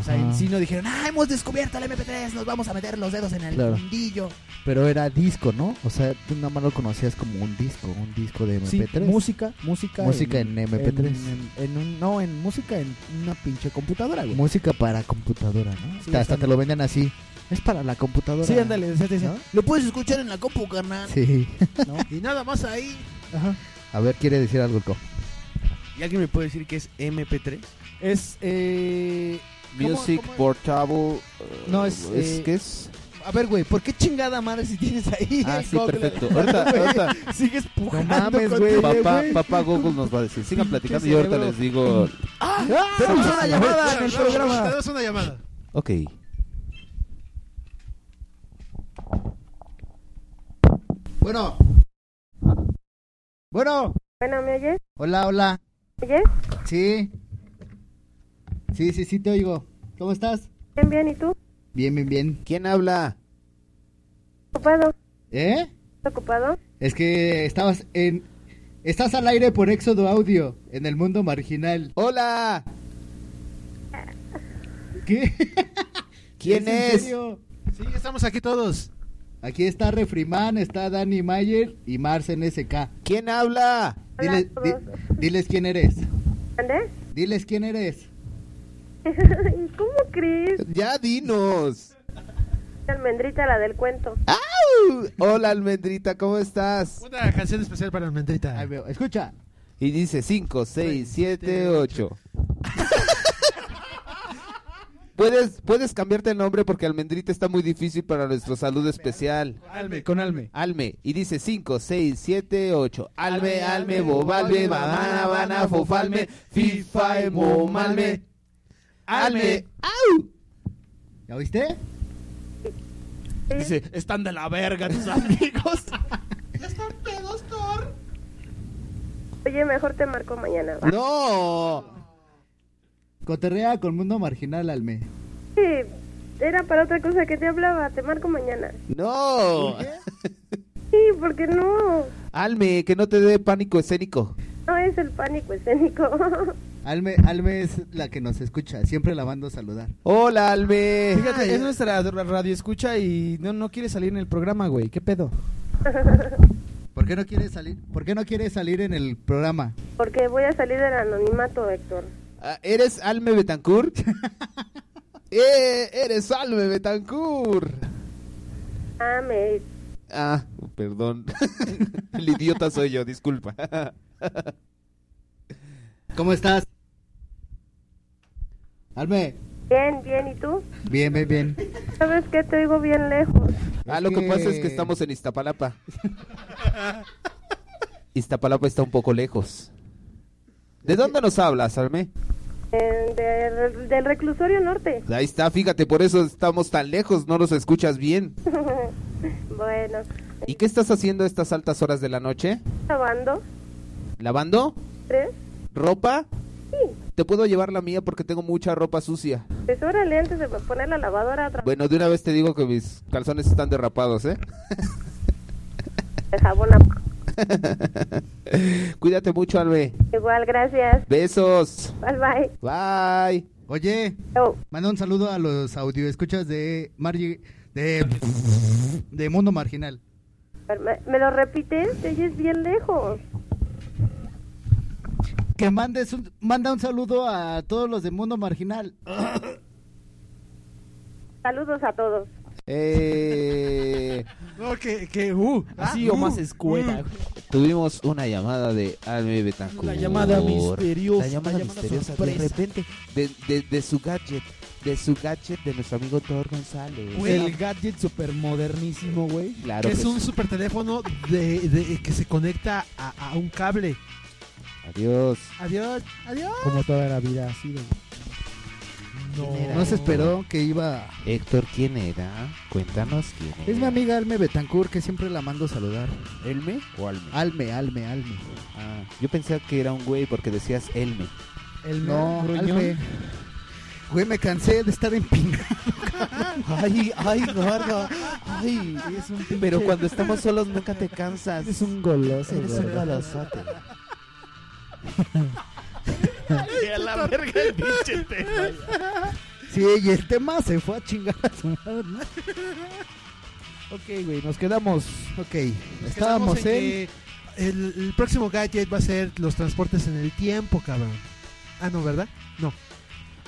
Speaker 7: O sea,
Speaker 6: Ajá.
Speaker 7: en sí no dijeron, ah, hemos descubierto el MP3, nos vamos a meter los dedos en el
Speaker 6: Claro.
Speaker 7: mundillo.
Speaker 6: Pero era disco, ¿no? O sea, tú nada más lo conocías como un disco, un disco de
Speaker 7: Sí,
Speaker 6: MP3.
Speaker 7: música, música.
Speaker 6: Música en MP3.
Speaker 7: en- en- en un- no, en música en una pinche computadora, güey.
Speaker 6: Música para computadora, ¿no? hasta,
Speaker 7: Sí,
Speaker 6: hasta
Speaker 7: están-
Speaker 6: te lo venden así. Es para la computadora.
Speaker 7: Sí, ándale, o sea, te dicen,
Speaker 6: ¿No?
Speaker 7: lo puedes escuchar en la compu, carnal.
Speaker 6: Sí.
Speaker 7: ¿No?
Speaker 17: Y nada más ahí.
Speaker 7: Ajá.
Speaker 6: A ver, quiere decir algo, Co.
Speaker 19: ¿Y alguien me puede decir que es MP3?
Speaker 7: Es, eh... ¿cómo-
Speaker 3: Music
Speaker 7: cómo es?
Speaker 3: Portable... eh,
Speaker 7: No, es, eh,
Speaker 3: que es...
Speaker 7: A ver, güey, ¿por qué chingada madre si tienes ahí?
Speaker 3: Ah,
Speaker 7: el
Speaker 3: sí,
Speaker 7: Google?
Speaker 3: perfecto. Ahorita-
Speaker 7: Güey,
Speaker 3: ahorita.
Speaker 7: Sigues pujando.
Speaker 6: No mames,
Speaker 7: con
Speaker 6: güey,
Speaker 7: tu-
Speaker 3: Papá, papá Google nos va a decir. Sigan
Speaker 7: Pinche
Speaker 3: platicando y ahorita
Speaker 7: cerebro.
Speaker 3: les digo...
Speaker 7: ¡Ah! ¡Tenemos una llamada en el programa!
Speaker 17: Tenemos una llamada.
Speaker 3: Ok.
Speaker 6: Bueno. Bueno.
Speaker 20: Bueno, ¿me oyes?
Speaker 6: Hola, hola.
Speaker 20: ¿Me oyes?
Speaker 6: Sí. Sí, sí, sí, te oigo. ¿Cómo estás?
Speaker 20: Bien, bien, ¿y tú?
Speaker 6: Bien, bien, bien. ¿Quién habla?
Speaker 20: ¿Ocupado?
Speaker 6: ¿Eh?
Speaker 20: ¿Estás ocupado?
Speaker 6: Es que estabas en... Estás al aire por Éxodo Audio, en el mundo marginal. ¡Hola! ¿Qué?
Speaker 3: ¿Quién
Speaker 6: en
Speaker 3: es?
Speaker 6: serio?
Speaker 17: Sí, estamos aquí todos.
Speaker 6: Aquí está Refriman, está Danny Mayer y Marcen SK. ¿Quién habla? Diles,
Speaker 20: Hola a
Speaker 6: di- diles quién eres.
Speaker 20: ¿Andrés?
Speaker 6: Diles quién eres.
Speaker 20: ¿Cómo crees?
Speaker 3: Ya dinos.
Speaker 20: Almendrita, la del cuento.
Speaker 3: ¡Au! Hola, Almendrita, ¿cómo estás?
Speaker 17: Una canción especial para Almendrita.
Speaker 6: Escucha.
Speaker 3: Y dice 5, 6, 7, 8. ¿Puedes, puedes cambiarte el nombre porque Almendrita está muy difícil para nuestro saludo especial.
Speaker 7: Alme, con Alme.
Speaker 3: Alme. Y dice 5, 6, 7, 8. Alme, alme, bobalme, babana, bana, fofalme, fifa, em-. momalme. Alme. ¡Au!
Speaker 6: ¿Ya oíste?
Speaker 7: Dice, están de la verga tus amigos.
Speaker 20: Oye, mejor te marco mañana. ¿va?
Speaker 6: ¡No! Coterrea con Mundo Marginal, Alme.
Speaker 20: Sí, era para otra cosa que te hablaba. Te marco mañana.
Speaker 3: ¡No!
Speaker 20: Sí, porque no.
Speaker 3: Alme, que no te dé pánico escénico.
Speaker 20: No es el pánico escénico.
Speaker 6: Alme, Alme es la que nos escucha, siempre la mando a saludar.
Speaker 3: Hola, Alme.
Speaker 7: Fíjate, es nuestra radio escucha y no, no quiere salir en el programa, güey. ¿Qué pedo?
Speaker 6: ¿Por qué no quiere salir? ¿Por qué no quiere salir en el programa?
Speaker 20: porque voy a salir del anonimato, Héctor.
Speaker 3: Ah, ¿Eres Alme Betancourt? ¡Eh! ¡Eres Alme Betancourt!
Speaker 20: mames.
Speaker 3: Ah, perdón. El idiota soy yo, disculpa.
Speaker 21: ¿Cómo estás? Alme,
Speaker 20: Bien, bien, ¿y tú?
Speaker 21: bien, bien, bien.
Speaker 20: ¿Sabes qué? Te oigo bien lejos.
Speaker 3: Ah, lo que... pasa
Speaker 21: Eh,
Speaker 3: es que estamos en Iztapalapa. Iztapalapa está un poco lejos. ¿De dónde nos hablas, Arme?
Speaker 20: Eh, del- del reclusorio norte.
Speaker 3: Ahí está, fíjate, por eso estamos tan lejos, no nos escuchas bien.
Speaker 20: bueno,
Speaker 3: ¿Y qué estás haciendo a estas altas horas de la noche?
Speaker 20: lavando.
Speaker 3: ¿Lavando?
Speaker 20: ¿Tres?
Speaker 3: ¿Ropa? ¿Te puedo llevar la mía porque tengo mucha ropa sucia?
Speaker 20: Pues órale, antes de poner la lavadora, otra
Speaker 3: Bueno, de una vez te digo que mis calzones están derrapados, ¿eh?
Speaker 20: de jabón. a-
Speaker 3: Cuídate mucho, Alme.
Speaker 20: Igual, gracias.
Speaker 3: Besos.
Speaker 20: Bye, bye.
Speaker 3: Bye.
Speaker 21: Oye, manda un saludo a los audioescuchas de Margie, de, de Mundo Marginal.
Speaker 20: ¿Me, me lo repites? Te oyes bien lejos.
Speaker 21: Que mandes un- manda un saludo a todos los de Mundo Marginal.
Speaker 20: Saludos a todos.
Speaker 3: Eh,
Speaker 7: No, que, que, uh.
Speaker 6: Así o más escuela.
Speaker 3: Tuvimos una llamada de Alme Betancourt.
Speaker 6: La llamada
Speaker 3: La
Speaker 6: misteriosa,
Speaker 3: llamada,
Speaker 6: la llamada
Speaker 3: misteriosa.
Speaker 6: sorpresa.
Speaker 3: De repente, de, de, de su gadget. De su gadget de nuestro amigo Thor González.
Speaker 6: El gadget super modernísimo, güey.
Speaker 3: Claro
Speaker 7: es
Speaker 3: que
Speaker 7: un
Speaker 3: sí.
Speaker 7: super teléfono de, de- que se conecta a, a un cable.
Speaker 3: Adiós.
Speaker 7: Adiós, adiós.
Speaker 22: Como toda la vida ha sido.
Speaker 21: No se esperó que iba.
Speaker 3: Héctor, ¿quién era? Cuéntanos quién era.
Speaker 21: Es mi amiga Alme Betancourt que siempre la mando a saludar.
Speaker 3: ¿Elme o Alme?
Speaker 21: Alme, Alme, Alme.
Speaker 3: Ah, yo pensé que era un güey porque decías Elme.
Speaker 21: El no, Alme. Güey, me cansé de estar empinado. cabrón.
Speaker 3: Ay, ay, gordo. Ay, Pero cuando estamos solos nunca te cansas.
Speaker 22: Eres un goloso,
Speaker 3: Eres un
Speaker 22: gordo.
Speaker 3: golosote.
Speaker 11: a la verga el pinche tema.
Speaker 21: Sí, y el tema se fue a chingar a su madre. ¿no? Ok, güey, nos quedamos. Ok, estábamos en.
Speaker 7: Quedamos en que El, el próximo gadget va a ser los transportes en el tiempo, cabrón. Ah, no, ¿verdad? No.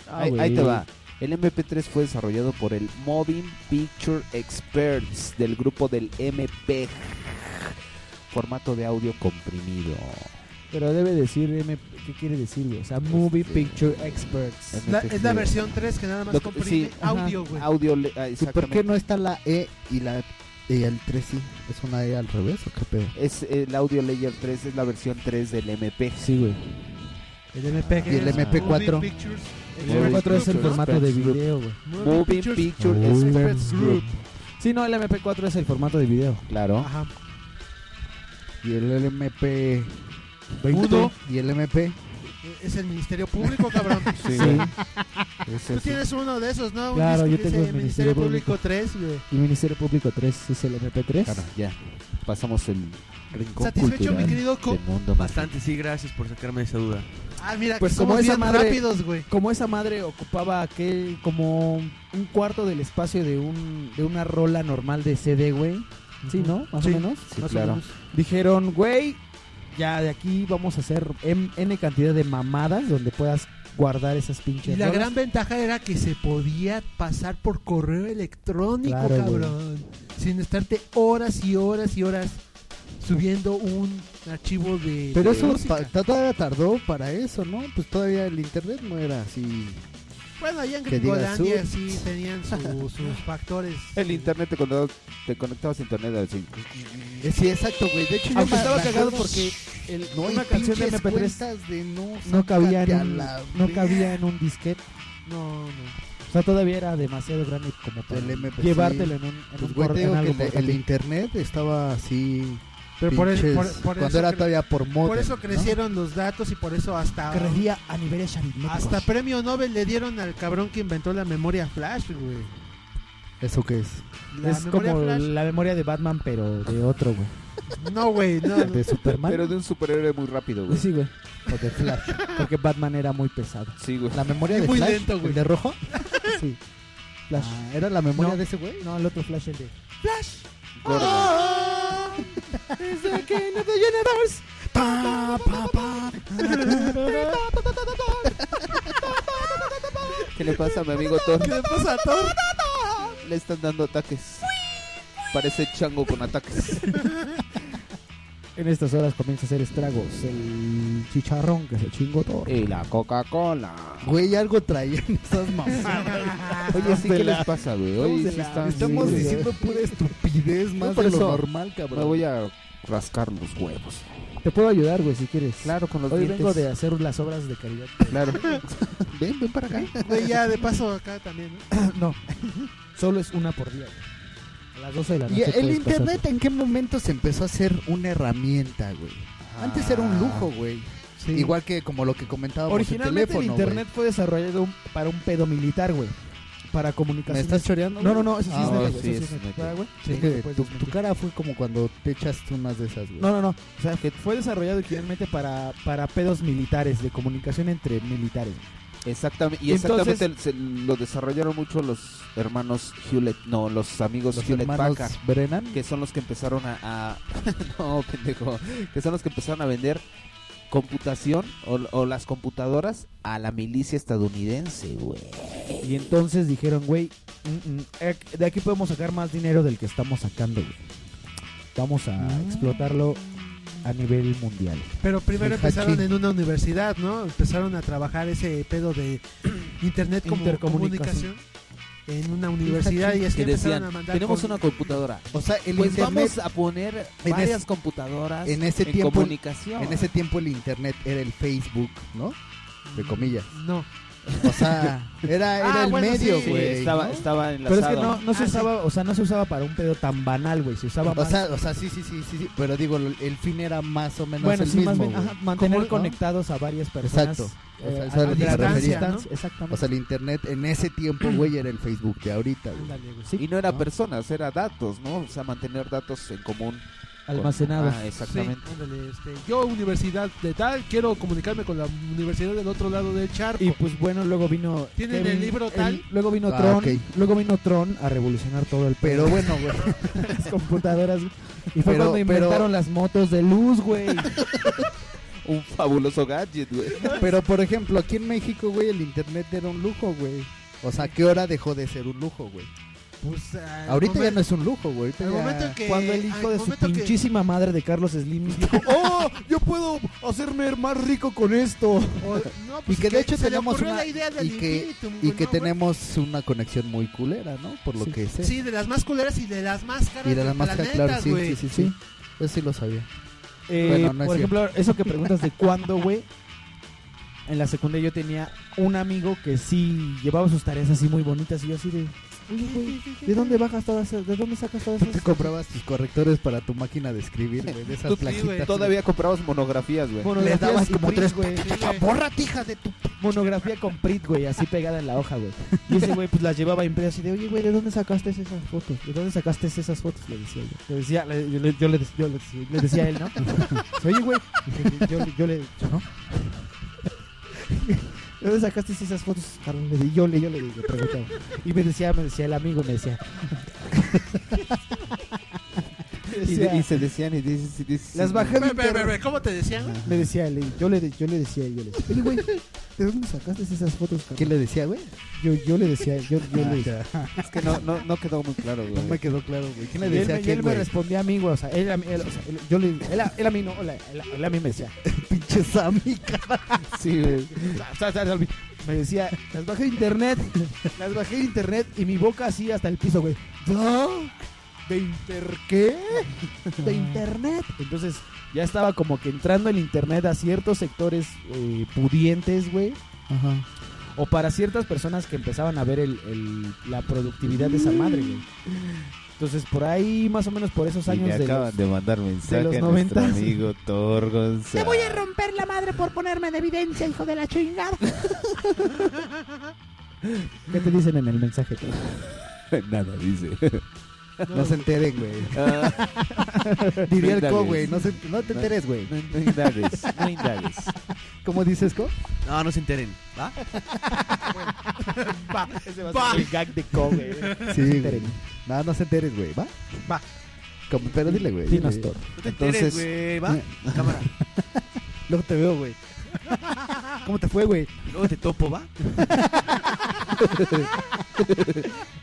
Speaker 7: Ah,
Speaker 3: ahí, ahí te va. El MP3 fue desarrollado por el Moving Picture Experts del grupo del MP. Formato de audio comprimido.
Speaker 6: Pero debe decir, M- ¿qué quiere decir, güey? O sea, Movie
Speaker 3: Este,
Speaker 6: Picture Experts.
Speaker 7: La- es la versión 3 que nada más
Speaker 3: Lo-
Speaker 7: comprime
Speaker 3: sí,
Speaker 7: audio,
Speaker 3: ajá,
Speaker 7: güey.
Speaker 3: Audio, le- ah,
Speaker 21: ¿Y por
Speaker 3: exactamente.
Speaker 21: qué no está la E y la y el 3 sí? ¿Es una E al revés o qué pedo?
Speaker 3: Es el Audio Layer 3, es la versión 3 del MP.
Speaker 6: Sí, güey.
Speaker 7: El MP
Speaker 21: Y el MP4.
Speaker 6: El MP4 es el formato de video, güey.
Speaker 3: Moving Picture Experts Group.
Speaker 6: Sí, no, el MP4 es el formato de video.
Speaker 3: Claro.
Speaker 21: Y el LMP.
Speaker 7: Uno.
Speaker 21: Y el MP.
Speaker 7: Es el Ministerio Público, cabrón.
Speaker 21: Sí.
Speaker 7: Tú tienes uno de esos, ¿no? Un
Speaker 6: Claro, yo
Speaker 7: disco que
Speaker 6: tengo
Speaker 7: dice
Speaker 6: el Ministerio Público
Speaker 7: 3, güey.
Speaker 6: El Ministerio Público 3 es el MP3.
Speaker 3: ya. Pasamos el rincón
Speaker 7: Satisfecho,
Speaker 3: cultural
Speaker 7: mi querido Co-
Speaker 3: del mundo
Speaker 8: Bastante, sí, gracias por sacarme esa duda.
Speaker 7: Ah, mira,
Speaker 6: Pues
Speaker 7: que
Speaker 6: como
Speaker 7: somos
Speaker 6: esa
Speaker 7: bien
Speaker 6: madre,
Speaker 7: rápidos, güey.
Speaker 6: como esa madre ocupaba aquel como un cuarto del espacio de un de una rola normal de CD, güey. Sí, ¿no? Más
Speaker 22: Sí.
Speaker 6: o menos.
Speaker 22: Sí,
Speaker 6: Más o
Speaker 22: claro.
Speaker 6: menos. Dijeron, güey, ya de aquí vamos a hacer M- n cantidad de mamadas donde puedas guardar esas pinches.
Speaker 7: Y la
Speaker 6: rolas".
Speaker 7: gran ventaja era que se podía pasar por correo electrónico,
Speaker 6: Claro, güey.
Speaker 7: cabrón. Sin estarte horas y horas y horas subiendo un archivo de.
Speaker 21: Pero
Speaker 7: de
Speaker 21: eso
Speaker 7: música.
Speaker 21: ta- todavía tardó para eso, ¿no? Pues todavía el internet no era así.
Speaker 7: Bueno, allá en
Speaker 21: que digas,
Speaker 7: Gringolandia
Speaker 21: "Ups".
Speaker 7: sí tenían su- sus factores.
Speaker 3: El internet te conectabas, te conectabas a internet así.
Speaker 21: Eh, Sí, exacto, güey. De hecho, yo
Speaker 6: Aunque
Speaker 21: me-
Speaker 6: estaba
Speaker 21: me
Speaker 6: cagado
Speaker 21: acuerdo-
Speaker 6: porque el-
Speaker 21: no,
Speaker 6: una
Speaker 21: y
Speaker 6: canción de
Speaker 21: pinches
Speaker 6: MP3
Speaker 21: cuentas de no,
Speaker 6: no cabía en
Speaker 21: sácate a
Speaker 6: un,
Speaker 21: la
Speaker 6: no
Speaker 21: ver-
Speaker 6: cabía en un disquete.
Speaker 7: No, no.
Speaker 6: O sea, todavía era demasiado grande como para
Speaker 21: del MP3.
Speaker 6: llevártelo en un, en
Speaker 21: Pues,
Speaker 6: un
Speaker 21: güey,
Speaker 6: por-
Speaker 21: te
Speaker 6: en
Speaker 21: digo que
Speaker 6: algo
Speaker 21: el, el
Speaker 6: portátil.
Speaker 21: internet estaba así.
Speaker 7: Pero por el-
Speaker 21: pinches,
Speaker 7: por- por
Speaker 21: cuando
Speaker 7: eso
Speaker 21: era
Speaker 7: cre-
Speaker 21: todavía por moda.
Speaker 7: Por eso crecieron los datos y por eso hasta.
Speaker 6: Crecía a niveles aritméticos.
Speaker 7: Hasta premio Nobel le dieron al cabrón que inventó la memoria flash, güey.
Speaker 21: ¿Eso qué es?
Speaker 7: La
Speaker 6: es
Speaker 7: memoria
Speaker 6: como
Speaker 7: flash.
Speaker 6: la memoria de Batman, pero de otro, güey.
Speaker 7: No, güey, no. no.
Speaker 6: De Superman.
Speaker 3: Pero de un superhéroe muy rápido, güey.
Speaker 6: Pues Sí, güey.
Speaker 21: O de Flash.
Speaker 6: Porque Batman era muy pesado.
Speaker 3: Sí, güey.
Speaker 21: ¿La memoria
Speaker 6: Y
Speaker 21: de
Speaker 6: muy
Speaker 21: Flash?
Speaker 6: lento, güey.
Speaker 21: ¿El de rojo?
Speaker 6: Sí. Flash.
Speaker 21: Ah, ¿Era la memoria
Speaker 6: No.
Speaker 21: de ese güey?
Speaker 6: No, el otro Flash, el de.
Speaker 7: Flash.
Speaker 3: Gordo.
Speaker 6: It's the king of the universe. Pa, pa, pa.
Speaker 3: ¿Qué le pasa a mi amigo Thor?
Speaker 7: ¿Qué le pasa a Thor?
Speaker 3: Le están dando ataques. Parece chango con ataques.
Speaker 6: En estas horas comienza a hacer estragos el chicharrón que se chingó todo.
Speaker 3: Y la Coca-Cola.
Speaker 23: Güey, algo traían esas mamadas.
Speaker 3: Oye, sí, ¿qué les pasa, güey? Hoy sí están-
Speaker 23: Estamos, estamos
Speaker 3: sí,
Speaker 23: diciendo pura estupidez
Speaker 3: No,
Speaker 23: más
Speaker 3: por
Speaker 23: de lo
Speaker 3: eso
Speaker 23: normal, cabrón.
Speaker 3: Me voy a rascar los huevos.
Speaker 6: Te puedo ayudar, güey, si quieres.
Speaker 3: Claro, con los
Speaker 6: Hoy
Speaker 3: dientes.
Speaker 6: vengo de hacer las obras de caridad.
Speaker 3: Claro. ven, ven para acá.
Speaker 7: Güey, ya de paso acá también, ¿no?
Speaker 6: no. Solo es una por día. güey. A las 12 de la noche.
Speaker 23: ¿Y el
Speaker 6: puedes pasar.
Speaker 23: internet en qué momento se empezó a hacer una herramienta, güey? Antes era
Speaker 6: Ah.
Speaker 23: un lujo, güey. Igual que como lo que comentábamos
Speaker 6: Originalmente
Speaker 23: el teléfono,
Speaker 6: el internet fue desarrollado un- para un pedo militar, güey. Para comunicación.
Speaker 23: ¿Me estás choreando?
Speaker 6: No, no, no, eso sí
Speaker 23: Ah,
Speaker 6: es
Speaker 23: no,
Speaker 6: neta, güey,
Speaker 23: sí,
Speaker 6: eso sí
Speaker 23: es
Speaker 6: es neta,
Speaker 23: neta.
Speaker 6: güey.
Speaker 23: Sí,
Speaker 6: Sí,
Speaker 23: que
Speaker 6: no puedes
Speaker 23: tu, tu cara fue como cuando te echas tú unas de esas, güey.
Speaker 6: No, no, no. O sea, que fue desarrollado originalmente para, para pedos militares, de comunicación entre militares.
Speaker 3: Exactamente. Y
Speaker 6: Entonces-
Speaker 3: exactamente se- lo desarrollaron mucho los hermanos Hewlett, no, los amigos
Speaker 23: Los
Speaker 3: Hewlett
Speaker 23: hermanos
Speaker 3: Packard,
Speaker 23: Brennan.
Speaker 3: que son los que empezaron a, a- no, pendejo, que son los que empezaron a vender computación o, o las computadoras a la milicia estadounidense, güey.
Speaker 6: Y entonces dijeron, güey, mm, mm, eh, de aquí podemos sacar más dinero del que estamos sacando, güey. Vamos a
Speaker 23: Mm.
Speaker 6: explotarlo a nivel mundial.
Speaker 7: Pero primero
Speaker 6: El
Speaker 7: empezaron
Speaker 6: hacking.
Speaker 7: en una universidad, ¿no? Empezaron a trabajar ese pedo de internet como
Speaker 6: Intercomunicación.
Speaker 7: comunicación en una universidad y así
Speaker 3: que
Speaker 7: empezaron a
Speaker 3: decían,
Speaker 7: mandar
Speaker 3: tenemos
Speaker 7: con-
Speaker 3: una computadora.
Speaker 23: O sea, el
Speaker 3: pues
Speaker 23: internet-
Speaker 3: vamos a poner
Speaker 23: En
Speaker 3: varias
Speaker 23: ese-
Speaker 3: computadoras
Speaker 23: en ese tiempo
Speaker 3: comunicación.
Speaker 23: en ese tiempo el internet era el Facebook, ¿no? De comillas.
Speaker 7: No.
Speaker 23: O sea, era, era
Speaker 3: Ah,
Speaker 23: el
Speaker 3: bueno, sí.
Speaker 23: medio,
Speaker 3: Sí,
Speaker 23: güey.
Speaker 3: estaba-
Speaker 23: ¿no?
Speaker 3: estaba
Speaker 6: Pero es que no, no se usaba, o sea, no se usaba para un pedo tan banal, güey. Se usaba
Speaker 23: Ah, O
Speaker 6: más-
Speaker 23: sea, o sea, sí, sí, sí, sí, sí, pero digo, lo- el fin era más o menos
Speaker 6: bueno,
Speaker 23: el
Speaker 6: sí,
Speaker 23: mismo,
Speaker 6: más bien,
Speaker 23: güey.
Speaker 6: ajá, mantener
Speaker 23: ¿Cómo, no?
Speaker 6: conectados a varias personas.
Speaker 23: Exacto. O sea, eso
Speaker 6: eh,
Speaker 23: es a lo que me
Speaker 6: gran
Speaker 23: refería.
Speaker 6: distancia, Exactamente.
Speaker 23: O sea, el internet en ese tiempo, güey, era el Facebook de ahorita, güey.
Speaker 3: y no era personas, era datos, ¿no? O sea, mantener datos en común. con-
Speaker 6: Almacenados.
Speaker 3: Ah, exactamente.
Speaker 7: Sí, ándale, este, yo universidad de tal, quiero comunicarme con la universidad del otro lado del charco.
Speaker 6: Y pues bueno, luego vino.
Speaker 7: ¿Tienen
Speaker 6: Kevin-
Speaker 7: el libro tal?
Speaker 6: luego vino
Speaker 7: Ah,
Speaker 6: Tron.
Speaker 7: ok.
Speaker 6: Luego vino Tron a revolucionar todo el pedo.
Speaker 23: Pero bueno, güey.
Speaker 6: las computadoras. güey. Y fue
Speaker 23: Pero-
Speaker 6: cuando inventaron
Speaker 23: pero-
Speaker 6: las motos de luz, güey.
Speaker 3: Un fabuloso gadget, güey.
Speaker 23: Pero por ejemplo, aquí en México, güey, el internet era un lujo, güey. O sea, ¿qué hora dejó de ser un lujo, güey?
Speaker 7: Pues,
Speaker 2: eh,
Speaker 7: al
Speaker 23: ahorita ya
Speaker 7: momen-
Speaker 23: no es un lujo, güey. Ahorita
Speaker 7: al
Speaker 23: ya-
Speaker 7: momento que-
Speaker 6: Cuando el hijo
Speaker 7: al
Speaker 6: de su
Speaker 7: momento que- Pues
Speaker 6: pinchísima madre de Carlos Slim dijo,
Speaker 23: ¡Oh! ¡Yo puedo hacerme más rico con esto!
Speaker 7: no, pues,
Speaker 23: y que de hecho
Speaker 7: se le
Speaker 23: tenemos
Speaker 7: ocurrió
Speaker 23: una.
Speaker 7: la idea del
Speaker 23: y que,
Speaker 7: infinitum,
Speaker 23: y
Speaker 7: güey,
Speaker 23: que
Speaker 7: ¿no, güey?
Speaker 23: tenemos una conexión muy culera, ¿no? Por lo que sé.
Speaker 7: Sí, de las más culeras y de las más caras
Speaker 23: y de la
Speaker 7: del
Speaker 23: máscara,
Speaker 7: planeta,
Speaker 23: claro, sí,
Speaker 7: güey.
Speaker 23: sí, sí, sí. Yo sí lo sabía.
Speaker 6: Eh,
Speaker 23: Bueno, no es
Speaker 6: por
Speaker 23: cierto.
Speaker 6: ejemplo, eso que preguntas de cuándo, güey. En la secundaria yo tenía un amigo que sí llevaba sus tareas así muy bonitas y yo así de, oye, güey, ¿de dónde bajas todas esas? ¿De dónde sacas todas
Speaker 23: Tú te
Speaker 6: esas?
Speaker 23: comprabas tus correctores para tu máquina de escribir, güey, de esas
Speaker 3: Tú-
Speaker 23: plaquitas.
Speaker 3: Todavía comprabas monografías, güey.
Speaker 6: Monografías
Speaker 23: Le dabas
Speaker 6: y
Speaker 23: como tres,
Speaker 6: prints, güey.
Speaker 23: ¡Apórrate, hija de tu
Speaker 6: Monografía con Prit, güey, así pegada en la hoja, güey. Y ese güey pues las llevaba impresas así de, oye, güey, ¿de dónde sacaste esas fotos? ¿De dónde sacaste esas fotos? Le decía yo. Le decía, le- yo, le, yo le dec- yo le dec- le decía a él, ¿no? oye, güey, dije, yo, le- yo le... yo, ¿no? ¿De dónde sacaste esas fotos, Carlos? Le di- yo le, yo le, le preguntaba. Y me decía, me decía el amigo, me decía... Me
Speaker 3: Y,
Speaker 6: decía-
Speaker 3: de- y se decían y dices, y dices-
Speaker 6: Las bajé de
Speaker 7: Ve, ve, ve,
Speaker 6: internet.
Speaker 7: ve, ¿Cómo te decían?
Speaker 6: Me decía él, yo le, yo le decía, yo le decía, "Oye, güey, ¿de dónde sacaste esas fotos, Carlos?
Speaker 23: ¿Quién le decía, güey?
Speaker 6: Yo, yo le decía, yo, yo
Speaker 3: Ah,
Speaker 6: le decía.
Speaker 3: Es que no, no, no quedó muy claro, güey.
Speaker 23: No me quedó claro, güey. ¿Quién le
Speaker 6: Y él,
Speaker 23: decía
Speaker 6: me-
Speaker 23: a
Speaker 6: y
Speaker 23: quién,
Speaker 6: él me
Speaker 23: güey?
Speaker 6: respondía a mí, güey. O sea, él, a mí- él, o sea, él- yo le, él, a- él a mí no, él, a- él a- él a mí me decía.
Speaker 23: Pinche Sammy,
Speaker 6: Sí, güey. Sa- sa- sa- Me decía, las bajé de internet, las bajé de internet y mi boca así hasta el piso, güey. ¿No? ¿De inter qué? ¿De internet? Entonces, ya estaba como que entrando el internet a ciertos sectores eh, pudientes, güey.
Speaker 24: Ajá.
Speaker 6: O para ciertas personas que empezaban a ver el, el- la productividad de esa madre, güey. Entonces, por ahí, más o menos por esos
Speaker 25: Y
Speaker 6: años
Speaker 25: me
Speaker 6: de
Speaker 25: acaban
Speaker 6: los-
Speaker 25: de mandar mensaje
Speaker 6: los
Speaker 25: a nuestro
Speaker 6: 90s.
Speaker 25: amigo Thor González.
Speaker 6: Te voy a
Speaker 17: romper la madre por ponerme en evidencia, hijo de la chingada.
Speaker 6: ¿Qué te dicen en el mensaje? tío?
Speaker 25: Nada, dice. Ah.
Speaker 23: No se enteren,
Speaker 26: Ah.
Speaker 23: güey. Diría el co, güey. No, se- no te enteres, güey.
Speaker 25: No, no indagues, no indagues.
Speaker 23: ¿Cómo dices, co?
Speaker 26: No, no se enteren, ¿va?
Speaker 6: Va, ese va a
Speaker 26: Va.
Speaker 6: ser el gag de co, güey.
Speaker 23: Sí, güey. No, no se enteres, güey. ¿Va?
Speaker 6: Va.
Speaker 23: Como- pero dile, güey.
Speaker 6: Dinos
Speaker 23: dile.
Speaker 6: todo.
Speaker 26: No te enteres, güey, ¿va? Cámara.
Speaker 23: Luego te veo, güey. ¿Cómo te fue, güey?
Speaker 26: Luego te topo, ¿va?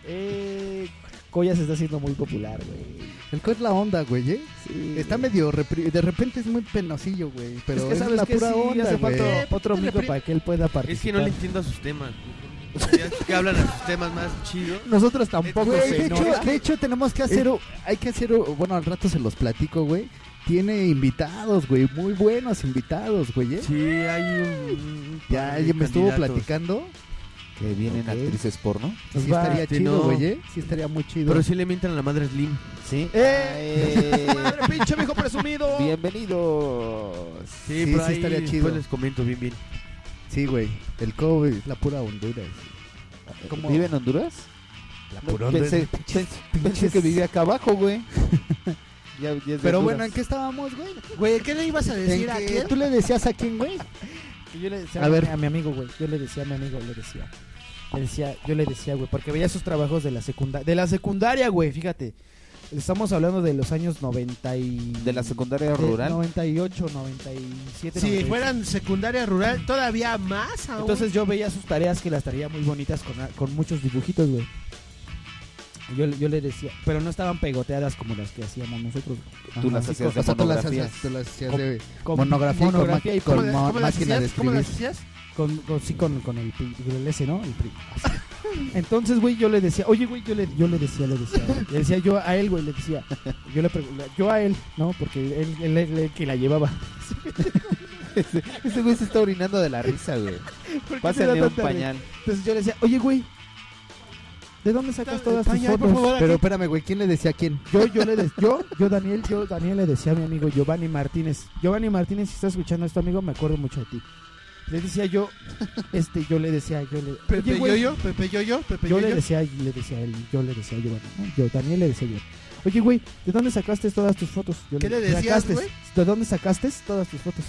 Speaker 6: Eh, Coya se está haciendo muy popular, güey.
Speaker 2: El co es la onda, güey, ¿eh? Está medio repri- de repente es muy penosillo, güey, pero
Speaker 6: Es que
Speaker 2: es,
Speaker 6: sabes
Speaker 2: la
Speaker 6: que
Speaker 2: pura
Speaker 6: sí,
Speaker 2: onda,
Speaker 6: hace
Speaker 2: güey.
Speaker 6: falta otro amigo para que él pueda participar.
Speaker 8: Es que no le entiendo a sus temas. Ya que hablan a sus temas más chidos.
Speaker 2: Nosotros tampoco,
Speaker 8: Güey,
Speaker 2: de, hecho, de hecho, tenemos que hacer,
Speaker 8: Eh.
Speaker 2: o- hay que hacer, o- bueno, al rato se los platico, güey. Tiene invitados, güey, muy buenos invitados, güey. ¿eh?
Speaker 8: Sí, hay un...
Speaker 2: Ya alguien me estuvo platicando.
Speaker 3: Que vienen actrices porno.
Speaker 2: Sí estaría chido, güey, ¿eh? Sí estaría muy chido.
Speaker 8: Pero sí le mientan a la madre Slim.
Speaker 3: Sí. Eh.
Speaker 6: Eh.
Speaker 8: ¡Madre,
Speaker 3: pinche viejo presumido! Bienvenidos.
Speaker 8: Sí,
Speaker 2: Sí,
Speaker 8: por
Speaker 2: sí
Speaker 8: ahí
Speaker 2: estaría chido.
Speaker 8: después les comento bien, bien.
Speaker 2: Sí, güey. El co es la pura Honduras. ¿Cómo?
Speaker 3: ¿Vive en Honduras?
Speaker 2: La
Speaker 3: No,
Speaker 2: pura Honduras.
Speaker 3: pensé, pensé- pensé que vivía acá abajo, güey. Ya- ya es de
Speaker 2: Pero
Speaker 3: Honduras.
Speaker 2: bueno, ¿en qué estábamos, güey?
Speaker 7: Güey, ¿qué le ibas a decir
Speaker 2: ¿En
Speaker 7: a
Speaker 2: qué?
Speaker 7: quién?
Speaker 2: ¿Tú le decías a quién, güey?
Speaker 6: Y Yo le decía
Speaker 2: A
Speaker 6: a,
Speaker 2: ver.
Speaker 6: mi amigo, güey. Yo le decía a mi amigo, le decía. Le decía, yo le decía, güey, porque veía sus trabajos de la secundaria, de la secundaria, güey, fíjate. Estamos hablando de los años 90 y
Speaker 3: De la secundaria
Speaker 6: de
Speaker 3: rural.
Speaker 6: 98, 97.
Speaker 7: Si
Speaker 6: 98.
Speaker 7: fueran secundaria rural, todavía más aún.
Speaker 6: Entonces yo veía sus tareas que las traía muy bonitas con, con muchos dibujitos, güey. Y Yo, yo le decía, pero no estaban pegoteadas como las que hacíamos nosotros. güey.
Speaker 3: Tú las
Speaker 6: Así
Speaker 3: hacías
Speaker 6: con-
Speaker 3: de
Speaker 6: o sea, tú las
Speaker 3: monografías.
Speaker 6: hacías-
Speaker 2: Tú las hacías
Speaker 6: Con-
Speaker 2: de
Speaker 6: con-
Speaker 2: monografía, y con ma-
Speaker 6: monografía y
Speaker 2: con
Speaker 6: con-
Speaker 2: ma-
Speaker 6: ¿cómo las
Speaker 2: máquina de
Speaker 6: hacías? ¿Cómo
Speaker 2: escribir.
Speaker 6: las hacías? Con, con- sí, con, con el, pri- con el S, ¿no? El pri- Entonces, güey, yo le decía, oye, güey, yo le, yo le decía, le decía, güey. le decía yo a él, güey, le decía, yo le pregunté, yo a él, ¿no? Porque él, él es el que la llevaba.
Speaker 3: Ese güey se está orinando de la risa, güey.
Speaker 6: ¿Por qué
Speaker 3: Pásale
Speaker 6: se da
Speaker 3: un
Speaker 6: tanta risa?
Speaker 3: pañal.
Speaker 6: Entonces yo le decía, oye, güey, ¿de dónde sacas todas tus fotos?
Speaker 2: Pero espérame, güey, ¿quién le decía a quién?
Speaker 6: Yo, yo le des- yo, yo Daniel, yo Daniel le decía a mi amigo Giovanni Martínez. Giovanni Martínez, si estás escuchando esto, amigo, me acuerdo mucho de ti. Le decía yo, este, yo le decía, yo le.
Speaker 7: Pepe
Speaker 6: Oye, güey,
Speaker 7: Yoyo, Pepe Yoyo, Pepe
Speaker 6: yo
Speaker 7: Yoyo.
Speaker 6: le decía, le decía a él, yo le decía a Giovanni, ¿no? yo Daniel le decía yo. Oye, güey, ¿de dónde sacaste todas tus fotos? Yo
Speaker 7: ¿Qué le decías,
Speaker 6: "Sacaste-
Speaker 7: güey?
Speaker 6: ¿De dónde sacaste todas tus fotos?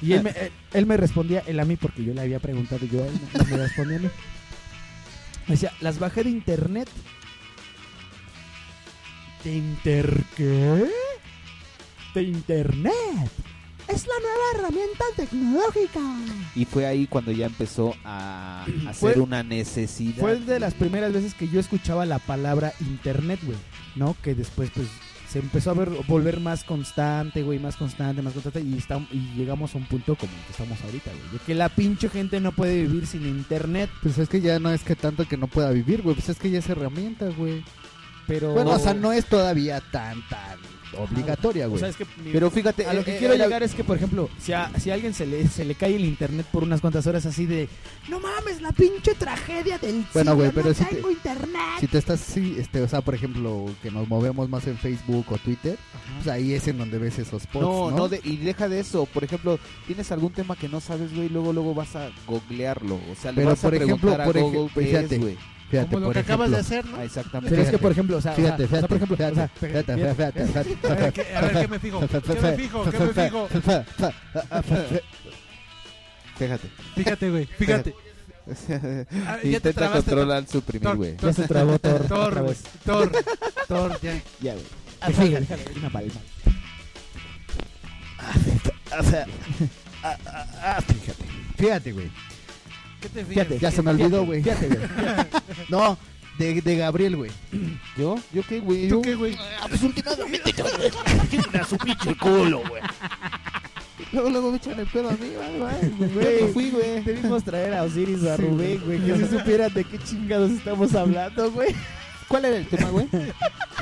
Speaker 6: y él me, él, él me respondía, él a mí, porque yo le había preguntado, yo a él no- no me respondía a mí. Me decía, las bajé de internet. ¿De inter qué? De internet. Es la nueva herramienta tecnológica.
Speaker 3: Y fue ahí cuando ya empezó a a
Speaker 6: Fue-
Speaker 3: ser una necesidad.
Speaker 6: Fue de las primeras veces que yo escuchaba la palabra internet, güey, ¿no? Que después, pues, se empezó a ver, volver más constante, güey, más constante, más constante, y, estam- y llegamos a un punto como el que estamos ahorita, güey, de que la pinche gente no puede vivir sin internet,
Speaker 2: Pues es que ya no es que tanto que no pueda vivir, güey. Pues es que ya es herramienta, güey.
Speaker 6: pero...
Speaker 2: Bueno, o sea, no es todavía tan, tan obligatoria, güey.
Speaker 6: Ah, O sea, es que mi-
Speaker 3: Pero fíjate,
Speaker 6: a lo que
Speaker 3: eh,
Speaker 6: quiero
Speaker 3: era-
Speaker 6: llegar es que, por ejemplo, si a, si a alguien se le, se le cae el internet por unas cuantas horas así de, no mames, la pinche tragedia del
Speaker 2: Bueno,
Speaker 6: siglo,
Speaker 2: güey,
Speaker 6: no
Speaker 2: pero si te-
Speaker 6: tengo internet.
Speaker 2: Si te estás, sí, este, o sea, por ejemplo, que nos movemos más en Facebook o Twitter, pues ahí es en donde ves esos posts,
Speaker 3: No,
Speaker 2: ¿no?
Speaker 3: no, de- y deja de eso. Por ejemplo, tienes algún tema que no sabes, güey, luego luego vas a googlearlo. O sea, le
Speaker 2: Pero
Speaker 3: vas a
Speaker 2: por ejemplo,
Speaker 3: preguntar a
Speaker 2: por ejemplo,
Speaker 3: Google qué
Speaker 2: fíjate,
Speaker 3: es, güey.
Speaker 2: fíjate, Como lo por que acabas ejemplo. de hacer,
Speaker 7: ¿no?
Speaker 3: Ah, exactamente.
Speaker 6: Pero es que,
Speaker 2: Fíjate.
Speaker 6: por ejemplo, o sea,
Speaker 2: Fíjate,
Speaker 6: o sea,
Speaker 2: fíjate,
Speaker 6: por ejemplo,
Speaker 2: fíjate,
Speaker 6: o sea,
Speaker 2: fíjate, fíjate, fíjate.
Speaker 7: A ver, ¿qué- a ver, ¿qué me fijo? ¿Qué me fijo? ¿Qué me fijo?
Speaker 3: Fíjate.
Speaker 7: Fíjate, güey, fíjate. Ah, ya te
Speaker 3: Intenta
Speaker 7: trabaste,
Speaker 3: controlar
Speaker 7: Tor.
Speaker 3: suprimir,
Speaker 7: Tor,
Speaker 3: güey.
Speaker 7: Tor.
Speaker 6: Ya se trabó Thor
Speaker 7: Thor,
Speaker 6: otra
Speaker 7: güey,
Speaker 6: vez.
Speaker 7: Thor, Thor, ya.
Speaker 3: Ya, güey.
Speaker 6: Ah, déjale, déjale, una palma.
Speaker 2: O sea, ah, ah, ah, fíjate. Fíjate, güey.
Speaker 7: ¿Qué te fijas?
Speaker 2: Fíjate, ya se me
Speaker 7: Fíjate,
Speaker 2: olvidó, güey.
Speaker 6: Fíjate, güey.
Speaker 2: No, de, de Gabriel, güey.
Speaker 3: ¿Yo? ¿Yo qué, güey?
Speaker 7: ¿Tú qué, güey?
Speaker 2: Ah, pues últimamente te a su pinche culo, güey.
Speaker 3: Luego, luego me echan el pedo a mí, güey.
Speaker 6: Yo
Speaker 3: Güey,
Speaker 6: no
Speaker 3: fui, güey.
Speaker 6: Debimos traer a Osiris o a Rubén, güey, que si supieran de qué chingados estamos hablando, güey.
Speaker 3: ¿Cuál era el tema, güey?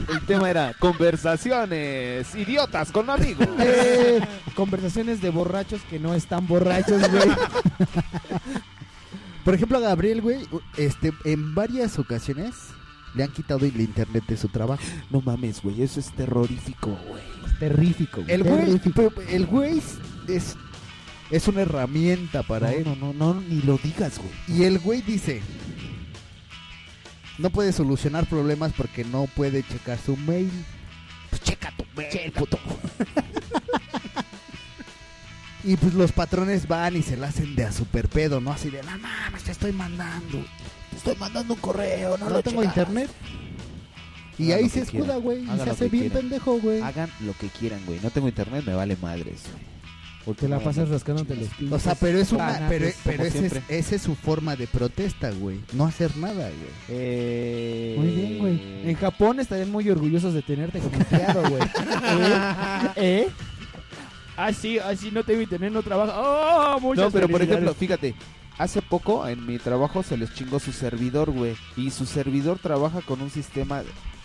Speaker 3: El tema era conversaciones idiotas con amigos.
Speaker 6: Eh, conversaciones de borrachos que no están borrachos, güey.
Speaker 2: Por ejemplo, a Gabriel, güey, este, en varias ocasiones le han quitado el internet de su trabajo.
Speaker 3: No mames, güey, eso es terrorífico, güey.
Speaker 6: Terrífico, güey.
Speaker 2: El güey,
Speaker 6: Terrífico.
Speaker 2: pero el güey es- es, es una herramienta para él.
Speaker 3: No, no, no, no, ni lo digas, güey.
Speaker 2: Y el güey dice, no puede solucionar problemas porque no puede checar su mail. Pues checa tu mail, puto. y pues los patrones van y se la hacen de a super pedo, ¿no? Así de, no mames, te estoy mandando. Te estoy mandando un correo, no,
Speaker 3: No
Speaker 2: lo tengo
Speaker 3: tengo
Speaker 2: internet. Y
Speaker 3: Hagan
Speaker 2: ahí
Speaker 3: lo
Speaker 2: se
Speaker 3: que quieran.
Speaker 2: escuda, güey, y
Speaker 3: Hagan
Speaker 2: se
Speaker 3: lo
Speaker 2: hace
Speaker 3: que
Speaker 2: bien
Speaker 3: quieran.
Speaker 2: pendejo, güey.
Speaker 3: Hagan lo que quieran, güey. No tengo internet, me vale madres, güey.
Speaker 6: Te la pasas rascándote los
Speaker 2: O
Speaker 6: pinches
Speaker 2: sea, pero es una,
Speaker 6: tanates,
Speaker 2: pero, pero
Speaker 6: como
Speaker 2: ese es,
Speaker 6: siempre.
Speaker 2: esa es su forma de protesta, güey. No hacer nada, güey.
Speaker 3: Eh,
Speaker 6: Muy bien, güey. En Japón estarían muy orgullosos de tenerte como empleado, güey. ¿Eh? ¿Eh? Ah, sí, así no te vi tener, no trabaja. ¡Oh! Muchas
Speaker 3: No, pero por
Speaker 6: felicidades.
Speaker 3: ejemplo, fíjate, hace poco en mi trabajo se les chingó su servidor, güey. Y su servidor trabaja con un sistema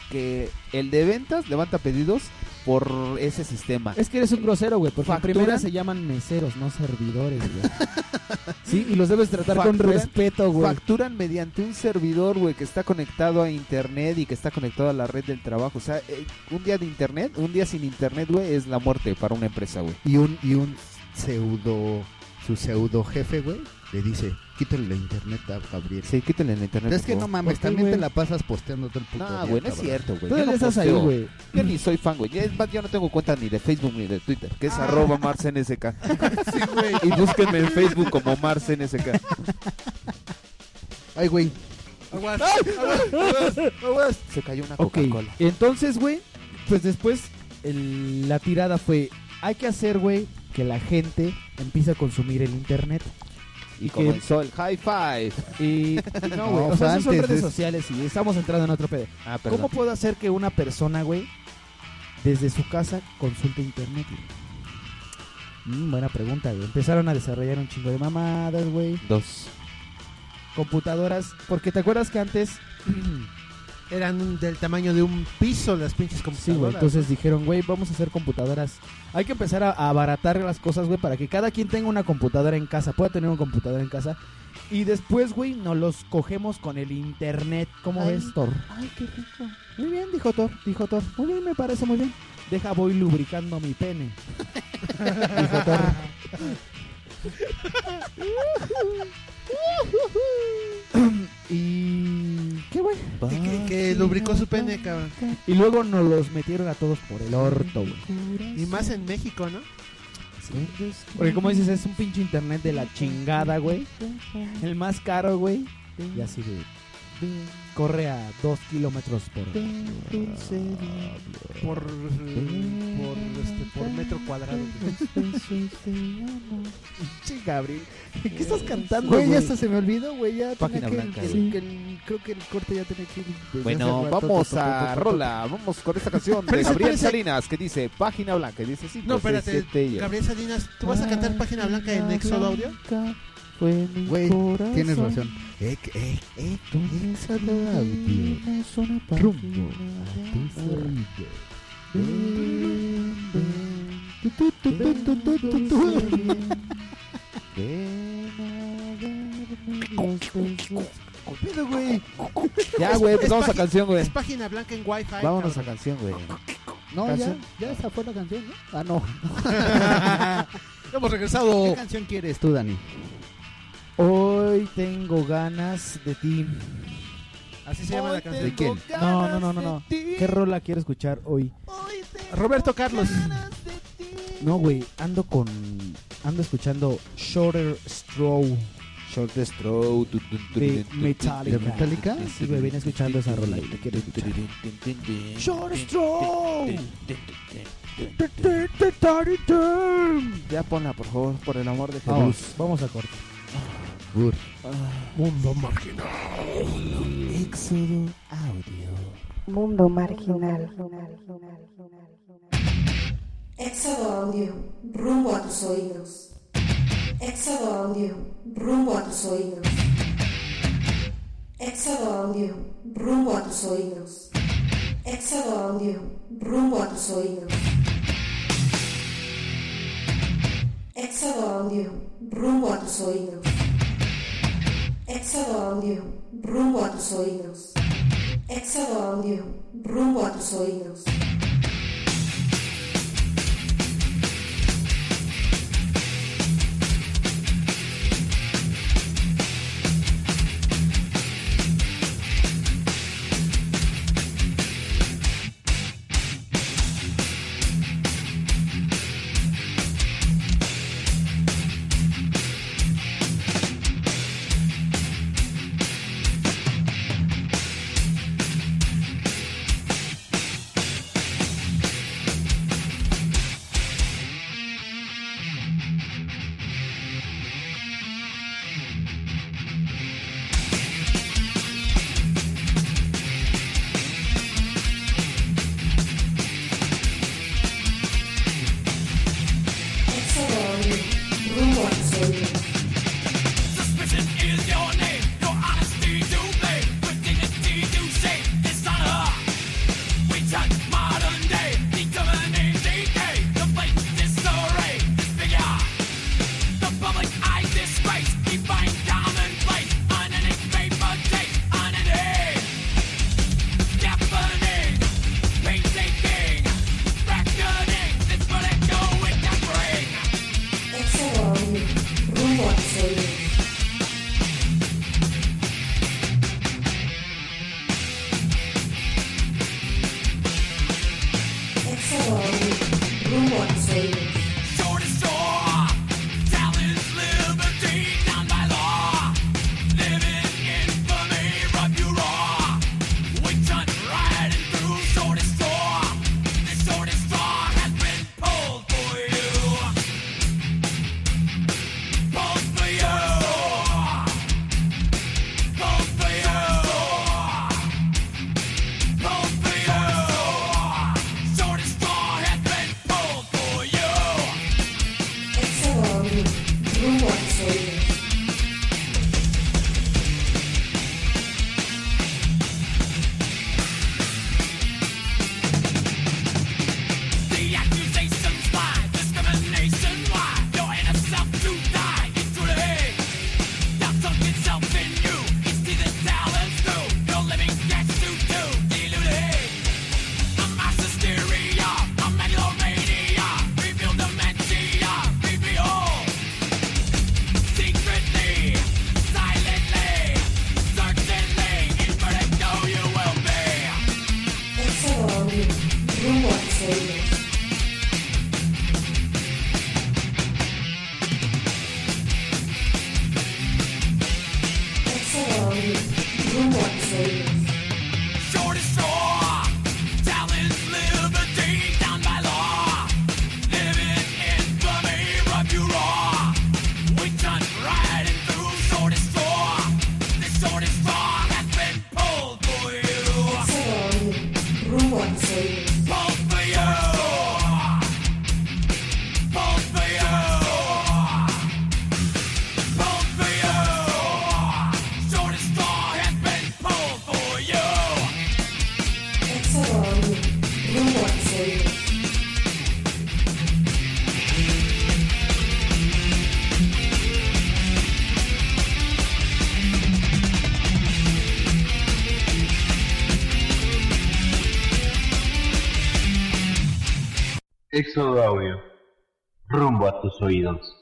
Speaker 3: que el de ventas levanta pedidos por ese sistema.
Speaker 6: Es que eres un grosero, güey, porque en
Speaker 3: Facturan.
Speaker 6: primera se llaman meseros, no servidores, güey. sí, y los debes tratar con
Speaker 3: Facturan-
Speaker 6: respeto, güey.
Speaker 3: Facturan mediante un servidor, güey, que está conectado a internet y que está conectado a la red del trabajo. O sea, eh, un día de internet, un día sin internet, güey, es la muerte para una empresa, güey.
Speaker 2: Y un, y un pseudo, su pseudo jefe, güey, le dice, quítale la internet a Gabriel.
Speaker 3: Sí, quítale la internet.
Speaker 2: Es que no
Speaker 3: por favor.
Speaker 2: mames,
Speaker 3: ¿Por qué,
Speaker 2: también te
Speaker 3: güey?
Speaker 2: la pasas posteando todo el puto
Speaker 3: No,
Speaker 2: día,
Speaker 3: güey, no es
Speaker 2: cabrón.
Speaker 3: cierto, güey.
Speaker 2: Yo no posteo.
Speaker 3: Yo ni soy fan, güey. Es más, yo no tengo cuenta ni de Facebook ni de Twitter, que es arroba marcnsk. Y búsquenme en Facebook como marcnsk.
Speaker 2: Ay, güey.
Speaker 6: Aguas,
Speaker 3: aguas, Se cayó una
Speaker 6: Ok,
Speaker 3: Coca-Cola.
Speaker 6: entonces, güey, pues después el- la tirada fue, hay que hacer, güey, que la gente empiece a consumir el internet.
Speaker 3: Y, comenzó el high five.
Speaker 6: Y, y no, güey, o sea, esas son redes sociales y estamos entrando en otro pedo.
Speaker 3: Ah, perdón.
Speaker 6: ¿Cómo puedo hacer que una persona, güey, desde su casa consulte internet? güey? Mm, buena pregunta, güey. Empezaron a desarrollar un chingo de mamadas, güey.
Speaker 3: Dos.
Speaker 6: Computadoras, porque te acuerdas que antes
Speaker 7: Eran un- Mm, del tamaño de un piso las pinches
Speaker 6: Sí, güey.
Speaker 7: computadoras.
Speaker 6: Entonces dijeron, güey, vamos a hacer computadoras. Hay que empezar a, a abaratar las cosas, güey, para que cada quien tenga una computadora en casa, pueda tener una computadora en casa. Y después, güey, nos los cogemos con el internet. ¿Cómo
Speaker 22: Ay,
Speaker 6: ves, Thor?
Speaker 22: Ay, qué rico.
Speaker 6: Muy bien, dijo Thor, dijo Thor. Muy bien, me parece muy bien. Deja, voy lubricando mi pene. dijo Thor. y qué güey.
Speaker 7: Y que, que lubricó su pene, cabrón.
Speaker 6: Y luego nos los metieron a todos por el orto, güey.
Speaker 7: Y más en México, ¿no?
Speaker 6: Porque como dices, es un pinche internet de la chingada, güey. El más caro, güey. Y así de... Corre a dos kilómetros por hora.
Speaker 7: Por, por, este, por metro cuadrado.
Speaker 6: Che, Gabriel. ¿Qué estás cantando,
Speaker 2: Güey,
Speaker 6: güey?
Speaker 2: ya hasta se me olvidó, güey. Ya
Speaker 3: Página
Speaker 2: tenía que-
Speaker 3: blanca,
Speaker 2: que-
Speaker 3: güey.
Speaker 2: que el- creo que el corte ya tenía que ir. desde
Speaker 3: Bueno,
Speaker 2: hace rato.
Speaker 3: vamos a rola. Vamos con esta canción de
Speaker 2: Espérese,
Speaker 3: Gabriel
Speaker 2: espérese.
Speaker 3: Salinas que dice página blanca. y Dice sí, pues, este
Speaker 7: No, espérate. Gabriel Salinas, ¿tú vas a cantar Página Blanca en Exodo Audio?
Speaker 2: Güey, tienes razón. Eh, que- eh, eh, tú Éxodo Audio. Rumbo a tus oídos.
Speaker 7: Pero, güey.
Speaker 3: Ya, güey, pues vamos a
Speaker 7: págin-
Speaker 3: canción, güey.
Speaker 7: Es Página Blanca en Wi-Fi.
Speaker 3: Vámonos a
Speaker 7: cabrón.
Speaker 3: canción, güey.
Speaker 2: No, ya,
Speaker 3: Canción.
Speaker 2: ya esa fue la canción, ¿no? Ah, no.
Speaker 7: Hemos regresado.
Speaker 2: ¿Qué canción quieres tú, Dani?
Speaker 6: Hoy tengo ganas de ti.
Speaker 7: Así se llama la canción.
Speaker 6: ¿De quién? No, no, no, no, no. ¿Qué rola quiero escuchar hoy?
Speaker 7: Roberto Carlos.
Speaker 6: No, güey, ando con... Ando escuchando Shorter Straw
Speaker 3: Short Stroke tu, tu, tu,
Speaker 6: de
Speaker 3: tu, tu,
Speaker 6: Metallica.
Speaker 3: tu, tu, tu, tu,
Speaker 6: Sí, güey, venía escuchando esa rola y te quiero escuchar. Short Straw.
Speaker 3: Ya ponla, por favor, por el amor de
Speaker 6: Vamos,
Speaker 3: Jesús.
Speaker 6: vamos a corte.
Speaker 7: Mundo marginal.
Speaker 5: Éxodo Audio.
Speaker 20: Mundo marginal.
Speaker 1: Éxodo Audio, rumbo a tus oídos. Éxodo Audio, rumbo a tus oídos. Éxodo Audio, rumbo a tus oídos. Éxodo Audio, rumbo a tus oídos. Éxodo Audio, rumbo a tus oídos. Éxodo Audio, rumbo a tus oídos. Éxodo Audio, rumbo a tus oídos.
Speaker 11: Éxodo
Speaker 2: rumbo a tus oídos. Éxodo Audio, rumbo a tus oídos.
Speaker 27: The accusations lie, discrimination why your inner self to die into the hate. Now sunk itself in you, you see the talents through. Your living gets you to deluded. A mass hysteria, a megalomania, reveal dementia, be behold. Secretly, silently, certainly, infinite though you will be.
Speaker 2: Éxodo Audio, rumbo a tus oídos. Éxodo Audio, rumbo a tus oídos. Éxodo Audio, rumbo a tus oídos. Éxodo Audio, rumbo a tus oídos.
Speaker 7: Éxodo Audio. Rumbo a tus oídos.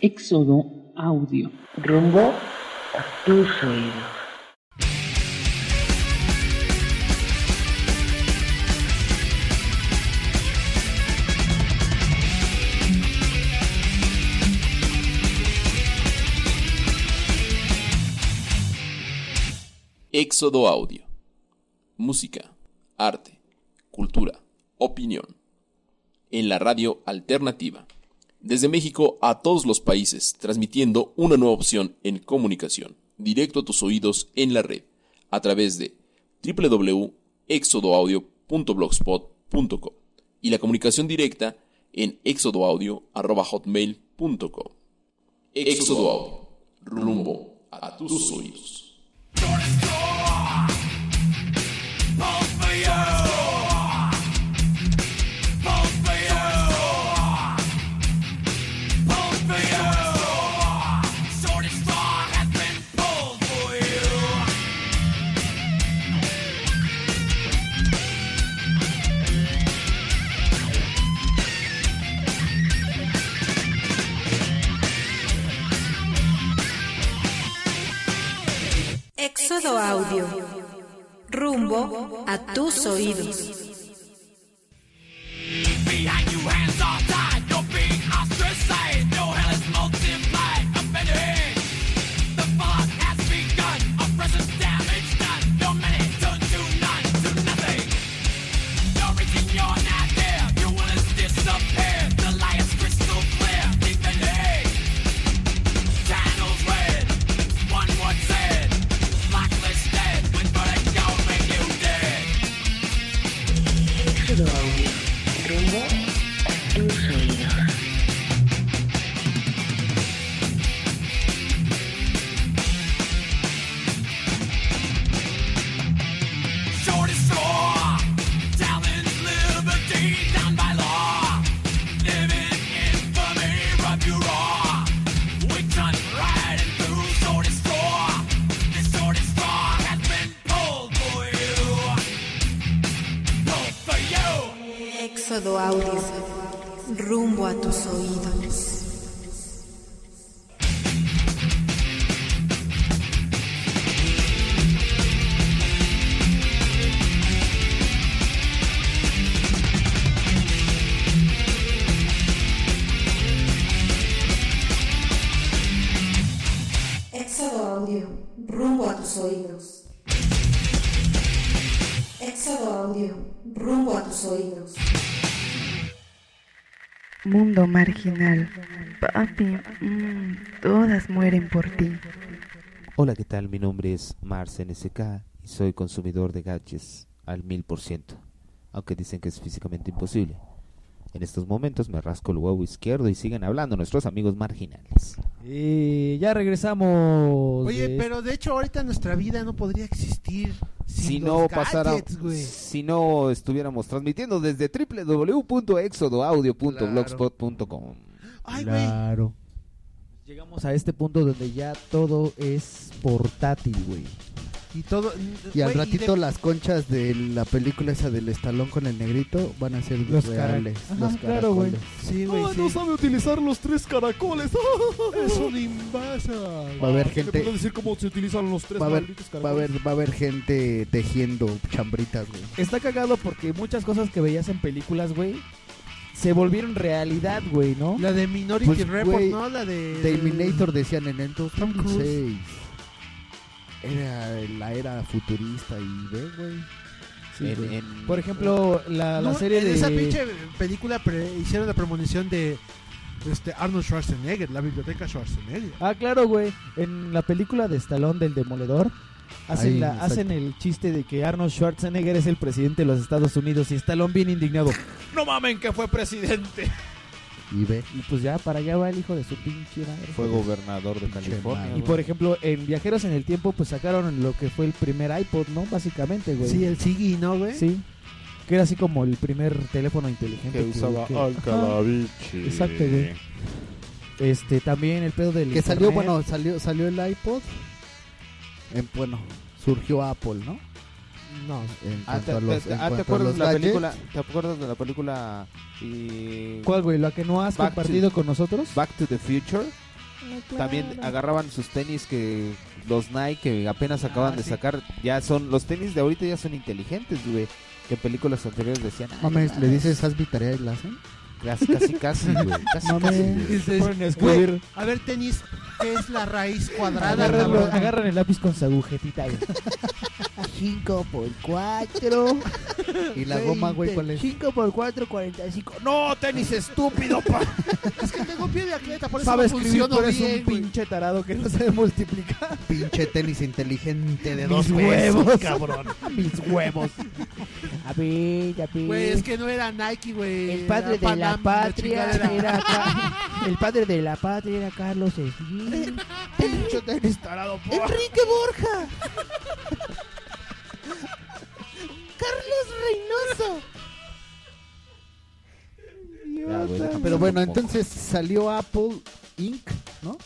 Speaker 17: Éxodo Audio. Rumbo a tus oídos.
Speaker 22: Éxodo Audio. Música, arte, cultura, opinión. En la radio alternativa. Desde México a todos los países, transmitiendo una nueva opción en comunicación, directo a tus oídos en la red, a través de www.exodoaudio.blogspot.com y la comunicación directa en exodoaudio.hotmail.com. Éxodo Audio, rumbo a tus oídos.
Speaker 2: Éxodo Audio, rumbo a tus oídos.
Speaker 27: Behind you, hands are tied. You're being ostracized. No hell is multiplied. Offended. The fallout has begun. Oppressive damage done. Your many turn to none, to nothing. You're reaching, you're not there. Your will is disappeared. The lie is crystal clear. Defended. Channels red. One word said. Blacklisted. With vertigo, make you dead.
Speaker 1: Éxodo Audio, rumbo a tus oídos. Éxodo Audio, rumbo a tus oídos. Éxodo Audio, rumbo a tus oídos.
Speaker 20: Mundo marginal. Papi, mm, todas mueren por ti.
Speaker 3: Hola, ¿qué tal? Mi nombre es Mars NSK y soy consumidor de gadgets al mil por ciento, aunque dicen que es físicamente imposible. En estos momentos me rasco el huevo izquierdo y siguen hablando nuestros amigos marginales.
Speaker 6: Y Eh, ya regresamos.
Speaker 7: Oye,
Speaker 6: de-
Speaker 7: pero de hecho ahorita nuestra vida no podría existir sin
Speaker 3: Si
Speaker 7: los
Speaker 3: no pasara,
Speaker 7: gadgets, güey.
Speaker 3: si no estuviéramos transmitiendo desde www.exodoaudio.blogspot.com.
Speaker 6: Claro. Llegamos a este punto donde ya todo es portátil, güey.
Speaker 7: Y todo.
Speaker 2: Y al
Speaker 7: güey,
Speaker 2: ratito
Speaker 7: de-
Speaker 2: las conchas de la película esa del estalón con el negrito van a ser
Speaker 6: Los
Speaker 2: reales.
Speaker 6: cara-
Speaker 2: los
Speaker 6: Ajá, claro, güey.
Speaker 2: caracoles.
Speaker 7: Sí, güey.
Speaker 6: Ah,
Speaker 7: sí.
Speaker 6: no
Speaker 7: sabe utilizar los tres caracoles. es un Ah, imbasa.
Speaker 2: Va a haber gente-
Speaker 7: decir cómo se utilizan los tres
Speaker 2: Va a, haber,
Speaker 7: malditos
Speaker 2: va, a
Speaker 7: caracoles.
Speaker 2: haber, va a haber gente tejiendo chambritas, güey.
Speaker 6: Está cagado porque muchas cosas que veías en películas, güey, se volvieron realidad, güey, ¿no?
Speaker 7: La de Minority
Speaker 2: Pues,
Speaker 7: Report,
Speaker 2: güey,
Speaker 7: ¿no? La de.
Speaker 2: Terminator decían en el
Speaker 7: Cruise.
Speaker 2: 2006. Era la era futurista y ve, güey.
Speaker 6: Sí,
Speaker 2: En-
Speaker 6: güey.
Speaker 2: en-
Speaker 6: Por ejemplo, la, la
Speaker 7: No,
Speaker 6: serie
Speaker 7: en
Speaker 6: de...
Speaker 7: Esa pinche película pre- hicieron la premonición de este Arnold Schwarzenegger, la biblioteca Schwarzenegger.
Speaker 6: Ah, claro, güey. En la película de Stallone del Demoledor, hacen,
Speaker 2: Ahí,
Speaker 6: la-
Speaker 2: exacto.
Speaker 6: hacen el chiste de que Arnold Schwarzenegger es el presidente de los Estados Unidos y Stallone bien indignado. ¡No mamen que fue presidente!
Speaker 2: Y ve.
Speaker 6: Y pues ya, para allá va el hijo de su pinche madre.
Speaker 3: Fue gobernador de California.
Speaker 6: Y
Speaker 3: güey.
Speaker 6: por ejemplo, en Viajeros en el Tiempo, pues sacaron lo que fue el primer iPod, ¿no? Básicamente, güey.
Speaker 7: Sí, el Siggy, ¿no, güey?
Speaker 6: Sí. Que era así como el primer teléfono inteligente.
Speaker 28: Que usaba
Speaker 6: que-
Speaker 28: Alcalá
Speaker 6: Ajá.
Speaker 2: Ah,
Speaker 28: Bichi.
Speaker 6: Exacto, güey. Este, también el pedo del
Speaker 2: Que salió,
Speaker 6: internet.
Speaker 2: bueno, salió, salió el iPod. En, bueno, surgió Apple, ¿no?
Speaker 7: No.
Speaker 2: En
Speaker 3: Ah,
Speaker 2: cuanto
Speaker 3: ¿te,
Speaker 2: a los-
Speaker 3: te-
Speaker 2: en
Speaker 3: ah, ¿te
Speaker 2: cuanto a
Speaker 3: acuerdas
Speaker 2: los
Speaker 3: de la
Speaker 2: gadgets,
Speaker 3: película? ¿Te acuerdas de la película y
Speaker 6: ¿Cuál, güey? ¿La que no has
Speaker 3: Back to-
Speaker 6: compartido con nosotros?
Speaker 3: Back to the Future? También agarraban sus tenis que los Nike que apenas acaban
Speaker 6: Ah,
Speaker 3: de
Speaker 6: sí.
Speaker 3: sacar, ya son los tenis de ahorita ya son inteligentes, güey. Que en películas anteriores decían, "Ay,
Speaker 2: Mames,
Speaker 3: no
Speaker 2: le dices, haz mi tarea y la hacen.
Speaker 3: Ah. Casi, casi, casi, güey. Casi, casi, güey.
Speaker 7: Dices,
Speaker 6: ponen a
Speaker 7: güey,
Speaker 6: escribir.
Speaker 7: a ver, tenis, ¿qué es la raíz cuadrada?
Speaker 6: Agarran,
Speaker 7: cabrón?
Speaker 6: agarran el lápiz con su agujetita, güey.
Speaker 21: 5 por 4.
Speaker 2: Y la goma, güey, ¿cuál es?
Speaker 21: 5 por 4, 45. No, tenis estúpido, pa.
Speaker 7: Es que tengo pie de atleta, por eso
Speaker 6: Sabe
Speaker 7: no
Speaker 6: escribir,
Speaker 7: funciono
Speaker 6: pero es
Speaker 7: bien,
Speaker 6: un
Speaker 7: güey.
Speaker 6: pinche tarado que no sabe multiplicar.
Speaker 2: Pinche tenis inteligente de
Speaker 6: Mis
Speaker 2: dos
Speaker 6: huevos.
Speaker 2: huevos, cabrón.
Speaker 6: Mis huevos. A ver, a ver.
Speaker 7: Güey, es que no era Nike, güey.
Speaker 21: El padre
Speaker 7: era
Speaker 21: de la
Speaker 7: Panam,
Speaker 21: patria
Speaker 7: chingadera.
Speaker 21: era Ca- El padre de la patria era Carlos Slim.
Speaker 2: Pinche tenis tarado, po.
Speaker 21: Enrique Borja. Carlos
Speaker 3: Ya, güey, déjame
Speaker 2: Pero bueno,
Speaker 3: un poco.
Speaker 2: entonces salió Apple Inc., ¿no?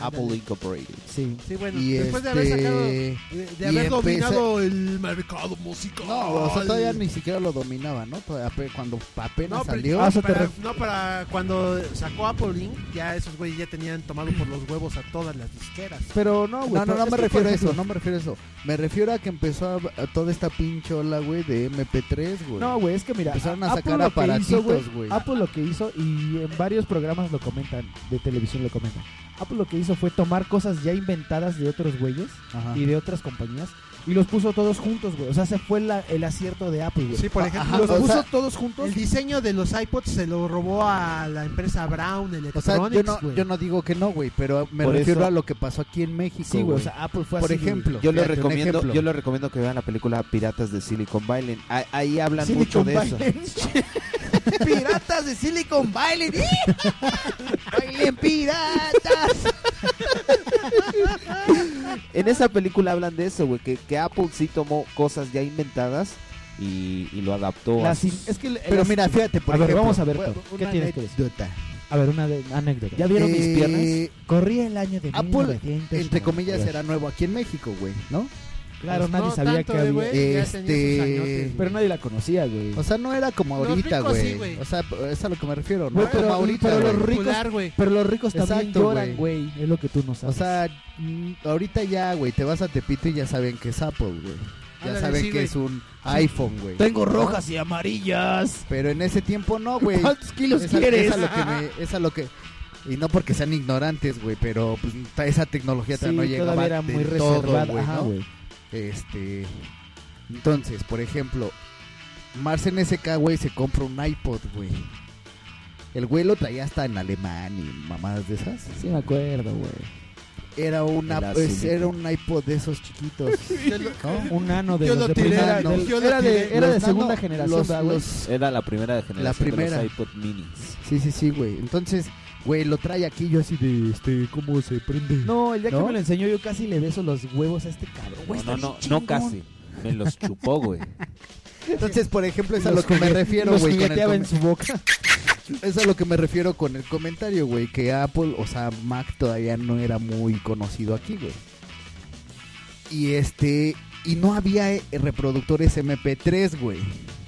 Speaker 3: Apple Incorporated.
Speaker 6: Sí.
Speaker 7: Sí, bueno,
Speaker 2: Y
Speaker 7: después de haber
Speaker 2: este-
Speaker 7: sacado, de, de
Speaker 2: y
Speaker 7: haber
Speaker 2: empecé-
Speaker 7: dominado el mercado musical.
Speaker 2: No, o sea, todavía ni siquiera lo dominaba, ¿no? Todavía ape- cuando apenas
Speaker 7: No, pero-
Speaker 2: salió.
Speaker 6: Ah, o sea, te
Speaker 7: para,
Speaker 6: ref-
Speaker 7: no, para cuando sacó Apple Inc., ya esos güeyes ya tenían tomado por los huevos a todas las disqueras.
Speaker 6: Pero no, güey.
Speaker 2: No, no,
Speaker 6: pero
Speaker 2: no
Speaker 6: es
Speaker 2: me
Speaker 6: que,
Speaker 2: refiero
Speaker 6: por
Speaker 2: a eso,
Speaker 6: ejemplo,
Speaker 2: no me refiero a eso. Me refiero a que empezó a, a toda esta pinche ola, güey, de MP3, güey.
Speaker 6: No, güey, es que mira,
Speaker 2: Empezaron a
Speaker 6: Apple
Speaker 2: sacar
Speaker 6: lo que
Speaker 2: aparatitos,
Speaker 6: hizo, güey,
Speaker 2: güey.
Speaker 6: Apple lo que hizo, y en varios programas lo comentan, de televisión lo comentan. Apple lo que hizo fue tomar cosas ya inventadas de otros güeyes
Speaker 2: Ajá.
Speaker 6: y de otras compañías y los puso todos juntos, güey. O sea, se fue la- el acierto de Apple, güey.
Speaker 7: Sí, por ejemplo,
Speaker 2: Ah, Ajá,
Speaker 6: los
Speaker 2: o
Speaker 6: puso
Speaker 2: sea,
Speaker 6: todos juntos.
Speaker 7: El diseño de los iPods se lo robó a la empresa Brown
Speaker 2: o sea, yo
Speaker 7: Electronics,
Speaker 2: no,
Speaker 7: güey.
Speaker 2: yo no digo que no, güey, pero me
Speaker 3: Por
Speaker 2: refiero
Speaker 3: eso-
Speaker 2: a lo que pasó aquí en México,
Speaker 6: Sí, güey,
Speaker 2: güey.
Speaker 6: o sea, Apple fue
Speaker 2: Por
Speaker 6: así, güey.
Speaker 2: ejemplo,
Speaker 3: Yo les
Speaker 2: fíjate, un
Speaker 3: recomiendo,
Speaker 2: ejemplo.
Speaker 3: yo les recomiendo que vean la película Piratas de Silicon Valley. Ah, Ahí hablan
Speaker 21: Silicon
Speaker 3: mucho de eso.
Speaker 21: Valley. Piratas de Silicon Valley. Bailen piratas.
Speaker 3: En esa película hablan de eso, güey, que, que Apple sí tomó cosas ya inventadas y, y lo adaptó. a
Speaker 6: Las in-
Speaker 3: sus-
Speaker 6: es que el-
Speaker 2: Pero
Speaker 6: las-
Speaker 2: mira, fíjate, por
Speaker 6: A ver,
Speaker 2: ejemplo,
Speaker 6: vamos a ver,
Speaker 2: bueno,
Speaker 6: ¿qué
Speaker 2: una
Speaker 6: tienes que decir?
Speaker 2: anécdota.
Speaker 6: a ver, una de- anécdota. ¿Ya vieron mis
Speaker 2: Eh,
Speaker 6: piernas? Corría el año de
Speaker 7: Ah.
Speaker 2: Apple,
Speaker 6: 1992.
Speaker 2: entre comillas, era nuevo aquí en México, güey, ¿no?
Speaker 3: Claro,
Speaker 6: Pues
Speaker 3: nadie
Speaker 6: no
Speaker 3: sabía
Speaker 6: tanto,
Speaker 3: que
Speaker 6: eh,
Speaker 3: había.
Speaker 6: güey, ya tenía sus Este- añotes, güey.
Speaker 3: Pero nadie la conocía, güey.
Speaker 6: O sea, no era como
Speaker 3: Los
Speaker 6: ahorita,
Speaker 3: ricos sí,
Speaker 6: güey.
Speaker 3: güey.
Speaker 6: o sea, es a lo que me refiero, ¿no?
Speaker 3: Güey, pero-
Speaker 6: como ahorita,
Speaker 3: pero los
Speaker 6: güey.
Speaker 3: ricos- Popular, güey. pero los ricos también lloran, güey. Es lo que tú no sabes.
Speaker 6: O sea, mm, ahorita ya, güey, te vas a Tepito y ya saben que es Apple, güey. Ya
Speaker 3: Ándale,
Speaker 6: saben
Speaker 3: sí,
Speaker 6: que
Speaker 3: güey.
Speaker 6: es un iPhone, güey.
Speaker 3: Tengo rojas y amarillas.
Speaker 6: Pero en ese tiempo no, güey.
Speaker 3: ¿Cuántos kilos
Speaker 6: Es a-
Speaker 3: quieres?
Speaker 6: Es a lo que me- es a lo que- y no porque sean ignorantes, güey, pero pues, ta- esa tecnología todavía
Speaker 3: Sí,
Speaker 6: no llegaba
Speaker 3: todavía era muy
Speaker 6: del todo,
Speaker 3: reservada,
Speaker 6: güey,
Speaker 3: ajá,
Speaker 6: ¿no?
Speaker 3: güey.
Speaker 6: Este, entonces, por ejemplo, Marcel SK, güey, se compra un iPod, güey. El güey lo traía hasta en alemán y mamadas de esas.
Speaker 3: Sí, me acuerdo, güey.
Speaker 6: Era una,
Speaker 3: El
Speaker 6: pues,
Speaker 3: azulito.
Speaker 6: era un iPod de esos chiquitos. ¿no?
Speaker 3: Un nano de
Speaker 6: Yo
Speaker 3: los
Speaker 6: lo
Speaker 3: de
Speaker 6: tiré,
Speaker 3: primera,
Speaker 6: no,
Speaker 3: del-
Speaker 6: yo lo
Speaker 3: era de,
Speaker 6: tiré.
Speaker 3: era de
Speaker 6: Los
Speaker 3: segunda
Speaker 6: nano-
Speaker 3: generación,
Speaker 6: los-
Speaker 3: ¿verdad, güey.
Speaker 6: los-
Speaker 17: Era la primera generación
Speaker 6: La primera.
Speaker 17: de los iPod minis.
Speaker 6: Sí, sí, sí, güey. Entonces, güey, lo trae aquí yo así de, este, ¿cómo se prende?
Speaker 3: No, el día
Speaker 6: ¿No?
Speaker 3: que me lo enseñó yo casi le beso los huevos a este cabrón. güey, está
Speaker 17: No, no,
Speaker 3: bien
Speaker 17: no
Speaker 3: chingón.
Speaker 17: casi. Me los chupó, güey.
Speaker 6: Entonces, por ejemplo, es a
Speaker 3: Los
Speaker 6: lo que me
Speaker 3: juguete-
Speaker 6: refiero,
Speaker 3: los
Speaker 6: güey. con el
Speaker 3: jugueteaba en
Speaker 6: come-
Speaker 3: su boca.
Speaker 6: Es a lo que me refiero con el comentario, güey. Que Apple, o sea, Mac todavía no era muy conocido aquí, güey. Y este. Y no había eh, reproductores MP3, güey.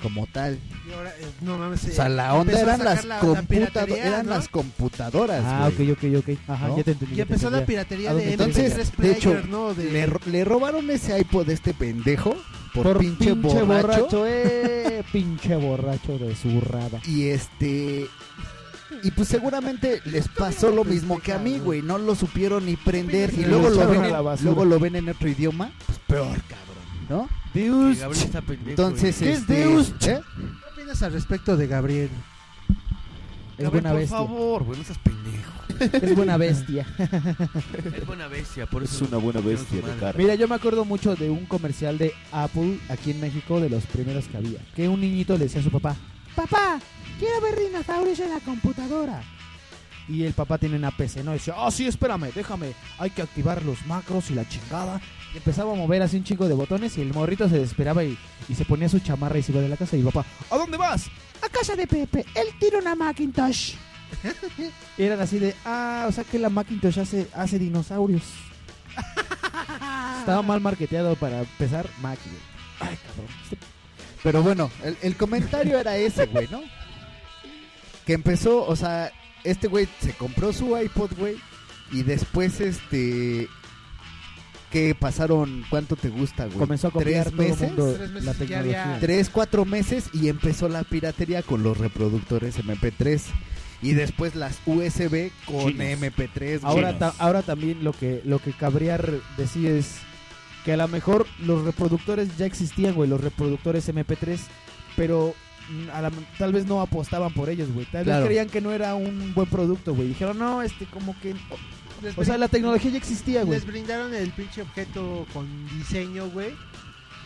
Speaker 6: Como tal.
Speaker 7: Y ahora, eh, no mames.
Speaker 6: O sea, la onda
Speaker 7: empezó a
Speaker 6: eran
Speaker 7: sacar
Speaker 6: las,
Speaker 7: la- la
Speaker 6: computa-
Speaker 7: piratería,
Speaker 6: eran
Speaker 7: ¿no?
Speaker 6: las computadoras.
Speaker 3: Ah,
Speaker 6: güey.
Speaker 3: ok, ok, ok. Ajá,
Speaker 6: ¿No?
Speaker 3: ya te entendí.
Speaker 7: Y
Speaker 3: ya te
Speaker 7: empezó la
Speaker 3: entendí.
Speaker 7: piratería
Speaker 3: ¿A
Speaker 7: de
Speaker 3: dónde te
Speaker 6: Entonces,
Speaker 3: entendí?
Speaker 6: de hecho,
Speaker 7: player, ¿no? De-
Speaker 6: le, ro- le robaron ese iPod de este pendejo por,
Speaker 3: Por
Speaker 6: pinche, borracho.
Speaker 3: eh, pinche borracho de zurrada.
Speaker 6: Y este. Y pues seguramente les pasó lo mismo que a mí, güey. No lo supieron ni prender. Y
Speaker 3: Lo
Speaker 6: luego lo
Speaker 3: echaron
Speaker 6: ven
Speaker 3: a la
Speaker 6: en,
Speaker 3: basura.
Speaker 6: luego lo ven en otro idioma. Pues peor, cabrón. ¿No?
Speaker 3: Deus.
Speaker 29: Gabriel está pendejo.
Speaker 6: Entonces,
Speaker 29: güey.
Speaker 6: este, ¿eh?
Speaker 7: ¿Qué opinas al respecto de Gabriel?
Speaker 3: Es
Speaker 29: Gabriel,
Speaker 3: buena
Speaker 29: por
Speaker 3: bestia.
Speaker 29: favor, güey, no seas pendejo.
Speaker 3: Es buena bestia.
Speaker 29: Es buena bestia, por eso.
Speaker 17: Es una buena
Speaker 29: no- no
Speaker 17: bestia
Speaker 29: su
Speaker 17: de
Speaker 29: madre.
Speaker 17: cara.
Speaker 3: Mira, yo me acuerdo mucho de un comercial de Apple aquí en México, de los primeros que había. Que un niñito le decía a su papá, papá, quiero ver dinosaurios en la computadora. Y el papá tiene una PC, ¿no? Y decía, ah, sí, espérame, déjame, hay que activar los macros y la chingada. Y empezaba a mover así un chico de botones y el morrito se desesperaba y, y se ponía su chamarra y se iba de la casa. Y papá, ¿a dónde vas? A casa de Pepe, él tiene una Macintosh. Y eran así de, ah, o sea que la Macintosh hace, hace dinosaurios. Estaba mal marketeado para empezar Mac. güey. Ay, cabrón. Este-
Speaker 6: Pero bueno, el, el comentario era ese, güey, ¿no? Que empezó, o sea, este güey se compró su iPod, güey. Y después, este. Que pasaron, ¿cuánto te gusta, güey?
Speaker 3: Comenzó a copiar
Speaker 6: ¿Tres
Speaker 3: todo el
Speaker 6: meses?
Speaker 3: mundo
Speaker 7: Tres meses
Speaker 3: la
Speaker 7: que había-
Speaker 3: tecnología.
Speaker 6: Tres, cuatro meses y empezó la piratería con los reproductores MP3. Y después las USB con
Speaker 17: Chinos.
Speaker 6: MP3. güey.
Speaker 3: Ahora, ta- ahora también lo que, lo que cabría re- decir es que a lo mejor los reproductores ya existían, güey, los reproductores MP3, pero mm, a la- tal vez no apostaban por ellos, güey. Tal
Speaker 6: Claro.
Speaker 3: vez creían que no era un buen producto, güey. Dijeron, no, este como que...
Speaker 7: Les
Speaker 3: O sea,
Speaker 7: brin-
Speaker 3: la tecnología ya existía, güey.
Speaker 7: Les brindaron el pinche objeto con diseño, güey.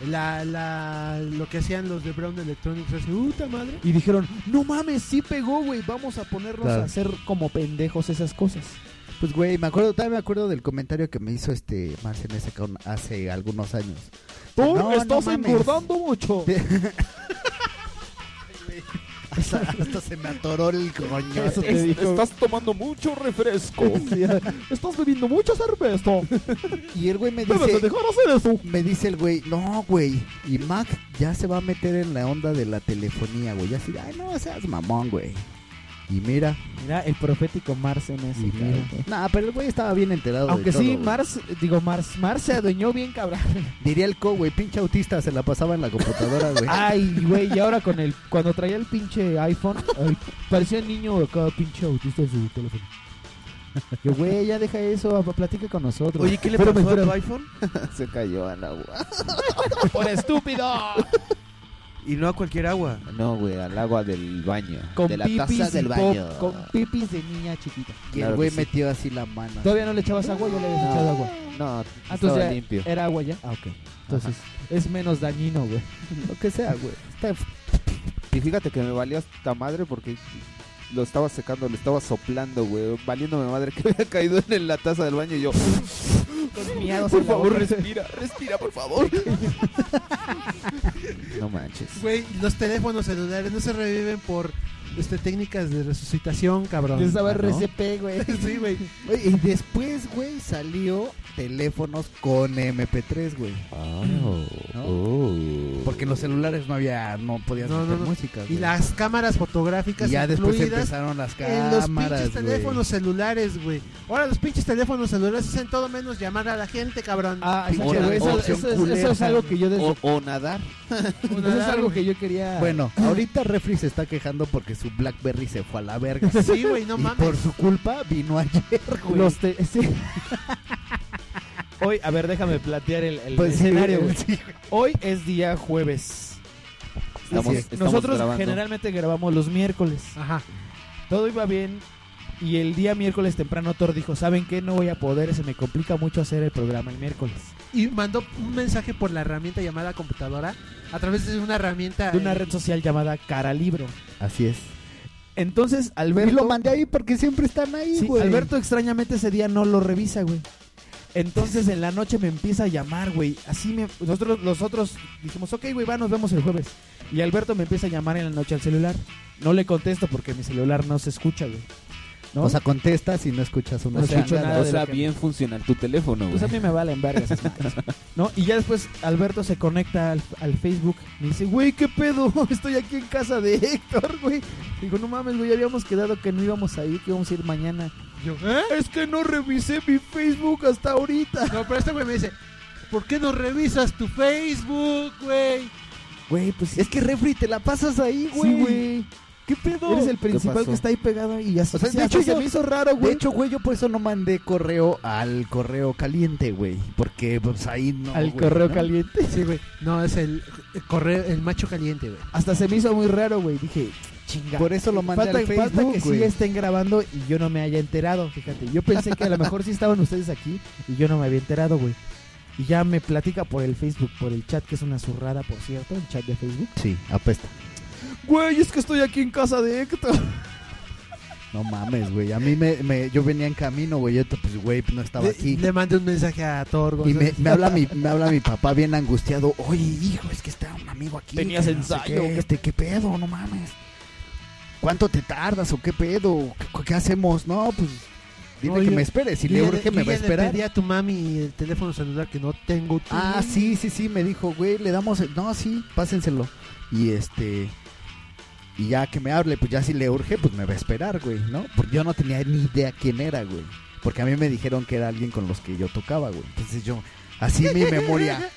Speaker 7: La, la, lo que hacían los de Brown Electronics hace, puta madre.
Speaker 3: Y dijeron, no mames, sí pegó, güey, vamos a ponernos
Speaker 6: Claro.
Speaker 3: a hacer como pendejos esas cosas.
Speaker 6: Pues, güey, me acuerdo, también me acuerdo del comentario que me hizo este Marcel SK un- hace algunos años.
Speaker 3: Tú
Speaker 6: No,
Speaker 3: me
Speaker 6: no
Speaker 3: estás
Speaker 6: mames.
Speaker 3: engordando mucho.
Speaker 6: Hasta, hasta se me atoró el coño.
Speaker 3: Eso te dijo.
Speaker 17: Estás tomando mucho refresco.
Speaker 3: Estás bebiendo mucha cerveza.
Speaker 6: Y el güey me
Speaker 3: Debes de
Speaker 6: dice,
Speaker 3: dejar hacer eso.
Speaker 6: me dice el güey, no, güey. Y Mac ya se va a meter en la onda de la telefonía, güey. Ya así, ay, no seas mamón, güey. Y mira,
Speaker 3: Mira, el profético Mars en ese.
Speaker 6: y mira. Nah, pero el güey estaba bien enterado. de
Speaker 3: Aunque
Speaker 6: todo,
Speaker 3: sí,
Speaker 6: güey.
Speaker 3: Mars, digo, Mars, Mars se adueñó bien, cabrón.
Speaker 6: Diría el co, güey, pinche autista se la pasaba en la computadora, güey.
Speaker 3: Ay, güey, y ahora con el, cuando traía el pinche iPhone, ay, parecía el niño acá, pinche autista en su teléfono. Yo, güey, ya deja eso, pa- platica con nosotros.
Speaker 29: Oye, ¿qué le
Speaker 3: Espérame,
Speaker 29: pasó a tu
Speaker 3: espérame.
Speaker 29: iPhone?
Speaker 17: Se cayó al agua.
Speaker 3: ¡Por estúpido!
Speaker 29: Y no a cualquier agua.
Speaker 17: No, güey, al agua del baño.
Speaker 3: Con
Speaker 17: de la taza
Speaker 3: pipis
Speaker 17: del
Speaker 3: y
Speaker 17: baño.
Speaker 3: pop- Con pipis de niña chiquita.
Speaker 6: y el
Speaker 17: claro
Speaker 6: güey
Speaker 17: que sí.
Speaker 6: metió así la mano.
Speaker 3: Todavía no le echabas agua, yo le habías echado agua.
Speaker 17: No,
Speaker 3: Ah,
Speaker 17: estaba
Speaker 3: entonces ya
Speaker 17: limpio.
Speaker 3: era agua ya. Ah, ok. Entonces, es menos dañino, güey.
Speaker 6: Lo que sea, güey. Está-
Speaker 17: Y fíjate que me valió hasta madre porque lo estaba secando, lo estaba soplando, güey. Valiéndome madre que había caído en la taza del baño y yo. por favor, respira, respira, por favor. no manches.
Speaker 7: Güey, los teléfonos celulares no se reviven por este, técnicas de resucitación, cabrón.
Speaker 6: De saber
Speaker 7: Ah, ¿no?
Speaker 6: RCP, güey.
Speaker 7: sí, güey.
Speaker 6: Oye, Y después, güey, salió teléfonos con MP3, güey.
Speaker 17: Ah, oh,
Speaker 6: ¿No? Porque en los celulares no había, no podías
Speaker 7: No,
Speaker 6: meter
Speaker 7: no, no.
Speaker 6: música,
Speaker 7: Y
Speaker 6: güey.
Speaker 7: las cámaras fotográficas
Speaker 6: Y ya después
Speaker 7: incluidas
Speaker 6: empezaron las
Speaker 7: en los
Speaker 6: cámaras,
Speaker 7: pinches
Speaker 6: güey.
Speaker 7: teléfonos celulares, güey. Ahora los pinches teléfonos celulares hacen todo menos llamar a la gente, cabrón.
Speaker 30: Ah,
Speaker 6: sí, güey, eso- eso es- eso es algo que yo desde-
Speaker 17: O, o nadar.
Speaker 30: Eso es algo que yo quería.
Speaker 6: Bueno, ahorita Refri se está quejando porque su Blackberry se fue a la verga.
Speaker 7: Sí, güey, no
Speaker 6: y
Speaker 7: mames.
Speaker 6: por su culpa vino ayer, güey.
Speaker 3: Los te- sí. Hoy, a ver, déjame plantear el, el
Speaker 6: Pues sí,
Speaker 3: escenario.
Speaker 6: güey,
Speaker 3: güey.
Speaker 6: sí, güey.
Speaker 3: Hoy es día jueves.
Speaker 17: Estamos-
Speaker 3: Así es.
Speaker 17: estamos
Speaker 3: Nosotros
Speaker 17: grabando.
Speaker 3: generalmente grabamos los miércoles.
Speaker 7: Ajá.
Speaker 3: Todo iba bien. Y el día miércoles temprano Thor dijo, ¿saben qué? No voy a poder, se me complica mucho hacer el programa el miércoles.
Speaker 7: Y mandó un mensaje por la herramienta llamada computadora a través de una herramienta
Speaker 3: De una
Speaker 7: eh,
Speaker 3: red social llamada Cara Libro.
Speaker 6: Así es.
Speaker 3: Entonces, Alberto...
Speaker 6: Y lo mandé ahí porque siempre están ahí,
Speaker 3: Sí,
Speaker 6: güey.
Speaker 3: Alberto extrañamente ese día no lo revisa, güey. Entonces en la noche me empieza a llamar, güey. Así me... Nosotros, los otros dijimos, ok, güey, va, nos vemos el jueves. Y Alberto me empieza a llamar en la noche al celular. No le contesto porque mi celular no se escucha, güey. ¿No?
Speaker 6: O sea, contestas y no escuchas una
Speaker 3: No escucho
Speaker 6: chingada.
Speaker 3: nada
Speaker 17: O
Speaker 3: de
Speaker 17: sea,
Speaker 3: lo que-
Speaker 17: bien funcional tu teléfono, güey.
Speaker 3: Pues a mí me valen vergas esas madres, ¿No? Y ya después Alberto se conecta al, al Facebook. Me dice, güey, ¿qué pedo? Estoy aquí en casa de Héctor, güey. Digo, no mames, güey, habíamos quedado que no íbamos a ir, que íbamos a ir mañana.
Speaker 7: Yo, "¿Eh?
Speaker 3: Es que no revisé mi Facebook hasta ahorita.
Speaker 7: No, pero este güey me dice, ¿por qué no revisas tu Facebook, güey?
Speaker 3: Güey, pues
Speaker 6: Es que Refri te la pasas ahí, güey.
Speaker 3: Sí, güey.
Speaker 6: ¿Qué pedo?
Speaker 3: Eres el principal
Speaker 17: pasó?
Speaker 3: que está ahí pegado y así
Speaker 6: O sea,
Speaker 3: sí,
Speaker 6: de
Speaker 3: hasta
Speaker 6: hecho,
Speaker 3: se
Speaker 6: yo-
Speaker 3: me hizo raro,
Speaker 6: De
Speaker 3: güey.
Speaker 6: hecho, güey, yo por eso no mandé correo al correo caliente, güey. Porque pues ahí no.
Speaker 3: al
Speaker 6: güey,
Speaker 3: correo
Speaker 6: ¿no?
Speaker 3: caliente.
Speaker 7: Sí, güey. No, es el, el correo, el macho caliente, güey.
Speaker 3: Hasta se me hizo muy raro, güey. Dije, chinga.
Speaker 6: Por eso lo mandé
Speaker 3: Falta,
Speaker 6: al
Speaker 3: falta
Speaker 6: Facebook,
Speaker 3: que
Speaker 6: güey.
Speaker 3: sí estén grabando y yo no me haya enterado, fíjate. Yo pensé que a lo mejor sí estaban ustedes aquí y yo no me había enterado, güey. Y ya me platica por el Facebook, por el chat, que es una zurrada, por cierto, el chat de Facebook.
Speaker 6: Sí, apesta.
Speaker 3: Güey, es que estoy aquí en casa de Héctor.
Speaker 6: No mames, güey. A mí me, me- yo venía en camino, güey. Yo pues, güey, no estaba
Speaker 7: Le,
Speaker 6: aquí.
Speaker 7: le mandé un mensaje a Thor,
Speaker 6: Y me,
Speaker 7: González.
Speaker 6: me habla mi, me habla mi papá bien angustiado. Oye, hijo, es que está un amigo aquí.
Speaker 3: Tenías
Speaker 6: que no sé
Speaker 3: ensayo,
Speaker 6: qué,
Speaker 3: ¿qué?
Speaker 6: este, qué pedo, no mames. ¿Cuánto te tardas o qué pedo? ¿Qué, qué hacemos? No, pues dile
Speaker 7: No,
Speaker 6: que
Speaker 7: yo-
Speaker 6: me espere. Si
Speaker 7: Yo
Speaker 6: le
Speaker 7: ya
Speaker 6: urge,
Speaker 7: yo
Speaker 6: me va
Speaker 7: ya
Speaker 6: a
Speaker 7: Le
Speaker 6: esperar.
Speaker 7: pedí a tu mami el teléfono celular que no tengo. tu
Speaker 6: Ah,
Speaker 7: mami.
Speaker 6: sí, sí, sí, me dijo, güey, le damos, el- no, sí, pásenselo. Y este, y ya que me hable, pues ya si le urge, pues me va a esperar, güey, ¿no? Porque yo no tenía ni idea quién era, güey. Porque a mí me dijeron que era alguien con los que yo tocaba, güey. Entonces yo, así mi memoria,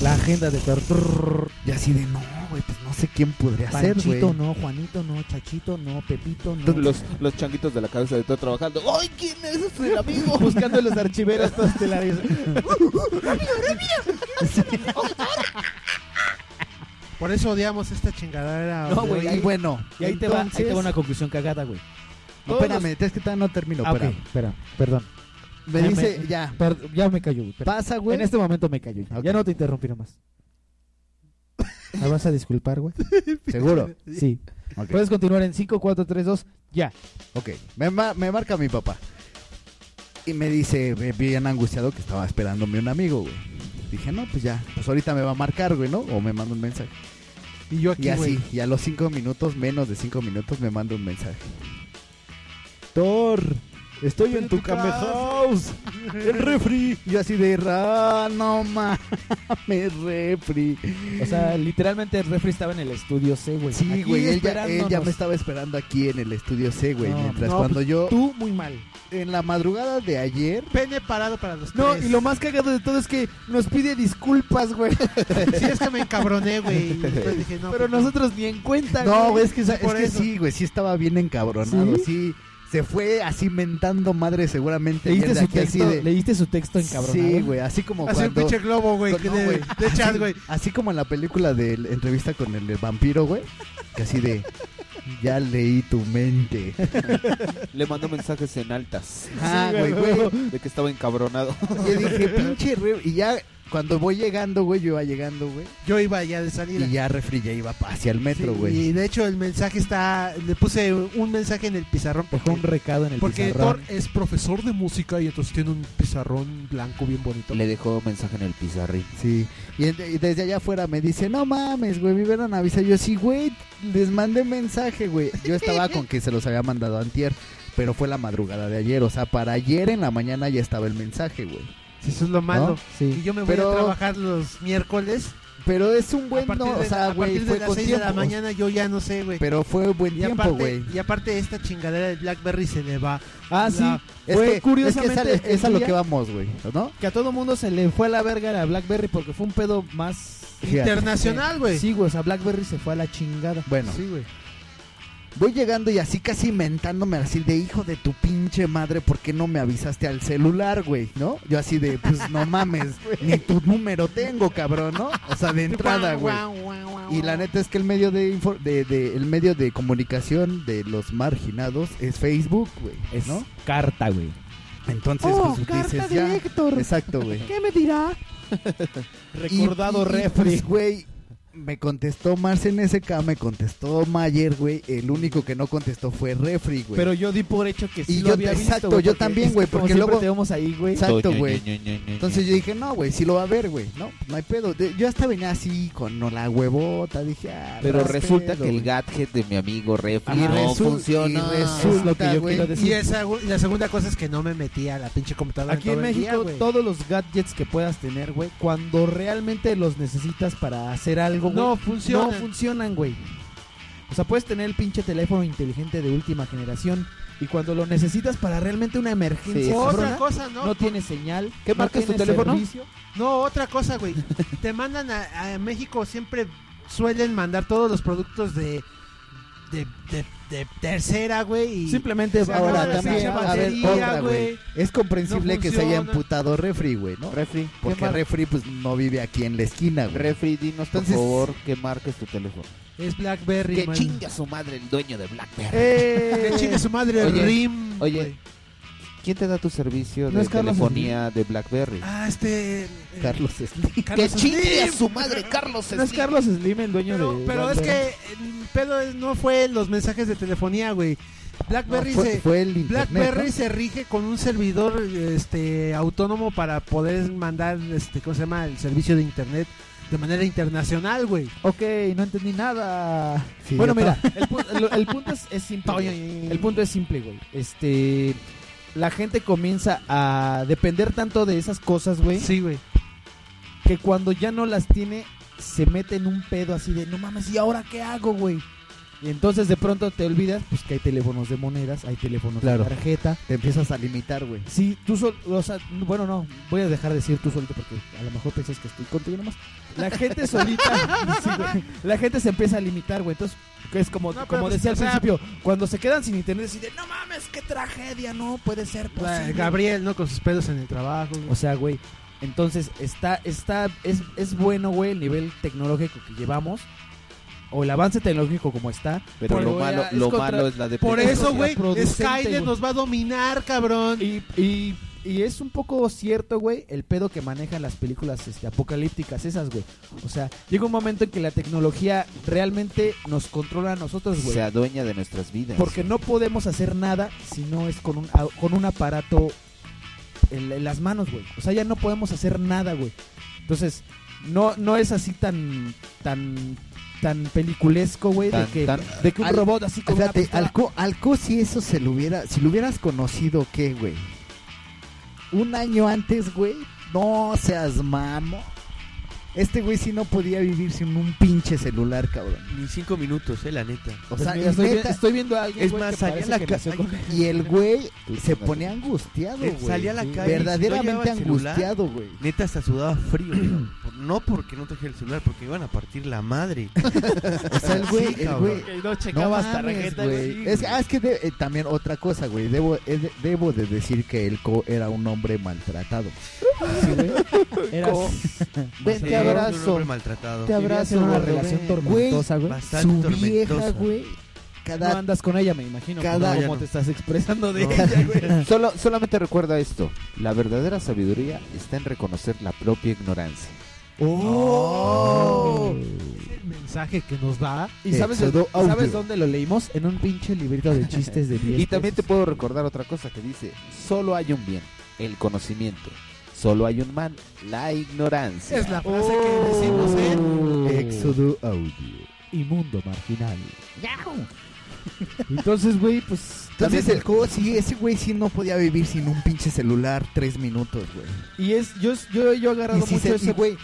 Speaker 3: La agenda de Thor.
Speaker 6: y así de, no, güey, pues no sé quién podría ser, güey.
Speaker 3: Panchito no, Juanito no, Chachito no, Pepito no.
Speaker 17: Los, los changuitos de la cabeza de todo trabajando. ¡Ay, quién es ese amigo!
Speaker 3: Buscando los archiveros este- todos telarios.
Speaker 7: Por eso odiamos esta chingadera.
Speaker 3: No, güey,
Speaker 7: de hoy.
Speaker 6: Y bueno,
Speaker 3: Y ahí, te va, ahí te va una conclusión cagada, güey.
Speaker 6: No, espérame, es que todavía no termino,
Speaker 3: Ah, ok,
Speaker 6: espérame.
Speaker 3: espera, perdón.
Speaker 6: Me
Speaker 3: Ya
Speaker 6: dice,
Speaker 3: me-
Speaker 6: ya,
Speaker 3: Per- ya me cayó, güey. perdón.
Speaker 6: pasa, güey.
Speaker 3: En este momento me cayó. Ya,
Speaker 6: Ok.
Speaker 3: Ya no te interrumpí nomás. ¿Me vas a disculpar, güey?
Speaker 6: Seguro.
Speaker 3: Sí.
Speaker 6: Ok.
Speaker 3: Puedes continuar en 5, 4, 3, 2, ya.
Speaker 6: Ok, me, ma- me marca mi papá. Y me dice, eh, bien angustiado, que estaba esperándome un amigo, güey. Dije, no, pues ya, pues ahorita me va a marcar, güey, ¿no? O me manda un mensaje.
Speaker 7: Y yo aquí,
Speaker 6: y así,
Speaker 7: güey.
Speaker 6: y a los cinco minutos, menos de cinco minutos, me manda un mensaje. Thor, estoy en tu Kame House, el refri. Y yo así de, ah, no mames, refri.
Speaker 3: O sea, literalmente el refri estaba en el estudio C, güey.
Speaker 6: Sí,
Speaker 3: Aquí
Speaker 6: güey, él ya, él ya
Speaker 3: esperándonos.
Speaker 6: me estaba esperando aquí en el estudio C, güey.
Speaker 3: No,
Speaker 6: mientras
Speaker 3: no, pues,
Speaker 6: cuando yo,
Speaker 3: Tú muy mal.
Speaker 6: en la madrugada de ayer, pues,
Speaker 7: Pene parado para los
Speaker 3: No,
Speaker 7: tres.
Speaker 3: y lo más cagado de todo es que nos pide disculpas, güey.
Speaker 7: Sí, es que me encabroné, güey. y después dije, no,
Speaker 3: Pero
Speaker 7: pues,
Speaker 3: nosotros ni en cuenta,
Speaker 6: No, güey, es que, sa- es
Speaker 7: por
Speaker 6: que
Speaker 7: eso.
Speaker 6: sí, güey, sí estaba bien encabronado, sí. Se fue así mentando madre seguramente.
Speaker 3: Leíste
Speaker 6: ayer de
Speaker 3: su,
Speaker 6: aquí así
Speaker 3: texto,
Speaker 6: de-
Speaker 3: leíste su texto encabronado.
Speaker 6: Sí, güey, así como
Speaker 7: Hace un
Speaker 6: cuando...
Speaker 7: pinche globo, güey.
Speaker 6: cuando-
Speaker 7: que
Speaker 6: no,
Speaker 7: de,
Speaker 6: güey,
Speaker 7: de chat,
Speaker 6: así-
Speaker 7: güey.
Speaker 6: Así como en la película de la entrevista con el vampiro, güey. Que así de... Ya leí tu mente.
Speaker 17: Le mandó mensajes en altas
Speaker 6: Ah, güey, güey.
Speaker 17: de que estaba encabronado.
Speaker 6: Y dije, pinche re- Y ya
Speaker 2: Cuando voy llegando, güey, yo iba llegando, güey.
Speaker 7: Yo iba ya de salida.
Speaker 2: Y ya refri ya iba hacia el metro,
Speaker 7: Sí,
Speaker 2: güey.
Speaker 7: Y de hecho el mensaje está, le puse un mensaje en el pizarrón. Porque,
Speaker 6: un recado en el
Speaker 7: porque
Speaker 6: pizarrón.
Speaker 7: Thor es profesor de música y entonces tiene un pizarrón blanco bien bonito.
Speaker 3: Le dejó mensaje en el pizarrín.
Speaker 2: Sí. Y, en- y desde allá afuera me dice, no mames, güey, me hubieran avisado. Yo sí, güey, les mandé mensaje, güey. Yo estaba con que se los había mandado antier, pero fue la madrugada de ayer. O sea, para ayer en la mañana ya estaba el mensaje, güey.
Speaker 7: Si eso es lo malo.
Speaker 2: ¿No?
Speaker 7: Y yo me voy
Speaker 2: Pero-
Speaker 7: a trabajar los miércoles.
Speaker 2: Pero es un buen,
Speaker 7: a partir
Speaker 2: no,
Speaker 7: de,
Speaker 2: o sea,
Speaker 7: a
Speaker 2: güey,
Speaker 7: partir de
Speaker 2: fue
Speaker 7: las
Speaker 2: con
Speaker 7: 6 de la
Speaker 2: tiempo.
Speaker 7: mañana yo ya no sé, güey.
Speaker 2: Pero fue buen
Speaker 7: Y
Speaker 2: tiempo,
Speaker 7: aparte-
Speaker 2: güey.
Speaker 7: Y aparte esta chingadera del BlackBerry se le va.
Speaker 6: Ah, sí.
Speaker 7: La-
Speaker 6: Es Fue que- curiosamente
Speaker 2: es que es, a- es a
Speaker 6: el
Speaker 2: lo
Speaker 6: día-
Speaker 2: que vamos, güey, ¿no?
Speaker 6: Que a todo mundo se le fue a la verga a BlackBerry porque fue un pedo más...
Speaker 2: Fíjate.
Speaker 7: Internacional, güey.
Speaker 6: Sí, güey, o sea, BlackBerry se fue a la chingada.
Speaker 2: Bueno.
Speaker 7: Sí, güey.
Speaker 2: Voy llegando y así casi mentándome así de hijo de tu pinche madre, ¿por qué no me avisaste al celular, güey? ¿No? Yo así de, pues no mames, ni tu número tengo, cabrón, ¿no? O sea, de entrada, güey. Y la neta es que el medio de, info- de, de- el medio de comunicación de los marginados es Facebook, güey,
Speaker 6: Es
Speaker 2: ¿no?
Speaker 6: carta, güey.
Speaker 2: Entonces,
Speaker 5: Oh,
Speaker 2: pues,
Speaker 5: carta
Speaker 2: dices,
Speaker 5: de
Speaker 2: ya.
Speaker 5: Héctor.
Speaker 2: Exacto, güey.
Speaker 5: ¿Qué me dirá?
Speaker 6: Recordado
Speaker 2: Y- y- y,
Speaker 6: refri.
Speaker 2: pues, güey, me contestó Marce NSK, me contestó Mayer, güey. El único que no contestó fue refri, güey.
Speaker 6: Pero yo di por hecho que sí
Speaker 2: Y
Speaker 6: lo
Speaker 2: yo-
Speaker 6: había visto,
Speaker 2: exacto,
Speaker 6: güey,
Speaker 2: yo
Speaker 6: porque
Speaker 2: también,
Speaker 6: es que
Speaker 2: güey,
Speaker 6: como
Speaker 2: porque
Speaker 6: siempre
Speaker 2: luego-
Speaker 6: te vemos ahí, güey.
Speaker 2: Exacto, güey. Entonces yo dije, no, güey, sí lo va a ver, güey. No, no hay pedo. De- yo hasta venía así con la huevota, dije, ah,
Speaker 3: Pero
Speaker 2: ras
Speaker 3: resulta
Speaker 2: pedo,
Speaker 3: que el
Speaker 2: güey.
Speaker 3: gadget de mi amigo Refri
Speaker 2: Y
Speaker 3: no
Speaker 2: resul-
Speaker 3: funciona.
Speaker 2: y
Speaker 3: Es
Speaker 2: resulta,
Speaker 3: lo que yo
Speaker 2: güey.
Speaker 3: quiero
Speaker 7: Y, esa, y la segunda cosa es que no me metí a la pinche computadora.
Speaker 6: Aquí
Speaker 7: todo
Speaker 6: en
Speaker 7: el día,
Speaker 6: México,
Speaker 7: güey.
Speaker 6: todos los gadgets que puedas tener, güey, cuando realmente los necesitas para hacer algo, güey,
Speaker 7: No funcionan.
Speaker 6: No funcionan, güey. O sea, puedes tener el pinche teléfono inteligente de última generación y cuando lo necesitas para realmente una emergencia,
Speaker 3: Sí,
Speaker 7: Otra
Speaker 6: cabrona,
Speaker 7: cosa, ¿no?
Speaker 6: no tiene señal.
Speaker 3: ¿Qué
Speaker 6: no
Speaker 3: marca es tu
Speaker 6: tiene
Speaker 3: teléfono?
Speaker 6: servicio.
Speaker 7: No, otra cosa, güey. Te mandan a, a México, siempre suelen mandar todos los productos de. de, de- de tercera, güey. y-
Speaker 6: Simplemente
Speaker 7: se acaba
Speaker 2: Ahora
Speaker 7: la
Speaker 2: también,
Speaker 7: pinche
Speaker 2: a ver,
Speaker 7: batería,
Speaker 2: otra, güey. Es comprensible
Speaker 7: No
Speaker 2: que se haya
Speaker 7: funciona.
Speaker 2: emputado refri, güey, ¿no?
Speaker 3: Refri,
Speaker 2: Porque
Speaker 3: ¿qué mar-
Speaker 2: refri, pues, no vive aquí en la esquina, güey.
Speaker 3: Refri, dinos
Speaker 2: Entonces-
Speaker 3: por favor que marques tu teléfono.
Speaker 7: Es Blackberry,
Speaker 3: Que
Speaker 7: man.
Speaker 3: chingue a su madre el dueño de BlackBerry.
Speaker 7: Que chingue su madre
Speaker 3: Oye,
Speaker 7: RIM.
Speaker 3: oye.
Speaker 7: güey.
Speaker 3: ¿Quién te da tu servicio
Speaker 6: ¿No
Speaker 3: de
Speaker 6: es Carlos
Speaker 3: telefonía de BlackBerry?
Speaker 7: Ah, este. eh,
Speaker 2: Carlos Slim.
Speaker 7: Carlos Slim.
Speaker 3: madre Carlos
Speaker 6: No es Carlos Slim el dueño
Speaker 7: Pero,
Speaker 6: de
Speaker 7: pero es que el pedo es- no fue los mensajes de telefonía, güey. Blackberry
Speaker 2: fue,
Speaker 7: se.
Speaker 2: fue el internet,
Speaker 7: BlackBerry
Speaker 2: ¿no?
Speaker 7: se rige con un servidor este autónomo para poder mandar este ¿cómo se llama? el servicio de internet de manera internacional, güey.
Speaker 6: Ok, no entendí nada.
Speaker 2: Sí,
Speaker 6: bueno,
Speaker 2: yo
Speaker 6: mira, el, pu- lo- el punto es, es simple. güey. El punto es simple, güey. Este, la gente comienza a depender tanto de esas cosas, güey,
Speaker 7: Sí, güey.
Speaker 6: que cuando ya no las tiene se mete en un pedo así de, no mames, ¿y ahora qué hago, güey? Y entonces de pronto te olvidas pues que hay teléfonos de monedas, hay teléfonos
Speaker 2: Claro.
Speaker 6: de tarjeta.
Speaker 2: Te empiezas a limitar, güey.
Speaker 6: Sí, tú sol, o sea, n- bueno, no, voy a dejar de decir tú solito porque a lo mejor piensas que estoy contigo nomás. La gente solita, sí, güey, la gente se empieza a limitar, güey. Entonces, que es como,
Speaker 7: No, pero
Speaker 6: como
Speaker 7: pues,
Speaker 6: decía al
Speaker 7: o sea-
Speaker 6: principio, cuando se quedan sin internet, así de, no mames, qué tragedia, no puede ser posible.
Speaker 7: Gabriel, ¿no? Con sus pedos en el trabajo. güey.
Speaker 6: O sea, güey, entonces está, está, es, es bueno, güey, el nivel tecnológico que llevamos. O el avance tecnológico como está.
Speaker 3: Pero
Speaker 6: Pero
Speaker 3: lo
Speaker 6: era-
Speaker 3: malo,
Speaker 6: es
Speaker 3: lo
Speaker 6: contra-
Speaker 3: malo es la
Speaker 7: Por
Speaker 3: dependencia.
Speaker 7: eso, güey,
Speaker 6: producente,
Speaker 7: Skynet
Speaker 6: güey.
Speaker 7: nos va a dominar, cabrón.
Speaker 6: Y, y- y es un poco cierto, güey, el pedo que manejan las películas este, apocalípticas esas, güey. O sea, llega un momento en que la tecnología realmente nos controla a nosotros, güey.
Speaker 3: Se adueña de nuestras vidas.
Speaker 6: Porque no podemos hacer nada si no es con un, a- con un aparato en, en las manos, güey. O sea, ya no podemos hacer nada, güey. Entonces, no, no es así tan, tan, tan peliculesco, güey, de
Speaker 3: Tan-
Speaker 6: que,
Speaker 3: tan-
Speaker 6: de que un
Speaker 2: Al-
Speaker 6: robot así como una
Speaker 2: Fíjate,
Speaker 6: pistola-
Speaker 2: Alco, Alco, si eso se lo hubiera, si lo hubieras conocido, ¿qué, güey? Un año antes, güey, no seas mamo. Este güey sí no podía vivir sin un pinche celular, cabrón.
Speaker 8: Ni cinco minutos, eh, la neta.
Speaker 2: O
Speaker 6: Pues
Speaker 2: sea,
Speaker 6: mira,
Speaker 2: y
Speaker 6: estoy, vi-
Speaker 2: neta-
Speaker 6: estoy viendo a alguien
Speaker 8: Es
Speaker 6: güey,
Speaker 8: más,
Speaker 6: que
Speaker 8: salí a
Speaker 6: parece
Speaker 8: la
Speaker 6: que
Speaker 8: ca-
Speaker 6: nació con-
Speaker 2: y el güey se ponía angustiado,
Speaker 8: Eh,
Speaker 2: güey.
Speaker 8: salía a la
Speaker 2: Sí.
Speaker 8: calle y si no
Speaker 2: Verdaderamente
Speaker 8: llevaba el celular,
Speaker 2: angustiado, güey.
Speaker 8: Neta hasta sudaba frío. güey. Por- no porque no traje el celular, porque iban a partir la madre.
Speaker 2: O sea, el güey,
Speaker 8: Sí,
Speaker 2: el
Speaker 8: cabrón.
Speaker 2: güey.
Speaker 6: no
Speaker 2: No mames, güey. Es, ah, es que de- eh, también otra cosa, güey. Debo, eh, de- debo de decir que el co era un hombre maltratado.
Speaker 6: Era
Speaker 2: Ven,
Speaker 8: Sí,
Speaker 2: te
Speaker 8: era Un
Speaker 2: abrazo.
Speaker 8: hombre maltratado.
Speaker 2: Te abrazo,
Speaker 6: una
Speaker 2: güey.
Speaker 6: relación
Speaker 2: Güey,
Speaker 6: tormentosa, güey.
Speaker 8: Bastante
Speaker 2: Su
Speaker 8: tormentosa.
Speaker 2: vieja, güey,
Speaker 6: no andas con ella, me imagino.
Speaker 3: cada-
Speaker 6: como te estás expresando de ella, güey.
Speaker 3: Solo, solamente recuerda esto. La verdadera sabiduría está en reconocer la propia ignorancia.
Speaker 6: ¡Oh! Eh,
Speaker 7: El mensaje que nos da.
Speaker 6: ¿Y sabes,
Speaker 3: Éxodo audio.
Speaker 6: ¿sabes dónde lo leímos? En un pinche librito de chistes de 10
Speaker 3: Y también te puedo recordar otra cosa que dice, solo hay un bien, el conocimiento. Solo hay un mal, la ignorancia.
Speaker 7: Es la frase que
Speaker 6: Oh,
Speaker 7: decimos en
Speaker 2: Éxodo audio.
Speaker 6: Inmundo marginal. Entonces, güey, pues...
Speaker 2: También
Speaker 6: también-
Speaker 2: el juego, sí, ese güey sí no podía vivir sin un pinche celular tres minutos, güey.
Speaker 6: Y es, yo, yo, yo he agarrado
Speaker 2: Y si
Speaker 6: mucho
Speaker 2: se,
Speaker 6: ese...
Speaker 2: y, güey,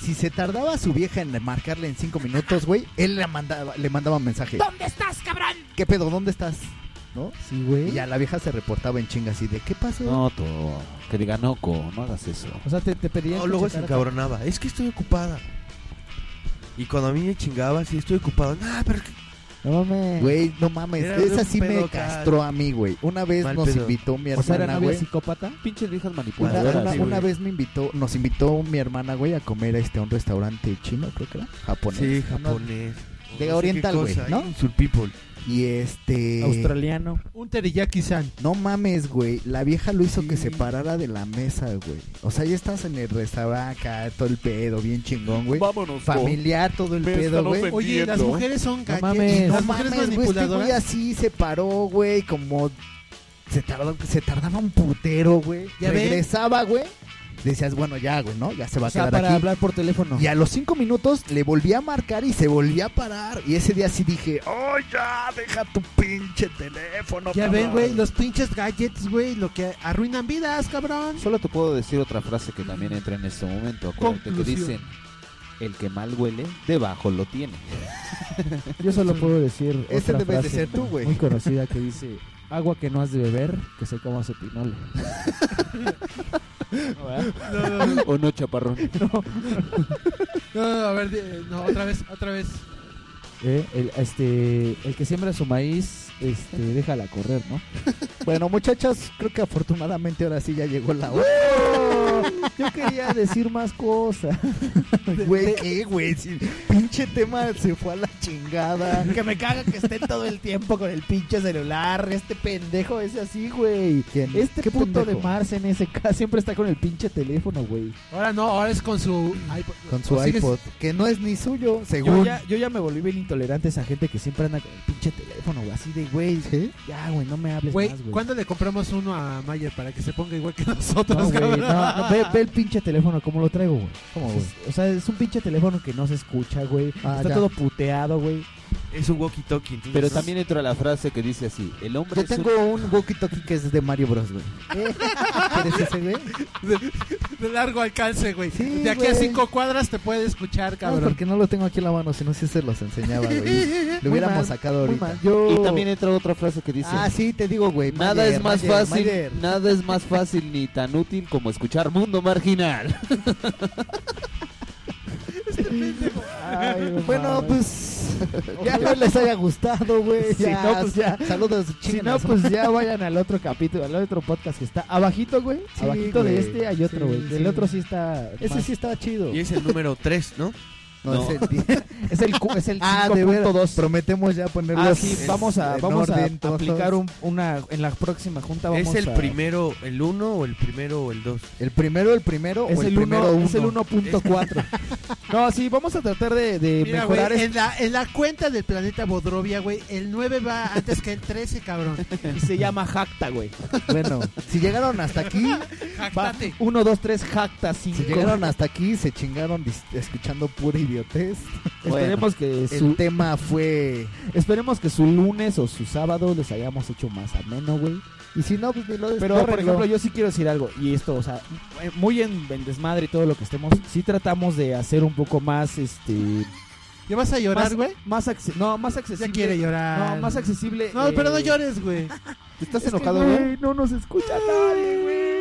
Speaker 2: si se tardaba su vieja en marcarle en cinco minutos, güey, él le mandaba, le mandaba un mensaje.
Speaker 9: ¿Dónde estás, cabrón?
Speaker 2: ¿Qué pedo? ¿Dónde estás? ¿No?
Speaker 6: Sí, güey.
Speaker 2: Y ya la vieja se reportaba en chinga así de, ¿qué pasó?
Speaker 3: No, to, que diga noco, no hagas eso.
Speaker 6: O sea, te, te pedían...
Speaker 8: O luego
Speaker 6: que
Speaker 8: se
Speaker 6: checara-
Speaker 8: encabronaba. Es que estoy ocupada. Y cuando a mí me chingaba, sí, estoy ocupado. Nah, pero que-
Speaker 6: No mames.
Speaker 2: Güey, no mames,
Speaker 8: Era
Speaker 2: esa
Speaker 8: un
Speaker 2: sí
Speaker 8: pedo
Speaker 2: me
Speaker 8: acá.
Speaker 2: castró a mí, güey. Una vez
Speaker 8: Mal
Speaker 2: nos
Speaker 8: pedo.
Speaker 2: invitó mi
Speaker 6: O sea, ¿era
Speaker 2: hermana,
Speaker 6: novia
Speaker 2: güey.
Speaker 6: psicópata?
Speaker 3: Pinches viejas
Speaker 2: Una,
Speaker 3: manipuladoras.
Speaker 2: una-
Speaker 8: sí,
Speaker 2: una
Speaker 8: güey.
Speaker 2: vez me invitó, nos invitó mi hermana, güey, a comer este, a un restaurante chino, creo que era, japonés.
Speaker 8: Sí,
Speaker 2: Ah, no,
Speaker 8: japonés. O no
Speaker 2: De
Speaker 8: sé
Speaker 2: oriental,
Speaker 8: qué
Speaker 2: güey,
Speaker 8: cosa,
Speaker 2: ¿no?
Speaker 8: ahí en Sur People.
Speaker 2: Y este...
Speaker 6: Australiano.
Speaker 7: Un teriyaki-san.
Speaker 2: No mames, güey. La vieja lo hizo que se parara de la mesa, güey. O sea, ya estás en el restaurante acá, todo el pedo, bien chingón, güey.
Speaker 31: Vámonos.
Speaker 2: Familiar, todo el
Speaker 31: Me
Speaker 2: pedo,
Speaker 31: están
Speaker 2: güey.
Speaker 31: ofendiendo.
Speaker 7: Oye, las
Speaker 31: Entiendo.
Speaker 7: mujeres son galletas.
Speaker 6: mames.
Speaker 7: las
Speaker 2: No
Speaker 7: mujeres
Speaker 2: mames, güey. Este
Speaker 7: manipuladoras.
Speaker 2: güey así se paró, güey, como... Se, tardó, se tardaba un putero, güey.
Speaker 7: Ya ven.
Speaker 2: Regresaba, güey. Decías, bueno, ya, güey, ¿no? Ya se va
Speaker 6: O
Speaker 2: a
Speaker 6: sea,
Speaker 2: quedar
Speaker 6: para
Speaker 2: aquí.
Speaker 6: hablar por teléfono.
Speaker 2: Y a los cinco minutos le volví a marcar y se volvía a parar. Y ese día sí dije, oh, ya, deja tu pinche teléfono.
Speaker 7: ya
Speaker 2: cabrón".
Speaker 7: ven, güey, los pinches gadgets, güey, lo que arruinan vidas, cabrón.
Speaker 3: Solo te puedo decir otra frase que también entra en este momento. Acuérdate que
Speaker 7: Conclusión.
Speaker 3: dicen, el que mal huele, debajo lo tiene.
Speaker 6: Yo solo puedo decir.
Speaker 2: Ese debes
Speaker 6: otra
Speaker 2: Este de
Speaker 6: frase
Speaker 2: ser tú, güey.
Speaker 6: Muy conocida que dice: Agua que no has de beber, que se coma su pinole. No, ¿verdad?
Speaker 3: o no, chaparrón.
Speaker 7: No, no, a ver, di- no, otra vez, otra vez.
Speaker 6: Eh, el, este, el que siembra su maíz, este, déjala correr, ¿no?
Speaker 2: Bueno, muchachas, creo que afortunadamente ahora sí ya llegó la hora.
Speaker 6: Yo quería decir más cosas.
Speaker 2: Güey, ¿qué, güey? Si pinche tema se fue a la chingada.
Speaker 6: Que me caga que esté todo el tiempo con el pinche celular. Este pendejo es así, güey.
Speaker 2: ¿Quién?
Speaker 6: Este
Speaker 2: ¿Qué
Speaker 6: punto
Speaker 2: pendejo?
Speaker 6: de Marce en ese caso siempre está con el pinche teléfono, güey.
Speaker 7: Ahora no, ahora es con su iPod.
Speaker 2: Con su
Speaker 7: ¿O sigues?
Speaker 2: iPod, que no es ni suyo,
Speaker 6: Yo
Speaker 2: según.
Speaker 6: ya, yo ya me volví bien intolerante a esa gente que siempre anda con el pinche teléfono, güey. Así de, güey, ya, güey, no me hables
Speaker 7: Güey,
Speaker 6: más, güey.
Speaker 7: ¿cuándo le compramos uno a Mayer para que se ponga igual que nosotros,
Speaker 6: No, güey,
Speaker 7: cabrón?
Speaker 6: no, no, ve, ve el pinche teléfono, ¿cómo lo traigo, güey?
Speaker 2: ¿Cómo,
Speaker 6: O sea,
Speaker 2: güey?
Speaker 6: es- O sea, es un pinche teléfono que no se escucha, güey.
Speaker 2: Ah,
Speaker 6: Está
Speaker 2: ya.
Speaker 6: todo puteado, güey.
Speaker 8: Es un walkie-talkie. entonces
Speaker 3: Pero
Speaker 8: no-
Speaker 3: también entra la frase que dice así, el hombre
Speaker 2: Yo
Speaker 3: es un-
Speaker 2: tengo un walkie-talkie que es de Mario Bros, güey. ¿Quieres ese, güey?
Speaker 7: De, de largo alcance, güey.
Speaker 2: Sí,
Speaker 7: de aquí a
Speaker 2: güey.
Speaker 7: cinco cuadras te puede escuchar,
Speaker 2: No,
Speaker 7: cabrón.
Speaker 2: porque no lo tengo aquí en la mano, si no, sí se los enseñaba, güey. Lo
Speaker 6: Muy
Speaker 2: hubiéramos
Speaker 6: mal,
Speaker 2: sacado
Speaker 6: muy
Speaker 2: ahorita.
Speaker 6: mal. Yo...
Speaker 3: Y también entra otra frase que dice,
Speaker 2: Ah, sí, te digo, güey.
Speaker 3: nada
Speaker 2: Mayer,
Speaker 3: es más
Speaker 2: Mayer,
Speaker 3: fácil,
Speaker 2: Mayer.
Speaker 3: nada es más fácil ni tan útil como escuchar Mundo Marginal.
Speaker 6: Ay, no
Speaker 2: Bueno,
Speaker 6: mames.
Speaker 2: pues. Ya no les haya gustado, güey.
Speaker 6: Si
Speaker 2: Ya,
Speaker 6: no, pues ya.
Speaker 2: Saludos,
Speaker 6: Si
Speaker 2: chinguen a
Speaker 6: no,
Speaker 2: su
Speaker 6: pues ya vayan al otro capítulo, al otro podcast que está abajito, güey.
Speaker 2: Sí,
Speaker 6: abajito de
Speaker 2: güey.
Speaker 6: este hay otro,
Speaker 2: Sí,
Speaker 6: güey. Del
Speaker 2: sí.
Speaker 6: otro sí está...
Speaker 2: Ese
Speaker 6: más-
Speaker 2: sí estaba chido.
Speaker 8: Y es el número 3, ¿no?
Speaker 2: No,
Speaker 3: No.
Speaker 2: es el di-
Speaker 6: Es el, cu- es el
Speaker 2: Ah, de veras.
Speaker 6: 5.2.
Speaker 2: Prometemos ya ponerlos.
Speaker 6: Ah, sí,
Speaker 2: en-
Speaker 6: vamos a,
Speaker 2: en
Speaker 6: vamos a
Speaker 2: orden todos.
Speaker 6: aplicar un- una... En la próxima junta vamos
Speaker 8: ¿Es el
Speaker 6: a...
Speaker 8: primero, el 1 o el primero o el 2?
Speaker 2: El primero, el primero
Speaker 6: Es
Speaker 2: o el,
Speaker 6: el, uno-
Speaker 2: primero uno.
Speaker 6: es el 1.4. no, sí, vamos a tratar de, de
Speaker 7: Mira, güey,
Speaker 6: mejorar este-
Speaker 7: en la, en la cuenta del planeta Bodrovia, güey, el 9 va antes que el 13, cabrón.
Speaker 6: y se llama Jacta, güey.
Speaker 2: Bueno, si llegaron hasta aquí,
Speaker 6: Va,
Speaker 7: Jactate.
Speaker 6: 1, 2, 3, Jacta 5.
Speaker 2: si llegaron hasta aquí, se chingaron dis- escuchando pura idiotez.
Speaker 6: Esperemos, que
Speaker 2: El
Speaker 6: su,
Speaker 2: tema fue.
Speaker 6: esperemos que su lunes o su sábado les hayamos hecho más ameno, güey.
Speaker 2: Y si no, pues ni lo
Speaker 6: Pero, por
Speaker 2: descórrenlo.
Speaker 6: ejemplo, yo sí quiero decir algo. Y esto, o sea, eh, muy en, en desmadre y todo lo que estemos, sí tratamos de hacer un poco más, este...
Speaker 7: ¿Ya vas a
Speaker 6: Más,
Speaker 7: llorar, güey?
Speaker 6: más acce- no, más
Speaker 7: Ya
Speaker 6: accesible.
Speaker 7: quiere llorar.
Speaker 6: eh, No, más accesible.
Speaker 7: No,
Speaker 6: eh,
Speaker 7: pero no llores, güey.
Speaker 3: ¿Estás
Speaker 6: Es que,
Speaker 3: enojado,
Speaker 6: güey,
Speaker 3: güey?
Speaker 6: No nos escucha nadie, güey.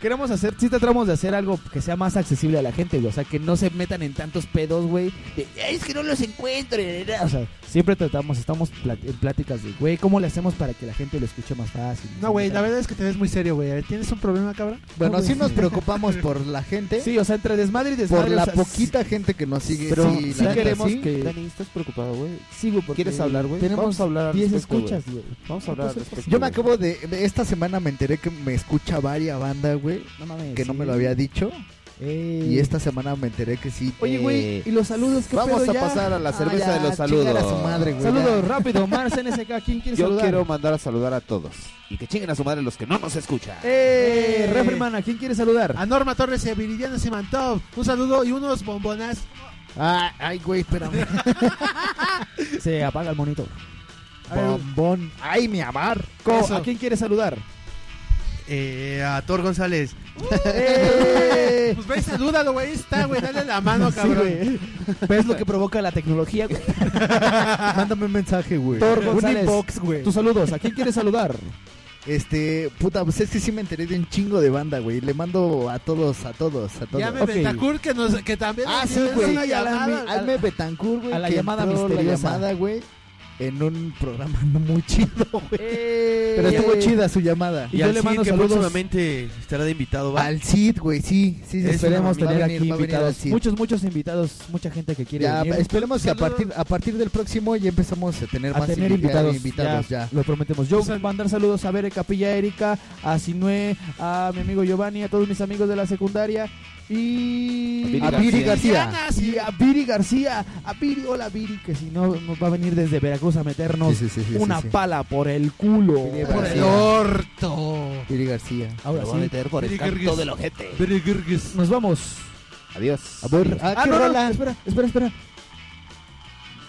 Speaker 6: queremos hacer, sí tratamos de hacer algo que sea más accesible a la gente, güey. O sea, que no se metan en tantos pedos, güey. de, "Ay, es que no los encuentro. O sea, siempre tratamos, estamos plat- en pláticas de, güey, ¿cómo le hacemos para que la gente lo escuche más fácil?
Speaker 7: No, güey, la verdad es que te ves muy serio, güey. A ver, ¿Tienes un problema, cabrón?
Speaker 17: Bueno,
Speaker 7: así
Speaker 17: sí nos preocupamos por la gente.
Speaker 6: Sí, o sea, entre desmadre y desmadre.
Speaker 17: Por
Speaker 6: o
Speaker 17: la
Speaker 6: sea,
Speaker 17: poquita gente que nos sigue.
Speaker 6: Pero
Speaker 17: sí,
Speaker 6: sí
Speaker 17: la neta,
Speaker 6: queremos
Speaker 17: sí.
Speaker 6: que...
Speaker 3: Dani, ¿estás preocupado, güey?
Speaker 6: Sí, güey, porque
Speaker 3: ¿Quieres hablar, güey?
Speaker 6: Tenemos
Speaker 3: Vamos a hablar al
Speaker 6: 10
Speaker 3: respecto,
Speaker 6: escuchas,
Speaker 3: güey.
Speaker 6: güey.
Speaker 3: Vamos a hablar al
Speaker 6: Entonces,
Speaker 3: respecto,
Speaker 17: pues, Yo me
Speaker 3: güey.
Speaker 17: acabo de. Esta semana me enteré que me escucha varia banda, güey.
Speaker 6: No mames,
Speaker 17: Que no
Speaker 6: sí.
Speaker 17: me lo había dicho.
Speaker 6: Ey.
Speaker 17: Y esta semana me enteré que sí.
Speaker 6: Oye, güey,
Speaker 17: eh,
Speaker 6: ¿y los saludos qué
Speaker 3: Vamos
Speaker 6: pedo
Speaker 3: a
Speaker 6: ya?
Speaker 3: pasar a la
Speaker 6: Ah,
Speaker 3: cerveza
Speaker 6: ya,
Speaker 3: de los
Speaker 17: chingar
Speaker 3: saludos.
Speaker 17: a su madre, güey.
Speaker 6: Saludos,
Speaker 17: ya.
Speaker 6: rápido, Mars NSK, ¿quién quiere
Speaker 3: Yo
Speaker 6: saludar?
Speaker 3: quiero mandar a saludar a todos. Y que chinguen a su madre los que no nos escuchan.
Speaker 6: ¡Eh! Refriman, ¿a quién quiere saludar?
Speaker 7: A Norma Torres y a Viridiana Simantov. Un saludo y unos bombonas.
Speaker 17: Ah, ay, güey, espérame.
Speaker 6: Se apaga el monito.
Speaker 17: Bombón. Ay, mi amar.
Speaker 7: Eso.
Speaker 6: ¿A quién quiere saludar?
Speaker 32: Eh, a Thor González.
Speaker 6: ¡Eh!
Speaker 7: Pues ve, y salúdalo, güey. ahí Está, güey. Dale la mano,
Speaker 6: Sí,
Speaker 7: cabrón.
Speaker 6: güey. ¿Ves lo que provoca la tecnología? güey?
Speaker 17: Mándame un mensaje, güey.
Speaker 6: Thor
Speaker 17: Un
Speaker 6: González.
Speaker 17: inbox, güey.
Speaker 6: Tus saludos, ¿a quién quieres saludar?
Speaker 17: Este, puta, pues es que sí me enteré de un chingo de banda, güey. Le mando a todos, a todos, a todos.
Speaker 7: Llame
Speaker 6: Ok.
Speaker 7: Bentacur que, nos, que también
Speaker 17: Ah,
Speaker 7: nos
Speaker 17: sí,
Speaker 7: hizo
Speaker 17: güey.
Speaker 7: una llamada.
Speaker 17: Alme, Alme Betancourt, güey.
Speaker 6: a la
Speaker 17: que
Speaker 6: llamada
Speaker 17: entró la
Speaker 6: misteriosa.
Speaker 17: llamada, güey. En un programa no muy chido, güey.
Speaker 6: Pero
Speaker 17: Pero estuvo chida su llamada.
Speaker 32: Y
Speaker 6: yo
Speaker 32: al
Speaker 6: le
Speaker 32: Cid,
Speaker 6: mando
Speaker 32: que
Speaker 6: saludos.
Speaker 32: próximamente estará de invitado, ¿va?
Speaker 17: Al Cid, güey, sí. Sí, sí,
Speaker 32: Es
Speaker 6: Esperemos
Speaker 17: Va a
Speaker 6: tener
Speaker 17: venir,
Speaker 6: aquí
Speaker 17: va a venir
Speaker 6: invitados.
Speaker 17: al Cid.
Speaker 6: Muchos, muchos invitados. Mucha gente que quiere
Speaker 17: Ya,
Speaker 6: venir.
Speaker 17: esperemos que a
Speaker 7: Saludos.
Speaker 17: partir, a partir del próximo ya empezamos a tener
Speaker 6: A
Speaker 17: más
Speaker 6: tener
Speaker 17: invi-
Speaker 6: invitados,
Speaker 17: invitados, ya.
Speaker 6: Lo prometemos. Yo voy a mandar saludos a Bere Capilla Erika, a Sinue, a mi amigo Giovanni, a todos mis amigos de la secundaria. Y
Speaker 17: A Viri García.
Speaker 7: Viridiana,
Speaker 6: Y
Speaker 7: sí.
Speaker 6: a Viri García, a Viri, hola Viri, que si no nos va a venir desde Veracruz a meternos
Speaker 17: Sí, sí, sí, sí,
Speaker 6: una
Speaker 17: sí, sí.
Speaker 6: pala por el culo.
Speaker 17: Viri
Speaker 7: Por el
Speaker 17: García.
Speaker 7: orto.
Speaker 17: Viri García.
Speaker 6: Ahora
Speaker 3: Lo
Speaker 6: sí,
Speaker 3: voy a meter por el
Speaker 7: Eric
Speaker 3: canto
Speaker 7: Ergues.
Speaker 3: del ojete.
Speaker 6: nos vamos.
Speaker 3: Adiós.
Speaker 17: A ver, ah,
Speaker 6: Ah,
Speaker 17: qué
Speaker 6: no, no,
Speaker 17: rola.
Speaker 6: espera, espera, espera.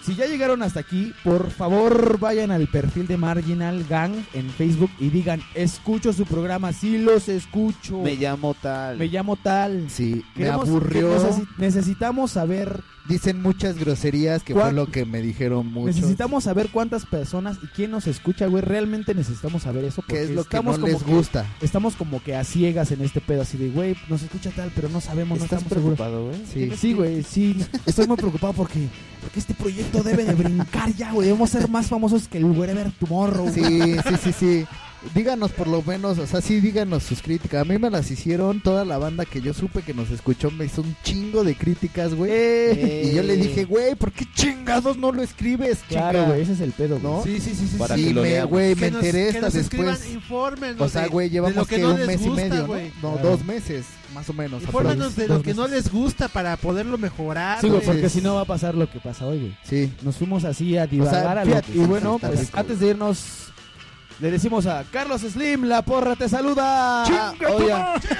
Speaker 6: Si ya llegaron hasta aquí, por favor vayan al perfil de Marginal Gang en Facebook y digan, escucho su programa, sí los escucho.
Speaker 3: Me llamo tal.
Speaker 6: Me llamo tal.
Speaker 17: Sí, me
Speaker 6: Queremos-
Speaker 17: aburrió.
Speaker 6: necesi- necesitamos saber,
Speaker 17: Dicen muchas groserías, que
Speaker 6: ¿Cuál?
Speaker 17: fue lo que me dijeron muchos.
Speaker 6: necesitamos saber cuántas personas y quién nos escucha, güey. Realmente necesitamos saber eso porque
Speaker 17: ¿Qué es lo que
Speaker 6: estamos
Speaker 17: no les
Speaker 6: como
Speaker 17: gusta?
Speaker 6: que- estamos como que a ciegas en este pedo así de, güey, nos escucha tal, pero no sabemos, no
Speaker 3: ¿Estás
Speaker 6: estamos seguros.
Speaker 3: preocupado, güey?
Speaker 6: Sí, sí, güey, sí. Estoy muy preocupado porque, porque este proyecto debe de brincar ya, güey. Debemos ser más famosos que el Wherever Tomorrow. güey.
Speaker 17: Sí, sí, sí, sí. Díganos por lo menos, o sea, sí, díganos sus críticas. A mí me las hicieron toda la banda que yo supe que nos escuchó, me hizo un chingo de críticas, güey.
Speaker 6: Eh.
Speaker 17: Y yo le dije, güey, ¿por qué chingados no lo escribes,
Speaker 6: Claro,
Speaker 17: chinga?"
Speaker 6: güey, ese es el pedo, güey.
Speaker 17: ¿No?
Speaker 7: Sí, sí, sí, sí.
Speaker 3: Para
Speaker 7: sí.
Speaker 17: Sí,
Speaker 3: que lo
Speaker 17: me,
Speaker 3: leamos.
Speaker 17: güey, me
Speaker 7: Que nos-
Speaker 17: enteré
Speaker 7: que
Speaker 17: esta
Speaker 7: nos
Speaker 17: después.
Speaker 7: escriban, infórmenos
Speaker 17: O sea,
Speaker 7: de-
Speaker 17: güey,
Speaker 7: de
Speaker 17: llevamos
Speaker 7: lo
Speaker 17: que,
Speaker 7: no
Speaker 17: un
Speaker 7: les
Speaker 17: mes
Speaker 7: gusta,
Speaker 17: y medio, ¿no?
Speaker 7: güey.
Speaker 17: No,
Speaker 6: Claro.
Speaker 17: dos meses, más o menos. aprox.
Speaker 7: Infórmenos de
Speaker 6: Dos
Speaker 7: lo que no
Speaker 6: meses.
Speaker 7: les gusta para poderlo mejorar.
Speaker 6: Sí, güey,
Speaker 7: güey.
Speaker 6: porque
Speaker 17: Entonces-
Speaker 6: si no va a pasar lo que pasa hoy, güey.
Speaker 17: Sí.
Speaker 6: Nos fuimos así a divagar a lo
Speaker 17: fíjate,
Speaker 6: Y bueno,
Speaker 17: está
Speaker 6: pues
Speaker 17: rico,
Speaker 6: antes de irnos, le decimos a Carlos Slim, la porra te saluda. Oye,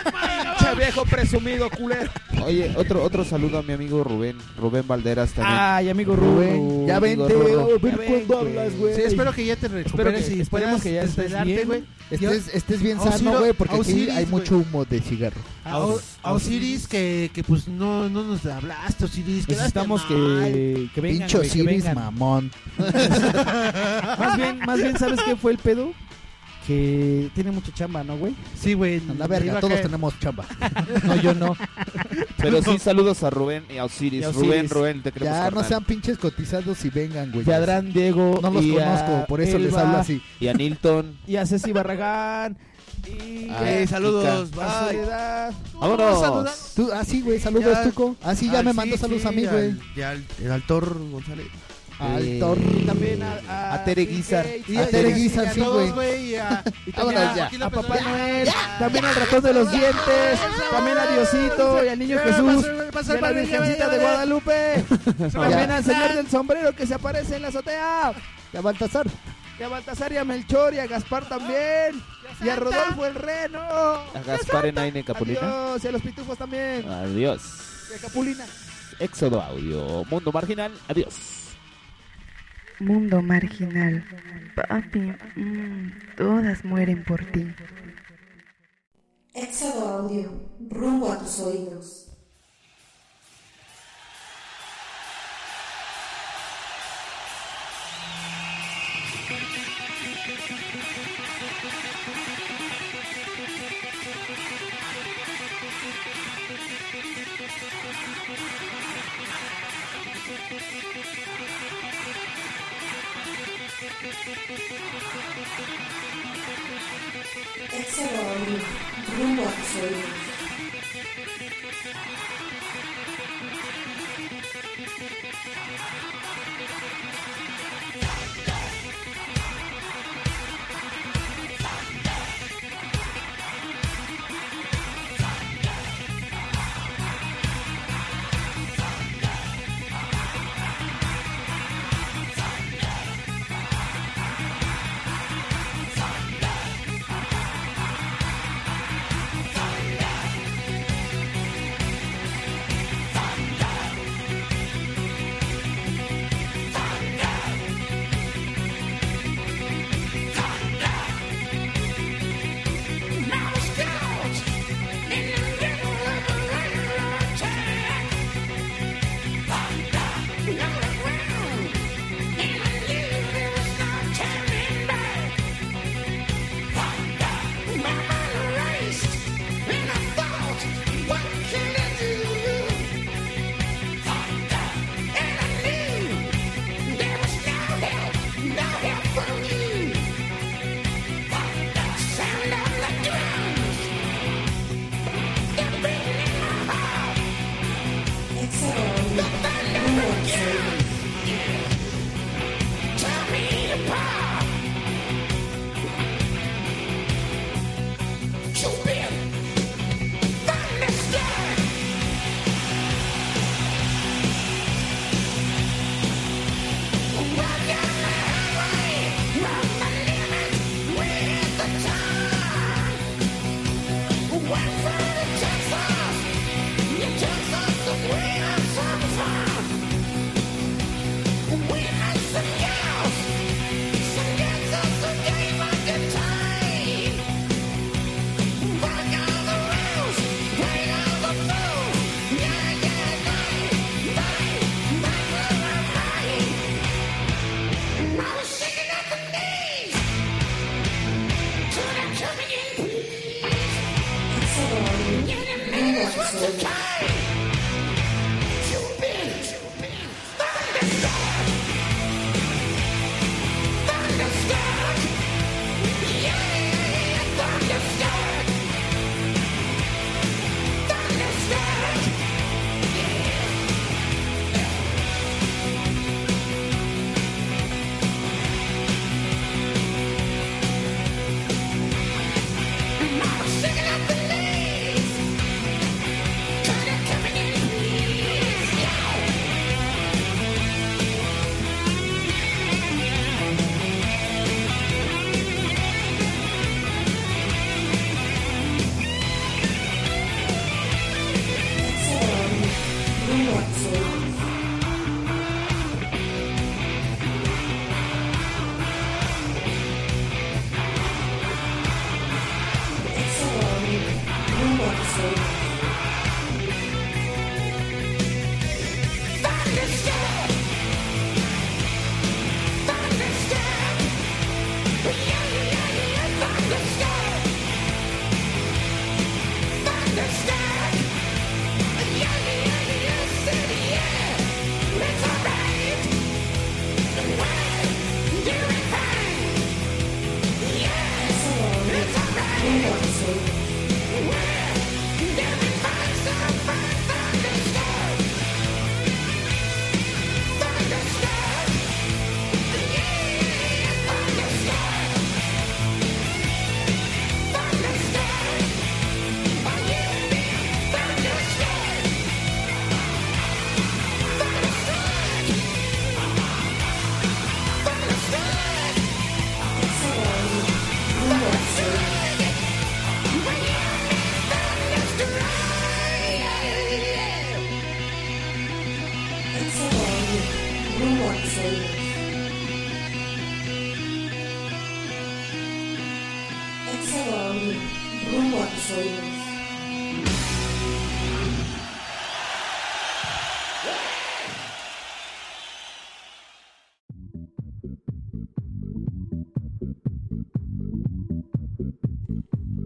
Speaker 6: pinche viejo presumido, culero.
Speaker 3: Oye, otro, otro saludo a mi amigo Rubén. Rubén Valderas también.
Speaker 6: Ay, amigo Rubén.
Speaker 17: Rubén, ya
Speaker 3: amigo
Speaker 17: vente,
Speaker 3: Rorro.
Speaker 17: a ver
Speaker 6: Ya ven,
Speaker 17: cuándo
Speaker 6: güey.
Speaker 17: hablas, güey.
Speaker 7: Sí, espero que ya te recuperes
Speaker 6: que-
Speaker 7: y
Speaker 6: esperemos que ya estés
Speaker 7: desvelarte,
Speaker 6: bien.
Speaker 7: güey.
Speaker 17: Estés, estés bien
Speaker 7: Auxilio-
Speaker 17: sano, güey, porque aquí
Speaker 7: Auxilis,
Speaker 17: hay
Speaker 7: güey.
Speaker 17: mucho humo de cigarro.
Speaker 7: A, O- a Ah, Osiris que, que pues no, no nos hablaste, Osiris. quedaste
Speaker 6: Necesitamos
Speaker 7: mal.
Speaker 6: Pues que, que vengan,
Speaker 17: Pincho
Speaker 6: güey, que
Speaker 17: Osiris,
Speaker 6: vengan.
Speaker 17: mamón.
Speaker 6: Más bien, más bien, ¿sabes qué fue el pedo? Que tiene mucha chamba, ¿no, güey?
Speaker 7: Sí, güey.
Speaker 17: A la
Speaker 7: iba
Speaker 17: verga,
Speaker 7: a
Speaker 17: todos
Speaker 7: caer.
Speaker 17: tenemos chamba.
Speaker 6: No, yo no.
Speaker 3: Pero sí saludos a Rubén y a Osiris.
Speaker 6: Y a Osiris.
Speaker 3: Rubén, Rubén, te queremos
Speaker 17: Ya, no
Speaker 3: carnal.
Speaker 17: sean pinches cotizados y vengan, güey.
Speaker 6: Y a Adrián Diego.
Speaker 17: No los
Speaker 6: y a
Speaker 17: conozco, por eso les
Speaker 6: Elba,
Speaker 17: hablo así.
Speaker 3: Y a Nilton.
Speaker 6: Y a Ceci Barragán. Y
Speaker 32: Eh, saludos.
Speaker 6: a
Speaker 32: Bye.
Speaker 6: Soledad.
Speaker 3: ¡Vámonos!
Speaker 17: Tú, así, güey, saludos,
Speaker 32: Ya.
Speaker 17: Tuco.
Speaker 6: Ah,
Speaker 17: Así ya
Speaker 7: ah,
Speaker 32: Al
Speaker 17: me
Speaker 32: Cid,
Speaker 17: mandó saludos
Speaker 32: sí,
Speaker 17: a mí,
Speaker 32: al-
Speaker 17: güey.
Speaker 32: Y al, el al Thor González.
Speaker 17: Al
Speaker 3: Eh,
Speaker 17: Thor.
Speaker 6: Y también a, a,
Speaker 3: A Tere Guizar.
Speaker 6: Bill
Speaker 17: Y
Speaker 6: Gates.
Speaker 17: a Tere Guizar,
Speaker 7: Y a
Speaker 17: sí,
Speaker 7: todos,
Speaker 17: güey.
Speaker 7: güey. y a-
Speaker 6: Y
Speaker 17: Vámonos
Speaker 6: también
Speaker 17: ya.
Speaker 6: a,
Speaker 7: Aquí la
Speaker 6: a
Speaker 7: persona-
Speaker 6: Papá Noel. También al ratón de los dientes. También a Diosito y al niño
Speaker 7: Ya,
Speaker 6: Jesús.
Speaker 7: pasó, güey, pasó
Speaker 6: Y a
Speaker 7: el
Speaker 6: la
Speaker 7: padre, ya,
Speaker 6: Virgencita
Speaker 7: ya,
Speaker 6: de
Speaker 7: ya.
Speaker 6: Guadalupe. También al señor del sombrero que se aparece en la azotea.
Speaker 17: Ya, Baltasar.
Speaker 6: Y a Baltasar y a Melchor y a Gaspar también. Y a Rodolfo el Reno.
Speaker 3: A Gaspar Enaine Capulina. Ah.
Speaker 6: Adiós. Y a los pitufos también.
Speaker 3: Adiós.
Speaker 6: Y a Capulina.
Speaker 3: Éxodo Audio. Mundo Marginal. Adiós.
Speaker 20: Mundo marginal. Papi, mm, todas mueren por ti.
Speaker 1: Éxodo Audio, rumbo a tus oídos.
Speaker 33: Thank
Speaker 1: Éxodo a mí, rumbo a tus oídos.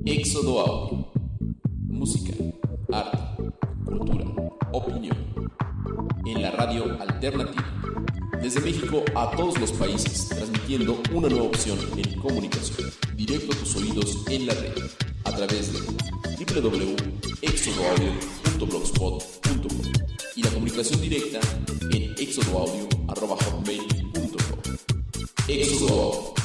Speaker 17: Éxodo Audio. Música, arte, cultura, opinión. En la radio alternativa.
Speaker 22: Desde México a todos los países, transmitiendo una nueva opción en comunicación. Directo a tus oídos en la red, a través de www.exodoaudio.blogspot.com y la comunicación directa en exodoaudio.com. Éxodo Audio.